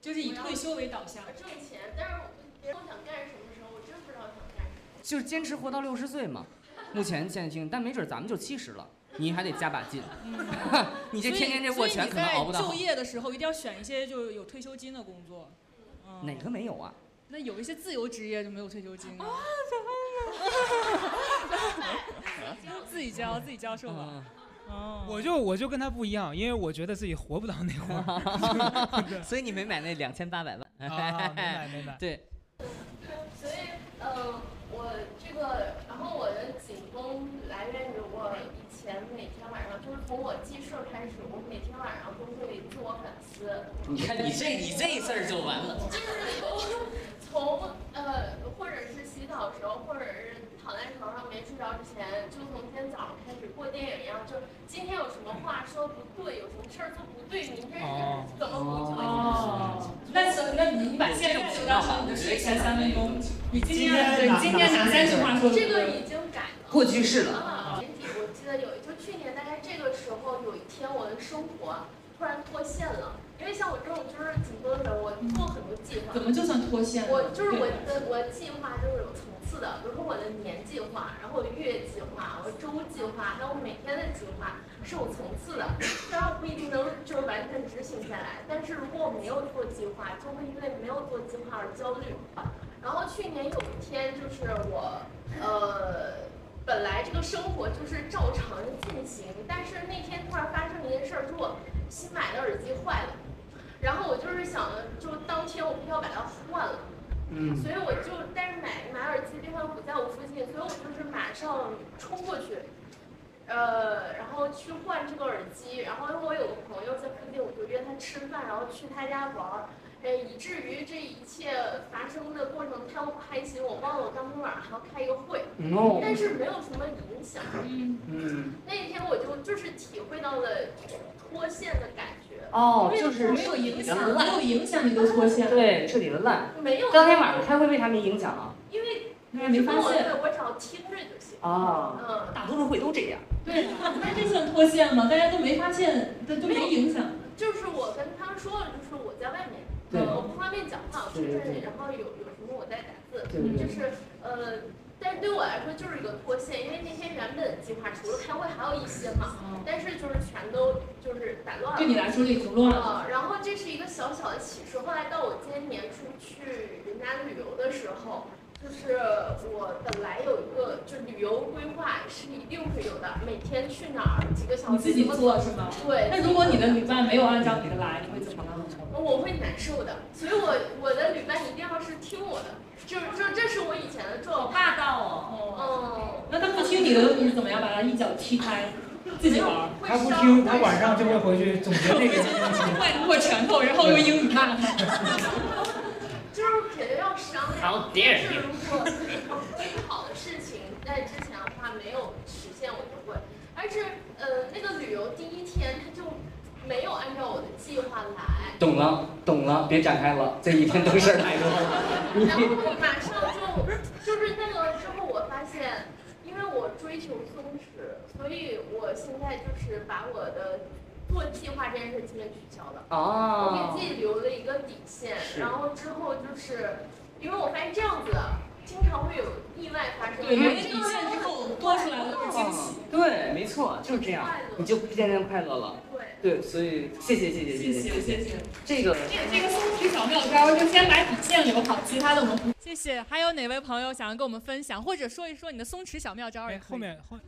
Speaker 2: 就是以退休为导向。
Speaker 8: 挣钱，但是别人想干什么的时候，我真不知道想干什么。
Speaker 4: 就是坚持活到六十岁嘛。目前现在听，但没准咱们就七十了，你还得加把劲。 [LAUGHS] 你这天天这握拳可能熬不到
Speaker 2: 所以你在就业的时候一定要选一些就有退休金的工作。嗯
Speaker 4: 哪个没有啊？
Speaker 2: 那有一些自由职业就没有退休金啊。 [LAUGHS] 自己交，自己交社保。
Speaker 4: 嗯
Speaker 2: 哦，
Speaker 3: 我就我就跟他不一样，因为我觉得自己活不到那
Speaker 4: [LAUGHS]
Speaker 3: 会儿。
Speaker 4: [LAUGHS] 所以你没买那两千八百万。
Speaker 3: 啊，明白明白。
Speaker 4: [LAUGHS] 对，
Speaker 8: 所以，呃，我这个，然后我的紧绷来源于我以前每天晚上，就是从我记事儿开始，我每天晚上都会自我反思，
Speaker 4: 你看你这你这事儿就完了。
Speaker 8: 就是从从呃，或者是洗澡的时候，或者是躺在床上没睡着之前，就从今天早上开始过电影一样，就今天有什么话说不对，有什么事儿做不对，明天
Speaker 3: 哦
Speaker 8: 是怎么补救？
Speaker 2: 哦，那行，那你把现在就当成你的睡前三分钟，你今
Speaker 3: 今天
Speaker 2: 对
Speaker 3: 哪
Speaker 2: 今天哪三句话说的
Speaker 8: 这
Speaker 2: 不
Speaker 8: 个
Speaker 2: 对？
Speaker 8: 已经改了。
Speaker 4: 过去式了。
Speaker 8: 啊，年底我记得有，就去年大概这个时候，有一天我的生活突然脱线了，因为像我这种就是紧绷的人，我做很多计划
Speaker 9: 怎，么就算脱线了？
Speaker 8: 我就是我的我的计划就是有层次的，比如说我的年计划，然后我的月计划，我的周计划，还有我每天的计划是有层次的，虽然我不一定能就是完全执行下来，但是如果我没有做计划，就会因为没有做计划而焦虑。然后去年有一天就是我，呃，本来这个生活就是照常进行，但是那天突然发生了一件事儿，就是我新买的耳机坏了，然后我就是想着，就当天我必须要把它换了。
Speaker 4: 嗯，
Speaker 8: 所以我就，但是买买耳机地方不在我附近，所以我就是马上冲过去，呃，然后去换这个耳机，然后因为我有个朋友在附近，我就约他吃饭，然后去他家玩儿，呃，以至于这一切发生的过程太不开心，我忘了我当天晚上还要开一个会，
Speaker 4: no，
Speaker 8: 但是没有什么影响。
Speaker 4: 嗯，
Speaker 8: 那一天我就就是体会到了脱线的感觉，
Speaker 4: 哦，
Speaker 9: 没有
Speaker 4: 就是
Speaker 9: 没有影响，
Speaker 4: 人
Speaker 9: 没有影响你就脱线了，
Speaker 4: 对彻底的烂。
Speaker 8: 没有
Speaker 4: 当天晚上开会为啥没影响啊？
Speaker 8: 因为
Speaker 9: 因为没啊发
Speaker 8: 我
Speaker 9: 现。
Speaker 8: 我只要听着就行。
Speaker 4: 啊，
Speaker 8: 嗯。
Speaker 4: 大多数会都这样。
Speaker 9: 对，那这算脱线吗？大家都没发现，这都没影响。
Speaker 8: 就是我跟他们说了，就是我在外面，呃
Speaker 4: 对
Speaker 8: 我不方便讲话，我去这
Speaker 4: 对对
Speaker 8: 里，
Speaker 4: 对
Speaker 8: 然后有有什么我在打字，
Speaker 4: 对
Speaker 9: 嗯
Speaker 4: 对对
Speaker 8: 就是呃，但是对我来说就是一个脱线，因为那天原本的计划除了开会还有一些嘛，
Speaker 9: 嗯
Speaker 8: 但是就是全都就是打乱了。
Speaker 9: 对你来说这已经乱了。
Speaker 8: 啊，然后这是一个小小的启示。后来到我今年年初去云南旅游的时候，就是我本来有一个就旅游规划是一定会有的，每天去哪儿几个小时
Speaker 9: 你自己
Speaker 8: 怎么
Speaker 9: 做是吗？
Speaker 8: 对。
Speaker 9: 那如果你的旅伴没有按照你的来，你会怎么办？
Speaker 8: 哦我会难受的，所以我我的旅伴一定要是听我的，就是就这是我以前的
Speaker 5: 好
Speaker 8: 状态。
Speaker 5: 霸道哦！
Speaker 9: 哦，
Speaker 8: 嗯，
Speaker 9: 那他不听你的，你怎么样把他一脚踢开，自己玩儿？
Speaker 8: 会
Speaker 3: 他不
Speaker 8: 伤
Speaker 3: 听，
Speaker 8: 会
Speaker 3: 他晚上
Speaker 8: 伤
Speaker 3: 就会回去总结这个问题。
Speaker 9: 外握拳头，然后用英语骂他。
Speaker 8: 就是肯定要商量。但是如果最好的事情在之前的话没有实现，我就会。而是呃，那个旅游第一天他就没有按照我的计划来，
Speaker 4: 懂了，懂了，别展开了，这一天
Speaker 2: [LAUGHS]
Speaker 4: 都事儿太多了。
Speaker 8: 然后我马上就就是那个之后我发现，因为我追求松弛，所以我现在就是把我的做计划这件事基本取消了。我
Speaker 4: 哦
Speaker 8: 给自己留了一个底线，
Speaker 4: 是
Speaker 8: 然后之后就是，因为我发现这样子经常会有意外发生，
Speaker 9: 对，因
Speaker 8: 因
Speaker 9: 为
Speaker 8: 为
Speaker 9: 这
Speaker 8: 这
Speaker 9: 一
Speaker 8: 个
Speaker 9: 切之后多出来的都是惊喜。
Speaker 4: 对，没错，就是这样
Speaker 8: 快乐，
Speaker 4: 你就不天天快乐了。
Speaker 8: 对，
Speaker 4: 对，所以谢谢谢谢
Speaker 9: 谢
Speaker 4: 谢
Speaker 9: 谢
Speaker 4: 谢，
Speaker 9: 谢谢。
Speaker 4: 这个
Speaker 9: 这这个松弛小妙招，就先把底线留好，其他的我们不。
Speaker 2: 谢谢。还有哪位朋友想要跟我们分享，或者说一说你的松弛小妙招也
Speaker 3: 哎，
Speaker 2: 可以
Speaker 3: 后面后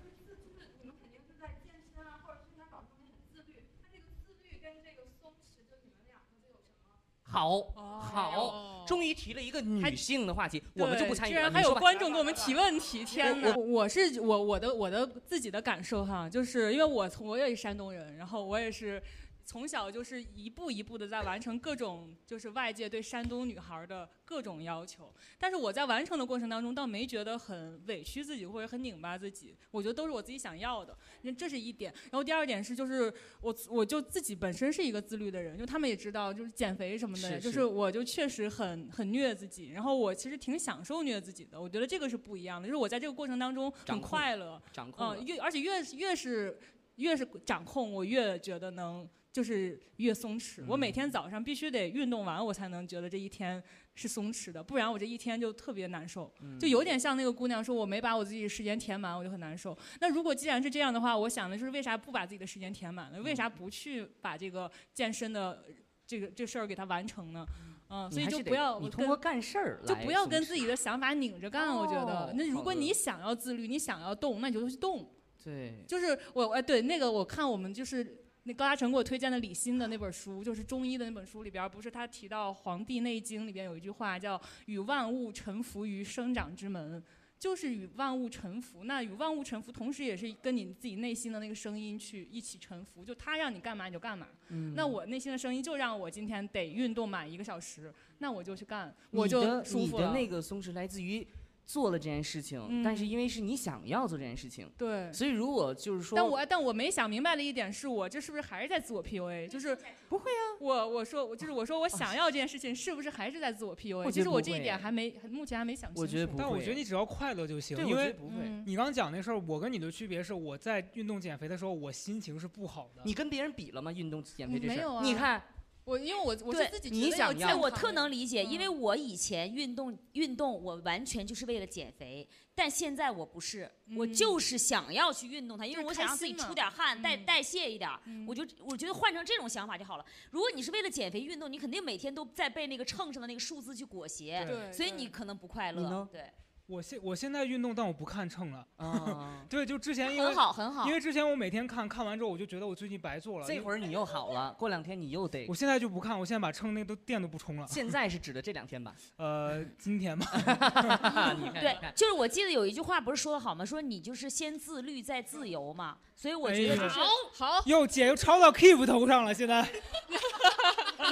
Speaker 4: 好
Speaker 2: 哦
Speaker 4: 好，终于提了一个女性的话题，
Speaker 2: 对
Speaker 4: 我们就不参与
Speaker 2: 居
Speaker 4: 了。
Speaker 2: 然
Speaker 4: 你
Speaker 2: 还有
Speaker 4: 说吧
Speaker 2: 观众给我们提问题，天哪！
Speaker 4: 我
Speaker 2: 我是我我的我的自己的感受哈，就是因为我从我也是山东人，然后我也是从小就是一步一步的在完成各种就是外界对山东女孩的各种要求，但是我在完成的过程当中倒没觉得很委屈自己或者很拧巴自己，我觉得都是我自己想要的，那这是一点。然后第二点是就是我我就自己本身是一个自律的人，就他们也知道就是减肥什么的，
Speaker 4: 是
Speaker 2: 就是是我就确实很很虐自己，然后我其实挺享受虐自己的，我觉得这个是不一样的，就是我在这个过程当中
Speaker 4: 掌
Speaker 2: 很
Speaker 4: 控
Speaker 2: 快乐，嗯
Speaker 4: 掌控了
Speaker 2: 嗯，越而且越是越是越是掌控，我越觉得能就是越松弛。我每
Speaker 4: 嗯
Speaker 2: 天早上必须得运动完，我才能觉得这一天是松弛的，不然我这一天就特别难受，
Speaker 4: 嗯
Speaker 2: 就有点像那个姑娘说我没把我自己时间填满，我就很难受。那如果既然是这样的话，我想的就是为啥不把自己的时间填满呢？为啥不去把这个健身的这个这事儿给它完成呢？嗯，所以
Speaker 4: 你还
Speaker 2: 就是不
Speaker 4: 得
Speaker 2: 要
Speaker 4: 你
Speaker 2: 我
Speaker 4: 通
Speaker 2: 跟
Speaker 4: 过干事儿
Speaker 2: 就
Speaker 4: 来
Speaker 2: 不要
Speaker 4: 松
Speaker 2: 跟
Speaker 4: 弛
Speaker 2: 自己的想法拧着干。我觉
Speaker 4: 哦
Speaker 2: 得，那如
Speaker 4: 好
Speaker 2: 果
Speaker 4: 的
Speaker 2: 你想要自律，你想要动，那你就去动。
Speaker 4: 对，
Speaker 2: 就是我哎，对那个我看我们就是那高大成给我推荐的李欣的那本书，就是中医的那本书里边儿，不是他提到《黄帝内经》里边有一句话叫“与万物臣服于生长之门”。就是与万物臣服，那与万物臣服，同时也是跟你自己内心的那个声音去一起臣服。就他让你干嘛你就干嘛。
Speaker 4: 嗯
Speaker 2: 嗯那我内心的声音就让我今天得运动满一个小时，那我就去干，我
Speaker 4: 你
Speaker 2: 就
Speaker 4: 的
Speaker 2: 舒
Speaker 4: 你
Speaker 2: 服
Speaker 4: 的
Speaker 2: 了。嗯
Speaker 4: 那个松弛来自于做了这件事情，但是因为是你想要做这件事情，
Speaker 2: 对，
Speaker 4: 所以如果就是说，
Speaker 2: 但我但我没想明白的一点是我这是不是还是在自我 PUA？就是
Speaker 4: 不会啊，
Speaker 2: 我我说我就是我说我想要这件事情是不是还是在自我 PUA？
Speaker 4: 我觉
Speaker 2: 其
Speaker 4: 得
Speaker 2: 实
Speaker 4: 不
Speaker 2: 我这一
Speaker 4: 会哎
Speaker 2: 点还没目前还没想清楚。
Speaker 4: 我觉得不会，
Speaker 3: 但我觉得你只要快乐就行
Speaker 4: 对，，
Speaker 3: 因
Speaker 4: 我觉
Speaker 3: 为
Speaker 4: 得不会，
Speaker 2: 嗯
Speaker 3: 你刚讲那事儿，我跟你的区别是我在运动减肥的时候，我心情是不好的。
Speaker 4: 你跟别人比了吗？运动减肥
Speaker 2: 嗯
Speaker 4: 这事
Speaker 2: 没
Speaker 4: 儿，
Speaker 2: 有啊
Speaker 4: 你看
Speaker 2: 我因为我我
Speaker 5: 对
Speaker 2: 是自己觉
Speaker 4: 你
Speaker 2: 得有
Speaker 4: 想
Speaker 2: 健
Speaker 4: 要
Speaker 5: 哎，
Speaker 2: 康
Speaker 5: 我
Speaker 2: 的
Speaker 5: 特能理解，
Speaker 2: 嗯
Speaker 5: 因为我以前运动运动，我完全就是为了减肥，但现在我不是，我
Speaker 2: 嗯
Speaker 5: 就是想要去运动它，因
Speaker 2: 就
Speaker 5: 为我
Speaker 2: 是开
Speaker 5: 想让自己
Speaker 2: 心嘛
Speaker 5: 出点汗，代
Speaker 2: 嗯
Speaker 5: 代谢一点儿。
Speaker 2: 嗯
Speaker 5: 我就我觉得换成这种想法就好了。如果你是为了减肥运动，你肯定每天都在被那个秤上的那个数字去裹挟，
Speaker 2: 对，
Speaker 5: 所以
Speaker 2: 对
Speaker 5: 你可能不快
Speaker 4: 你
Speaker 5: 乐
Speaker 4: 呢。
Speaker 5: 对，
Speaker 3: 我现我现在运动，但我不看秤了。，
Speaker 4: 啊
Speaker 3: 对，就之前因为
Speaker 5: 很好很好
Speaker 3: 因。为之前我每天看看完之后，我就觉得我最近白做了。
Speaker 4: 这
Speaker 3: 因为
Speaker 4: 会儿你又好了，过两天你又得
Speaker 3: 我。现在就不看，我现在把秤那都电都不充了。
Speaker 4: 现在是指的这两天吧？
Speaker 3: 呃，今天吧，
Speaker 4: [LAUGHS] 哈哈你看，
Speaker 5: 对
Speaker 4: 你，看，
Speaker 5: 就是我记得有一句话不是说的好吗？说你就是先自律再自由嘛，所以我觉得
Speaker 3: 哎
Speaker 5: 就
Speaker 3: 呀
Speaker 5: 是
Speaker 2: 好
Speaker 3: 哟姐又抄到 Keep 头上了，现
Speaker 5: [LAUGHS]
Speaker 3: 在。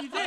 Speaker 3: 你这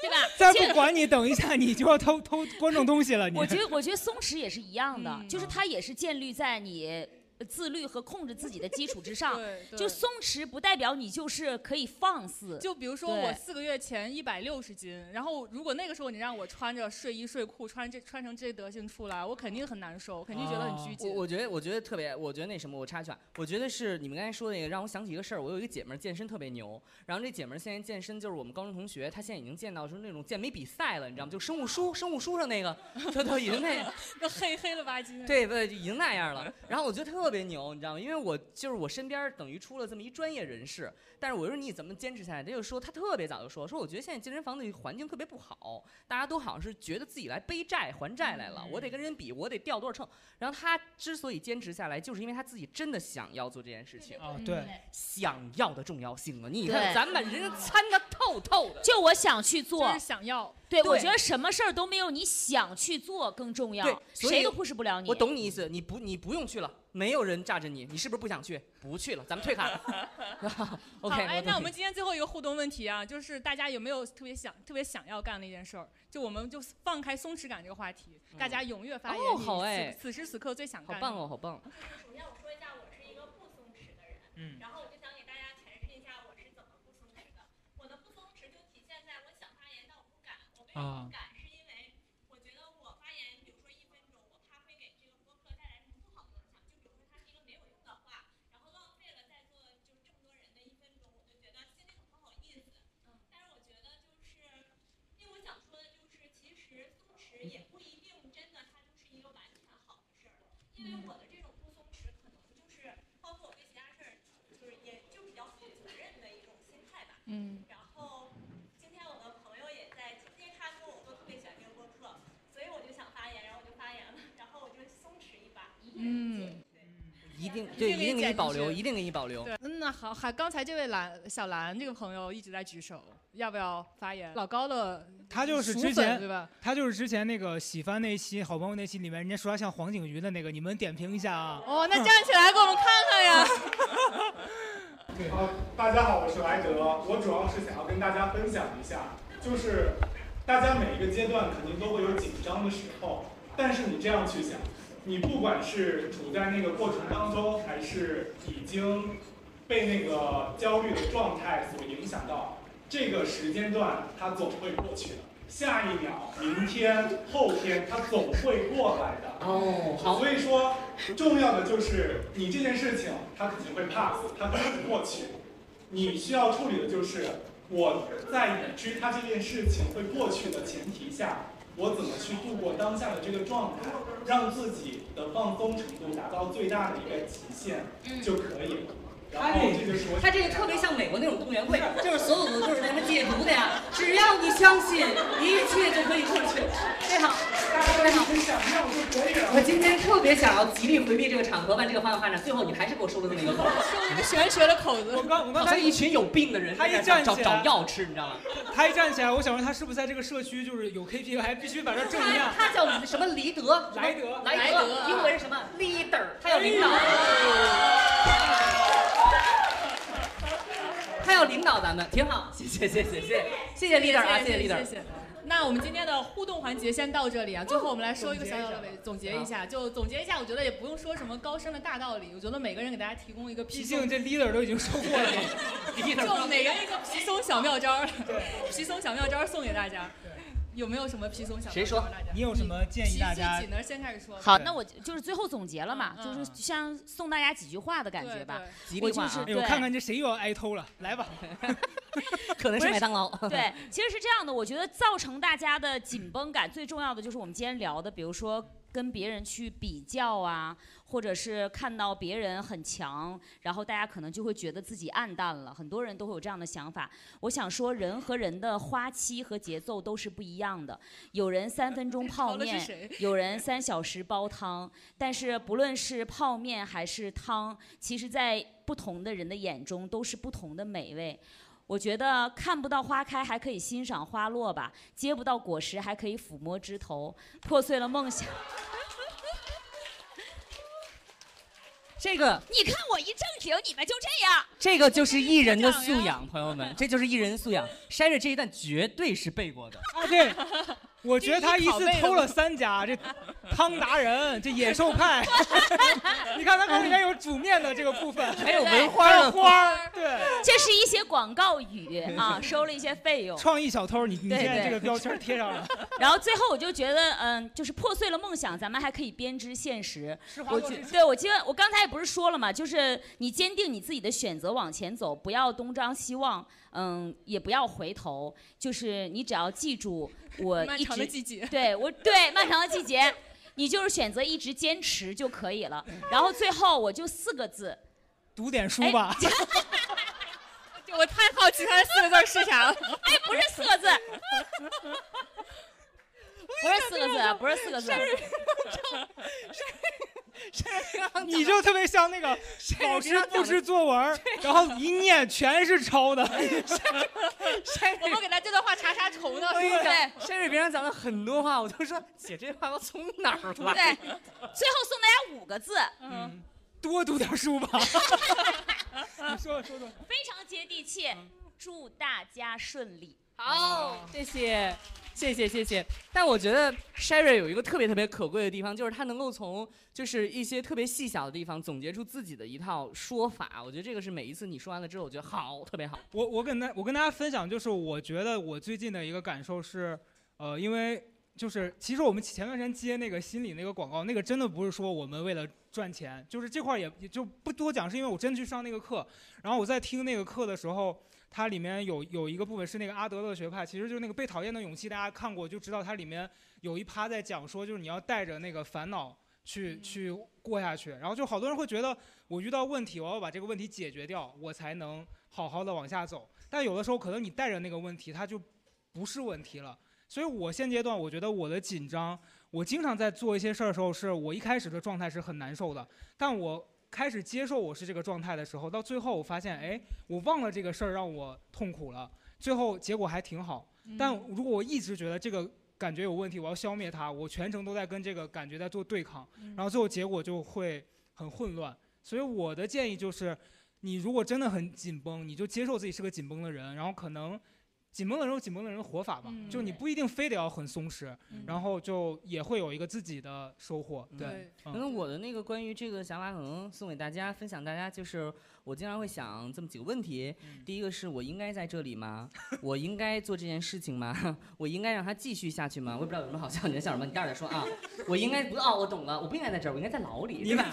Speaker 5: 对吧？
Speaker 3: 再
Speaker 5: 这
Speaker 3: 不管你，等一下你就要偷偷观众东西了。你
Speaker 5: 我觉得，我觉得松弛也是一样的，
Speaker 2: 嗯
Speaker 5: 就是它也是建立在你呃自律和控制自己的基础之上。
Speaker 2: 对，对
Speaker 5: 就松弛不代表你就是可以放肆，
Speaker 2: 就比如说我
Speaker 5: 对
Speaker 2: 四个月前一百六十斤，然后如果那个时候你让我穿着睡衣睡裤穿这穿成这德行出来，我肯定很难受，肯定觉得很拘
Speaker 4: 哦我
Speaker 2: 谨。
Speaker 4: 我觉得我觉得特别，我觉得那什么，我插一句啊，我觉得是你们刚才说那个让我想起一个事儿，我有一个姐们儿健身特别牛，然后这姐们儿现在健身就是我们高中同学，她现在已经健到就是那种健美比赛了，你知道吗？就生物书生物书上那个，她都已经那
Speaker 2: [LAUGHS] 那黑黑了吧
Speaker 4: [LAUGHS]
Speaker 2: 唧。
Speaker 4: 对对，已经那样了。然后我觉得特别牛，你知道吗？因为我就是我身边等于出了这么一专业人士，但是我说你怎么坚持下来？他就说他特别早就说，说我觉得现在健身房的环境特别不好，大家都好像是觉得自己来背债还债来
Speaker 2: 嗯
Speaker 4: 了，我得跟人比，我得掉多少秤。然后他之所以坚持下来，就是因为他自己真的想要做这件事情，
Speaker 3: 啊，对，
Speaker 4: 想要的重要性啊！你
Speaker 5: 对
Speaker 4: 看咱们把人
Speaker 2: 嗯
Speaker 4: 家参的透透的。
Speaker 5: 就我想去
Speaker 2: 就
Speaker 5: 做
Speaker 2: 是。想要，
Speaker 5: 对，
Speaker 4: 对
Speaker 5: 我觉得什么事儿都没有你想去做更重
Speaker 4: 对
Speaker 5: 要，
Speaker 4: 所以
Speaker 5: 谁都 push 不了你。
Speaker 4: 我懂你意思，你不你不用去了，没有人炸着你，你是不是不想去？不去了，咱 [LAUGHS] 们退卡。OK，
Speaker 2: 好，哎，
Speaker 4: 懂
Speaker 2: 那我
Speaker 4: 你
Speaker 2: 们今天最后一个互动问题啊，就是大家有没有特别想、特别想要干的一件事儿？就我们就放开松弛感这个话题，大家踊跃发言。
Speaker 4: 哦
Speaker 2: 你
Speaker 4: 好
Speaker 2: 此
Speaker 4: 哎
Speaker 2: 此时此刻最想
Speaker 4: 好
Speaker 2: 干。
Speaker 4: 棒！哦，好棒！
Speaker 8: 首先我说一下，我是一个不松弛的人，
Speaker 3: 嗯
Speaker 8: 然后我就想给大家阐释一下我是怎么不松弛的。我的不松弛就体现在我想发言，但我不敢。
Speaker 3: 啊
Speaker 8: 我为什么
Speaker 5: 嗯
Speaker 8: 不敢？是因为我觉得我发言，比如说一分钟，我怕会给这个播客带来什么不好的影响。就比如说它是一个没有用的话，然后浪费了在座就是这么多人的一分钟，我就觉得心里很不好意思。
Speaker 2: 嗯
Speaker 8: 但是我觉得就是，因为我想说的就是，其实松弛也不一定真的它就是一个完全好的事儿。因
Speaker 2: 嗯
Speaker 8: 为我的这种不松弛，可能就是包括我对其他事儿，就是也就比较负责任的一种心态吧。
Speaker 2: 嗯，
Speaker 8: 然后今天我的朋友也在，因为他跟我都特别喜欢听播客，所以我就想发言，然后我就发言了，然后我就松弛一把。
Speaker 2: 嗯
Speaker 4: 一定对，
Speaker 2: 一定
Speaker 4: 一定
Speaker 2: 给你
Speaker 4: 给你
Speaker 2: 剪
Speaker 4: 保
Speaker 2: 进
Speaker 4: 留，
Speaker 2: 去
Speaker 4: 一定给你保留。
Speaker 2: 嗯，那好，还刚才这位蓝小蓝这个朋友一直在举手，要不要发言？老高的
Speaker 3: 他就是
Speaker 2: 熟
Speaker 3: 之
Speaker 2: 粉
Speaker 3: 前
Speaker 2: 对吧？
Speaker 3: 他就是之前那个喜欢那期好朋友那期里面，人家说他像黄景瑜的那个，你们点评一下啊。
Speaker 2: 哦，那站起来给我们看看 [LAUGHS] 呀！
Speaker 10: 好，大家好，我是莱德。我主要是想要跟大家分享一下，就是大家每一个阶段肯定都会有紧张的时候，但是你这样去想，你不管是处在那个过程当中，还是已经被那个焦虑的状态所影响到，这个时间段它总会过去的。下一秒、明天、后天，它总会过来的。
Speaker 11: 哦，
Speaker 10: 好。所以说，重要的就是你这件事情，它肯定会 pass，它肯定过去。你需要处理的就是，我在已知它这件事情会过去的前提下，我怎么去度过当下的这个状态，让自己的放松程度达到最大的一个极限就可以了。然后这就是我
Speaker 4: 他这个特别像美国那种动员会，就是所有的都是什么解读的呀，只要你相信，一切就可以过去。非常非
Speaker 5: 啊
Speaker 4: 常我今天特别想要极力回避这个场合，往这个方向发展，最后你还是给我收了这么一个口子，
Speaker 3: 收
Speaker 4: 了
Speaker 3: 一个玄学的口子。我刚我刚
Speaker 4: 好
Speaker 3: 才
Speaker 4: 像一群有病的人
Speaker 3: 他一
Speaker 4: 在那
Speaker 3: 站
Speaker 4: 找
Speaker 3: 起来
Speaker 4: 找药吃，你知道吗？
Speaker 3: 他一站起来，我想问他是不是在这个社区就是有 KPI，必须把这 [LAUGHS] 正一样。
Speaker 4: 他他叫什么黎德？
Speaker 3: 莱德，
Speaker 4: 莱德，英文是什么？leader，他要领导，他要领导咱们，挺好，谢谢谢谢谢谢谢谢 leader 啊，谢
Speaker 2: 谢
Speaker 4: leader，
Speaker 2: 谢谢。那我们今天的互动环节先到这里啊，最后我们来说一个小
Speaker 3: 哦
Speaker 2: 小的尾总结一下，就总结一下，我觉得也不用说什么高深的大道理，我觉得每个人给大家提供一个
Speaker 3: 毕
Speaker 2: 披松
Speaker 3: 竟这 leader 都已经说过了 [LAUGHS] 嘛。
Speaker 2: 就每人一个皮松小妙招儿， [LAUGHS] 皮松小妙招儿送给大家。有没有什么皮松小妙招儿？大家
Speaker 3: 你有什么建议大家
Speaker 2: 皮自己呢？先开始说。
Speaker 5: 好，那我就是最后总结了嘛，
Speaker 2: 嗯
Speaker 5: 就是像送大家几句话的感觉吧。
Speaker 3: 吉
Speaker 5: 我
Speaker 3: 利
Speaker 5: 就
Speaker 3: 话
Speaker 5: 是
Speaker 3: 啊！哎
Speaker 5: 对，
Speaker 3: 呦，看看这谁又要挨偷了，来吧。可
Speaker 5: 不 [LAUGHS] 对，其实是这样的，我觉得造成大家的紧绷感最重要的就是我们今天聊的，比如说跟别人去比较啊，或者是看到别人很强，然后大家可能就会觉得自己暗淡了。很多人都会有这样的想法。我想说，人和人的花期和节奏都是不一样的。有人三分
Speaker 2: [LAUGHS]
Speaker 5: 钟泡
Speaker 2: 嘲的是
Speaker 5: 面
Speaker 2: 谁，
Speaker 5: 有人三小时煲汤。但是不论是泡面还是汤，其实在不同的人的眼中都是不同的美味。我觉得看不到花开，还可以欣赏花落吧；接不到果实，还可以抚摸枝头。破碎了梦想，
Speaker 4: 这个
Speaker 5: [LAUGHS] 你看我一正经，你们就这样。
Speaker 4: 这个就是艺人的素养，朋友们，这就是艺人素养。筛着这一段绝对是背过的，
Speaker 3: 啊，对，我觉得他一次偷了三家，这汤达人，这野兽派， [LAUGHS] 你看他这里面有煮面的这个
Speaker 5: [LAUGHS]
Speaker 3: 部分，
Speaker 5: 哎还有文花
Speaker 3: 还
Speaker 5: 的
Speaker 3: 有花儿，对，
Speaker 5: 这是一些广告语啊，收了一些费用。
Speaker 3: 创意小偷，你你
Speaker 5: 对
Speaker 3: 现在
Speaker 5: 对
Speaker 3: 这个标签贴上了，
Speaker 5: 然后最后我就觉得，嗯，就是破碎了梦想，咱们还可以编织现实。
Speaker 3: 华
Speaker 5: 我
Speaker 3: 落
Speaker 5: 觉
Speaker 3: 知
Speaker 5: 对我今天我刚才也不是说了嘛，就是你坚定你自己的选择往前走，不要东张西望，嗯，也不要回头，就是你只要记住我
Speaker 2: 漫
Speaker 5: 呃一
Speaker 2: 长
Speaker 5: 直
Speaker 2: 的季节
Speaker 5: 对我 [LAUGHS] 对漫长的季节，你就是选择一直坚持就可以了。然后最后我就四个
Speaker 2: [LAUGHS]
Speaker 5: 字，
Speaker 3: 读点书吧。
Speaker 2: 就我太好奇他四个字儿是啥了。 [LAUGHS]
Speaker 5: 哎，不是四个字，不是四个字啊，不是四个字。
Speaker 3: 你就特别像 [LAUGHS] 那个老师布置作文 [LAUGHS] 儿，然后一念全是抄的。
Speaker 2: 我们给他这段话查查重呢，
Speaker 4: 我跟你讲
Speaker 2: 哎对，
Speaker 4: 甚至别人讲了很多话，我都说姐这话都从哪儿来？
Speaker 5: 对，最后送大家五个字，
Speaker 3: 嗯，多读点书吧。你说说说，
Speaker 5: 非常接地气。祝大家顺利。
Speaker 4: 好，谢谢，谢谢，谢谢。但我觉得 Sherry 有一个特别特别可贵的地方，就是她能够从就是一些特别细小的地方总结出自己的一套说法。我觉得这个是每一次你说完了之后，我觉得好，特别好。
Speaker 3: 我我跟大我跟大家分享，就是我觉得我最近的一个感受是，呃，因为就是其实我们前段时间接那个心理那个广告，那个真的不是说我们为了赚钱，就是这块儿也也就不多讲，是因为我真去上那个课，然后我在听那个课的时候。它里面有有一个部分是那个阿德勒学派，其实就是那个被讨厌的勇气，大家看过就知道，它里面有一趴在讲说，就是你要带着那个烦恼去、去过下去，然后就好多人会觉得我遇到问题，我要把这个问题解决掉，我才能好好的往下走。但有的时候可能你带着那个问题，它就不是问题了。所以我现阶段我觉得我的紧张，我经常在做一些事儿的时候，是我一开始的状态是很难受的，但我开始接受我是这个状态的时候，到最后我发现，哎，我忘了这个事儿让我痛苦了，最后结果还挺好。但
Speaker 12: 嗯
Speaker 3: 如果我一直觉得这个感觉有问题，我要消灭它，我全程都在跟这个感觉在做对抗，
Speaker 12: 嗯
Speaker 3: 然后最后结果就会很混乱。所以我的建议就是，你如果真的很紧绷，你就接受自己是个紧绷的人，然后可能紧绷的人有紧绷的人的活法嘛，
Speaker 2: 嗯
Speaker 3: 就你不一定非得要很松弛，
Speaker 2: 嗯
Speaker 3: 然后就也会有一个自己的收获。对，嗯
Speaker 4: 那我的那个关于这个想法，可能送给大家分享，大家就是我经常会想这么几个问题。第一个是我应该在这里吗？我应该做这件事情吗？ [LAUGHS] 我应该让它继续下去吗？我也不知道有什么好笑，你在笑什么？你待会儿再说啊。我应该不哦，我懂了，我不应该在这儿，我应该在牢里。你俩， [LAUGHS]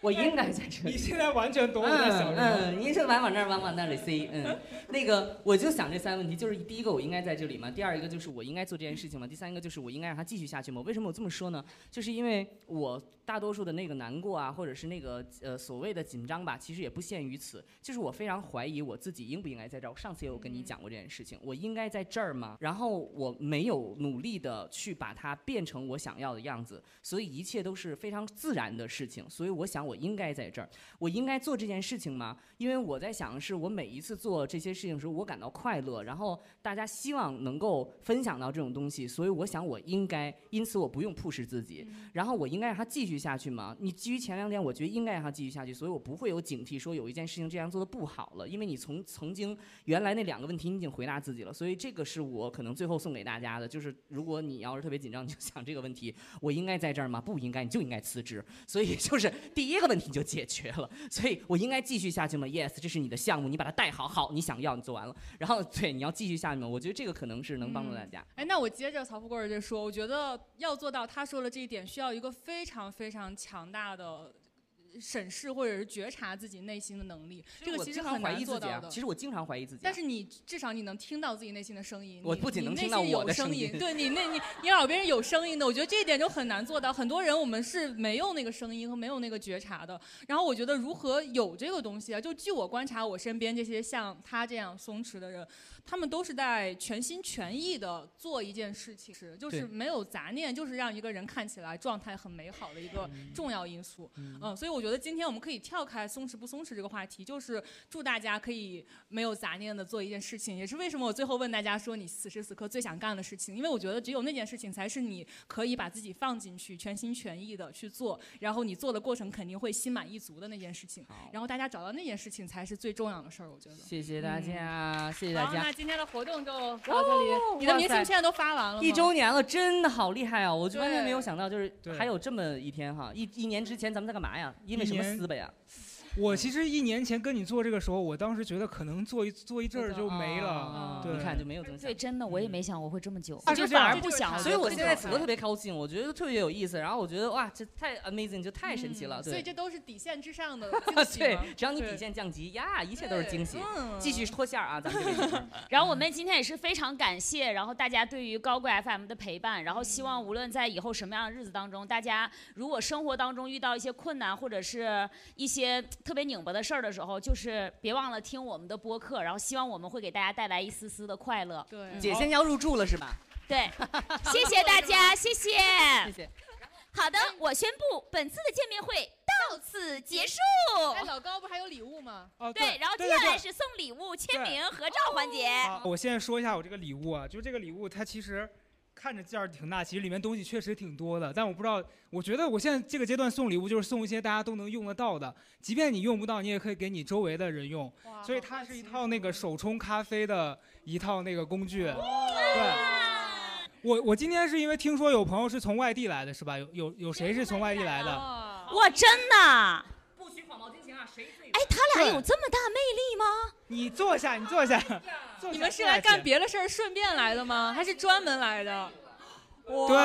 Speaker 4: 我应该在这里。
Speaker 3: 你现在完全懂我在想什么。
Speaker 4: 嗯，嗯您是往往那儿，往往那里塞。嗯，那个我就想这三个问题，就是第一个我应该在这里吗？第二一个就是我应该做这件事情吗？第三个就是我应该让它继续下去吗？为什么我这么说呢？就是因为我大多数的那个难过啊，或者是那个呃所谓的紧张吧，其实也不限于此。就是我非常怀疑我自己应不应该在这儿。我上次也有跟你讲过这件事情，我应该在这儿吗？然后我没有努力的去把它变成我想要的样子，所以一切都是非常自然的事情。所以我想我应该在这儿，我应该做这件事情吗？因为我在想，是我每一次做这些事情的时候，我感到快乐，然后大家希望能够分享到这种东西，所以我想我应该，因此我不用 push 自己，然后我应该让它继续下去吗？你基于前两点，我觉得应该让它继续下去，所以我不会有警惕说有一件事情这样做的不好了，因为你从曾经原来那两个问题你已经回答自己了，所以这个是我可能最后送给大家的，就是如果你要是特别紧张，你就想这个问题，我应该在这儿吗？不应该，你就应该辞职。所以就是第一个问题你就解决了，所以我应该继续下去吗？Yes，这是你的项目，你把它带好，好，你想要你做完了，然后对你要继续下去吗？我觉得这个可能是能帮助大家。
Speaker 2: 哎，那我接着曹富贵儿这说，我觉得要做到他说的这一点，需要一个非常非常强大的审视或者是觉察自己内心的能力。这个
Speaker 4: 我
Speaker 2: 其实
Speaker 4: 经常
Speaker 2: 很
Speaker 4: 怀
Speaker 2: 难
Speaker 4: 疑
Speaker 2: 做
Speaker 4: 自己
Speaker 2: 到
Speaker 4: 啊
Speaker 2: 的。，
Speaker 4: 其实我经常怀疑自己啊、
Speaker 2: 但是你至少你能听到自己内心的声音。
Speaker 4: 我
Speaker 2: 你
Speaker 4: 不仅能
Speaker 2: 你内
Speaker 4: 听到
Speaker 2: 心
Speaker 4: 我
Speaker 2: 有
Speaker 4: 的
Speaker 2: 声
Speaker 4: 声音
Speaker 2: 对你那你你老别人有声音的，我觉得这一点就很难做到。很多人我们是没有那个声音和没有那个觉察的。然后我觉得如何有这个东西啊？就据我观察，我身边这些像他这样松弛的人，他们都是在全心全意的做一件事情，是就是
Speaker 13: 对
Speaker 2: 没有杂念，就是让一个人看起来状态很美好的一个重要因素。
Speaker 13: 嗯
Speaker 2: 嗯，所以我觉得今天我们可以跳开松弛不松弛这个话题，就是祝大家可以没有杂念的做一件事情，也是为什么我最后问大家说你此时此刻最想干的事情，因为我觉得只有那件事情才是你可以把自己放进去，全心全意的去做，然后你做的过程肯定会心满意足的那件事情，
Speaker 4: 嗯
Speaker 2: 然后大家找到那件事情才是最重要的事儿，我觉得。
Speaker 4: 谢谢大家，谢谢大
Speaker 2: 嗯好，
Speaker 4: 家
Speaker 2: 那。今天的活动就到这里，你的
Speaker 4: 哇
Speaker 2: 明信
Speaker 4: 塞
Speaker 2: 片现在都发完了吗，
Speaker 4: 一周年了，真的好厉害啊！我就完全没有
Speaker 2: 对
Speaker 4: 想到，就是还有这么一天哈。一一年之前咱们在干嘛呀？因为什么
Speaker 3: 一年
Speaker 4: 撕吧呀？
Speaker 3: 我其实一年前跟你做这个时候，我当时觉得可能做一做一阵儿就没了
Speaker 4: 啊，
Speaker 2: 嗯
Speaker 3: 对，
Speaker 4: 你看就没有怎么
Speaker 5: 对，真的我也没想过会这么久，
Speaker 4: 啊
Speaker 5: 我就
Speaker 4: 这样
Speaker 5: 反而不想了。
Speaker 4: 所以我
Speaker 5: 更
Speaker 4: 现在
Speaker 5: 早
Speaker 4: 此刻特别高兴，我觉得特别有意思。然后我觉得哇，这太 amazing，就太神奇了。
Speaker 2: 嗯所以
Speaker 4: 对
Speaker 2: 这都是底线之上的惊喜
Speaker 4: [LAUGHS] 对
Speaker 2: 吗，
Speaker 4: 只要你底
Speaker 2: 对
Speaker 4: 线降级呀，一切都是惊喜
Speaker 2: 对嗯。
Speaker 4: 继续脱线儿啊，咱们这
Speaker 2: [LAUGHS]
Speaker 4: 个。
Speaker 5: 然后我们今天也是非常感谢，然后大家对于高贵 FM 的陪伴，然后希望无论在以后什么样的日子当中，大家如果生活当中遇到一些困难或者是一些特别拧巴的事儿的时候，就是别忘了听我们的播客，然后希望我们会给大家带来一丝丝的快乐。
Speaker 2: 对
Speaker 4: 姐先要入住了是吧？
Speaker 5: 对， [LAUGHS] 谢谢大家，谢谢，
Speaker 4: 谢
Speaker 2: 哎
Speaker 4: 谢。
Speaker 5: 好的，我宣布本次的见面会到此结束。
Speaker 2: 哎，老高不是还有礼物吗？
Speaker 3: 哦对
Speaker 5: 对，然后接
Speaker 3: 对
Speaker 5: 下来
Speaker 3: 对
Speaker 5: 是送礼物、签
Speaker 3: 对
Speaker 5: 名、合照环节。
Speaker 3: 啊我现在说一下我这个礼物啊，就这个礼物它其实看着件儿挺大，其实里面东西确实挺多的，但我不知道，我觉得我现在这个阶段送礼物就是送一些大家都能用得到的，即便你用不到，你也可以给你周围的人用。
Speaker 2: 哦
Speaker 3: 所以它是一套那个手冲咖啡的一套那个工具，
Speaker 2: 哦
Speaker 3: 对。我我今天是因为听说有朋友是从外地来的，是吧？有有有谁是从外地来的？
Speaker 5: 哇，真的！
Speaker 4: [LAUGHS] 不许谎报军情啊！谁最？
Speaker 5: 哎，他俩有这么大魅力吗？
Speaker 3: 你坐下，你坐下。坐下
Speaker 2: 哎你们是
Speaker 3: 坐下
Speaker 2: 来干
Speaker 3: 姐
Speaker 2: 别的事儿顺便来的吗？还是专门来的？我
Speaker 3: 对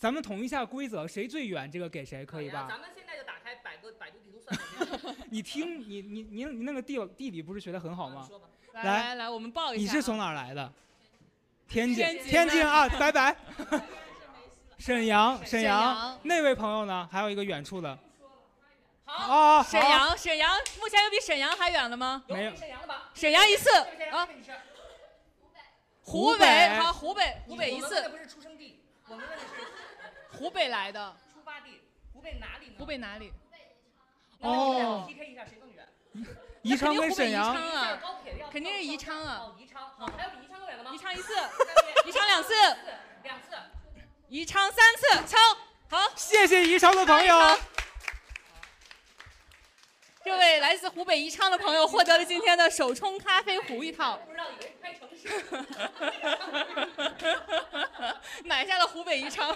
Speaker 3: 咱们统一下规则，谁最远这个给谁，可以吧？
Speaker 4: 啊们现在就打开百度百度地图算。
Speaker 3: 你听，你你你你那个地地理不是学的很好吗？
Speaker 2: 来
Speaker 3: 来
Speaker 2: 来来，我们报一下。啊
Speaker 3: 你是从？哪儿来的？天津，
Speaker 2: 天津
Speaker 3: 天津啊，
Speaker 2: 的
Speaker 3: 拜
Speaker 2: [LAUGHS]
Speaker 3: 拜。沈阳，
Speaker 2: 沈
Speaker 3: 沈
Speaker 2: 阳
Speaker 3: 阳，那位朋友呢？还有一个远处的。哦好
Speaker 2: 沈阳，沈阳，目前有比沈阳还远的吗？
Speaker 3: 没有
Speaker 4: 沈阳吧？
Speaker 2: 沈阳一次啊，湖北，好，湖北，湖北一次，
Speaker 4: 是出生地，我们问的是
Speaker 2: 湖北来的，
Speaker 4: 出发地，湖北哪里呢
Speaker 2: 湖北哪里？
Speaker 4: 哦，PK 一下谁更远？
Speaker 3: 宜昌跟沈
Speaker 2: 肯定湖北宜
Speaker 3: 阳，
Speaker 2: 昌啊
Speaker 4: 高铁要哦
Speaker 2: 肯定是宜昌啊，
Speaker 4: 宜昌，好，还有比宜昌更远的吗？
Speaker 2: 宜昌一
Speaker 4: [LAUGHS]
Speaker 2: 次
Speaker 4: 对
Speaker 2: [LAUGHS] 宜昌两次
Speaker 4: 两次。
Speaker 2: 宜昌三次，超好，
Speaker 3: 谢谢宜昌的朋友。
Speaker 2: 这位来自湖北宜昌的朋友获得了今天的手冲咖啡壶一套，
Speaker 14: 不知道以为是开城市。
Speaker 2: [LAUGHS] 买下了湖北宜昌。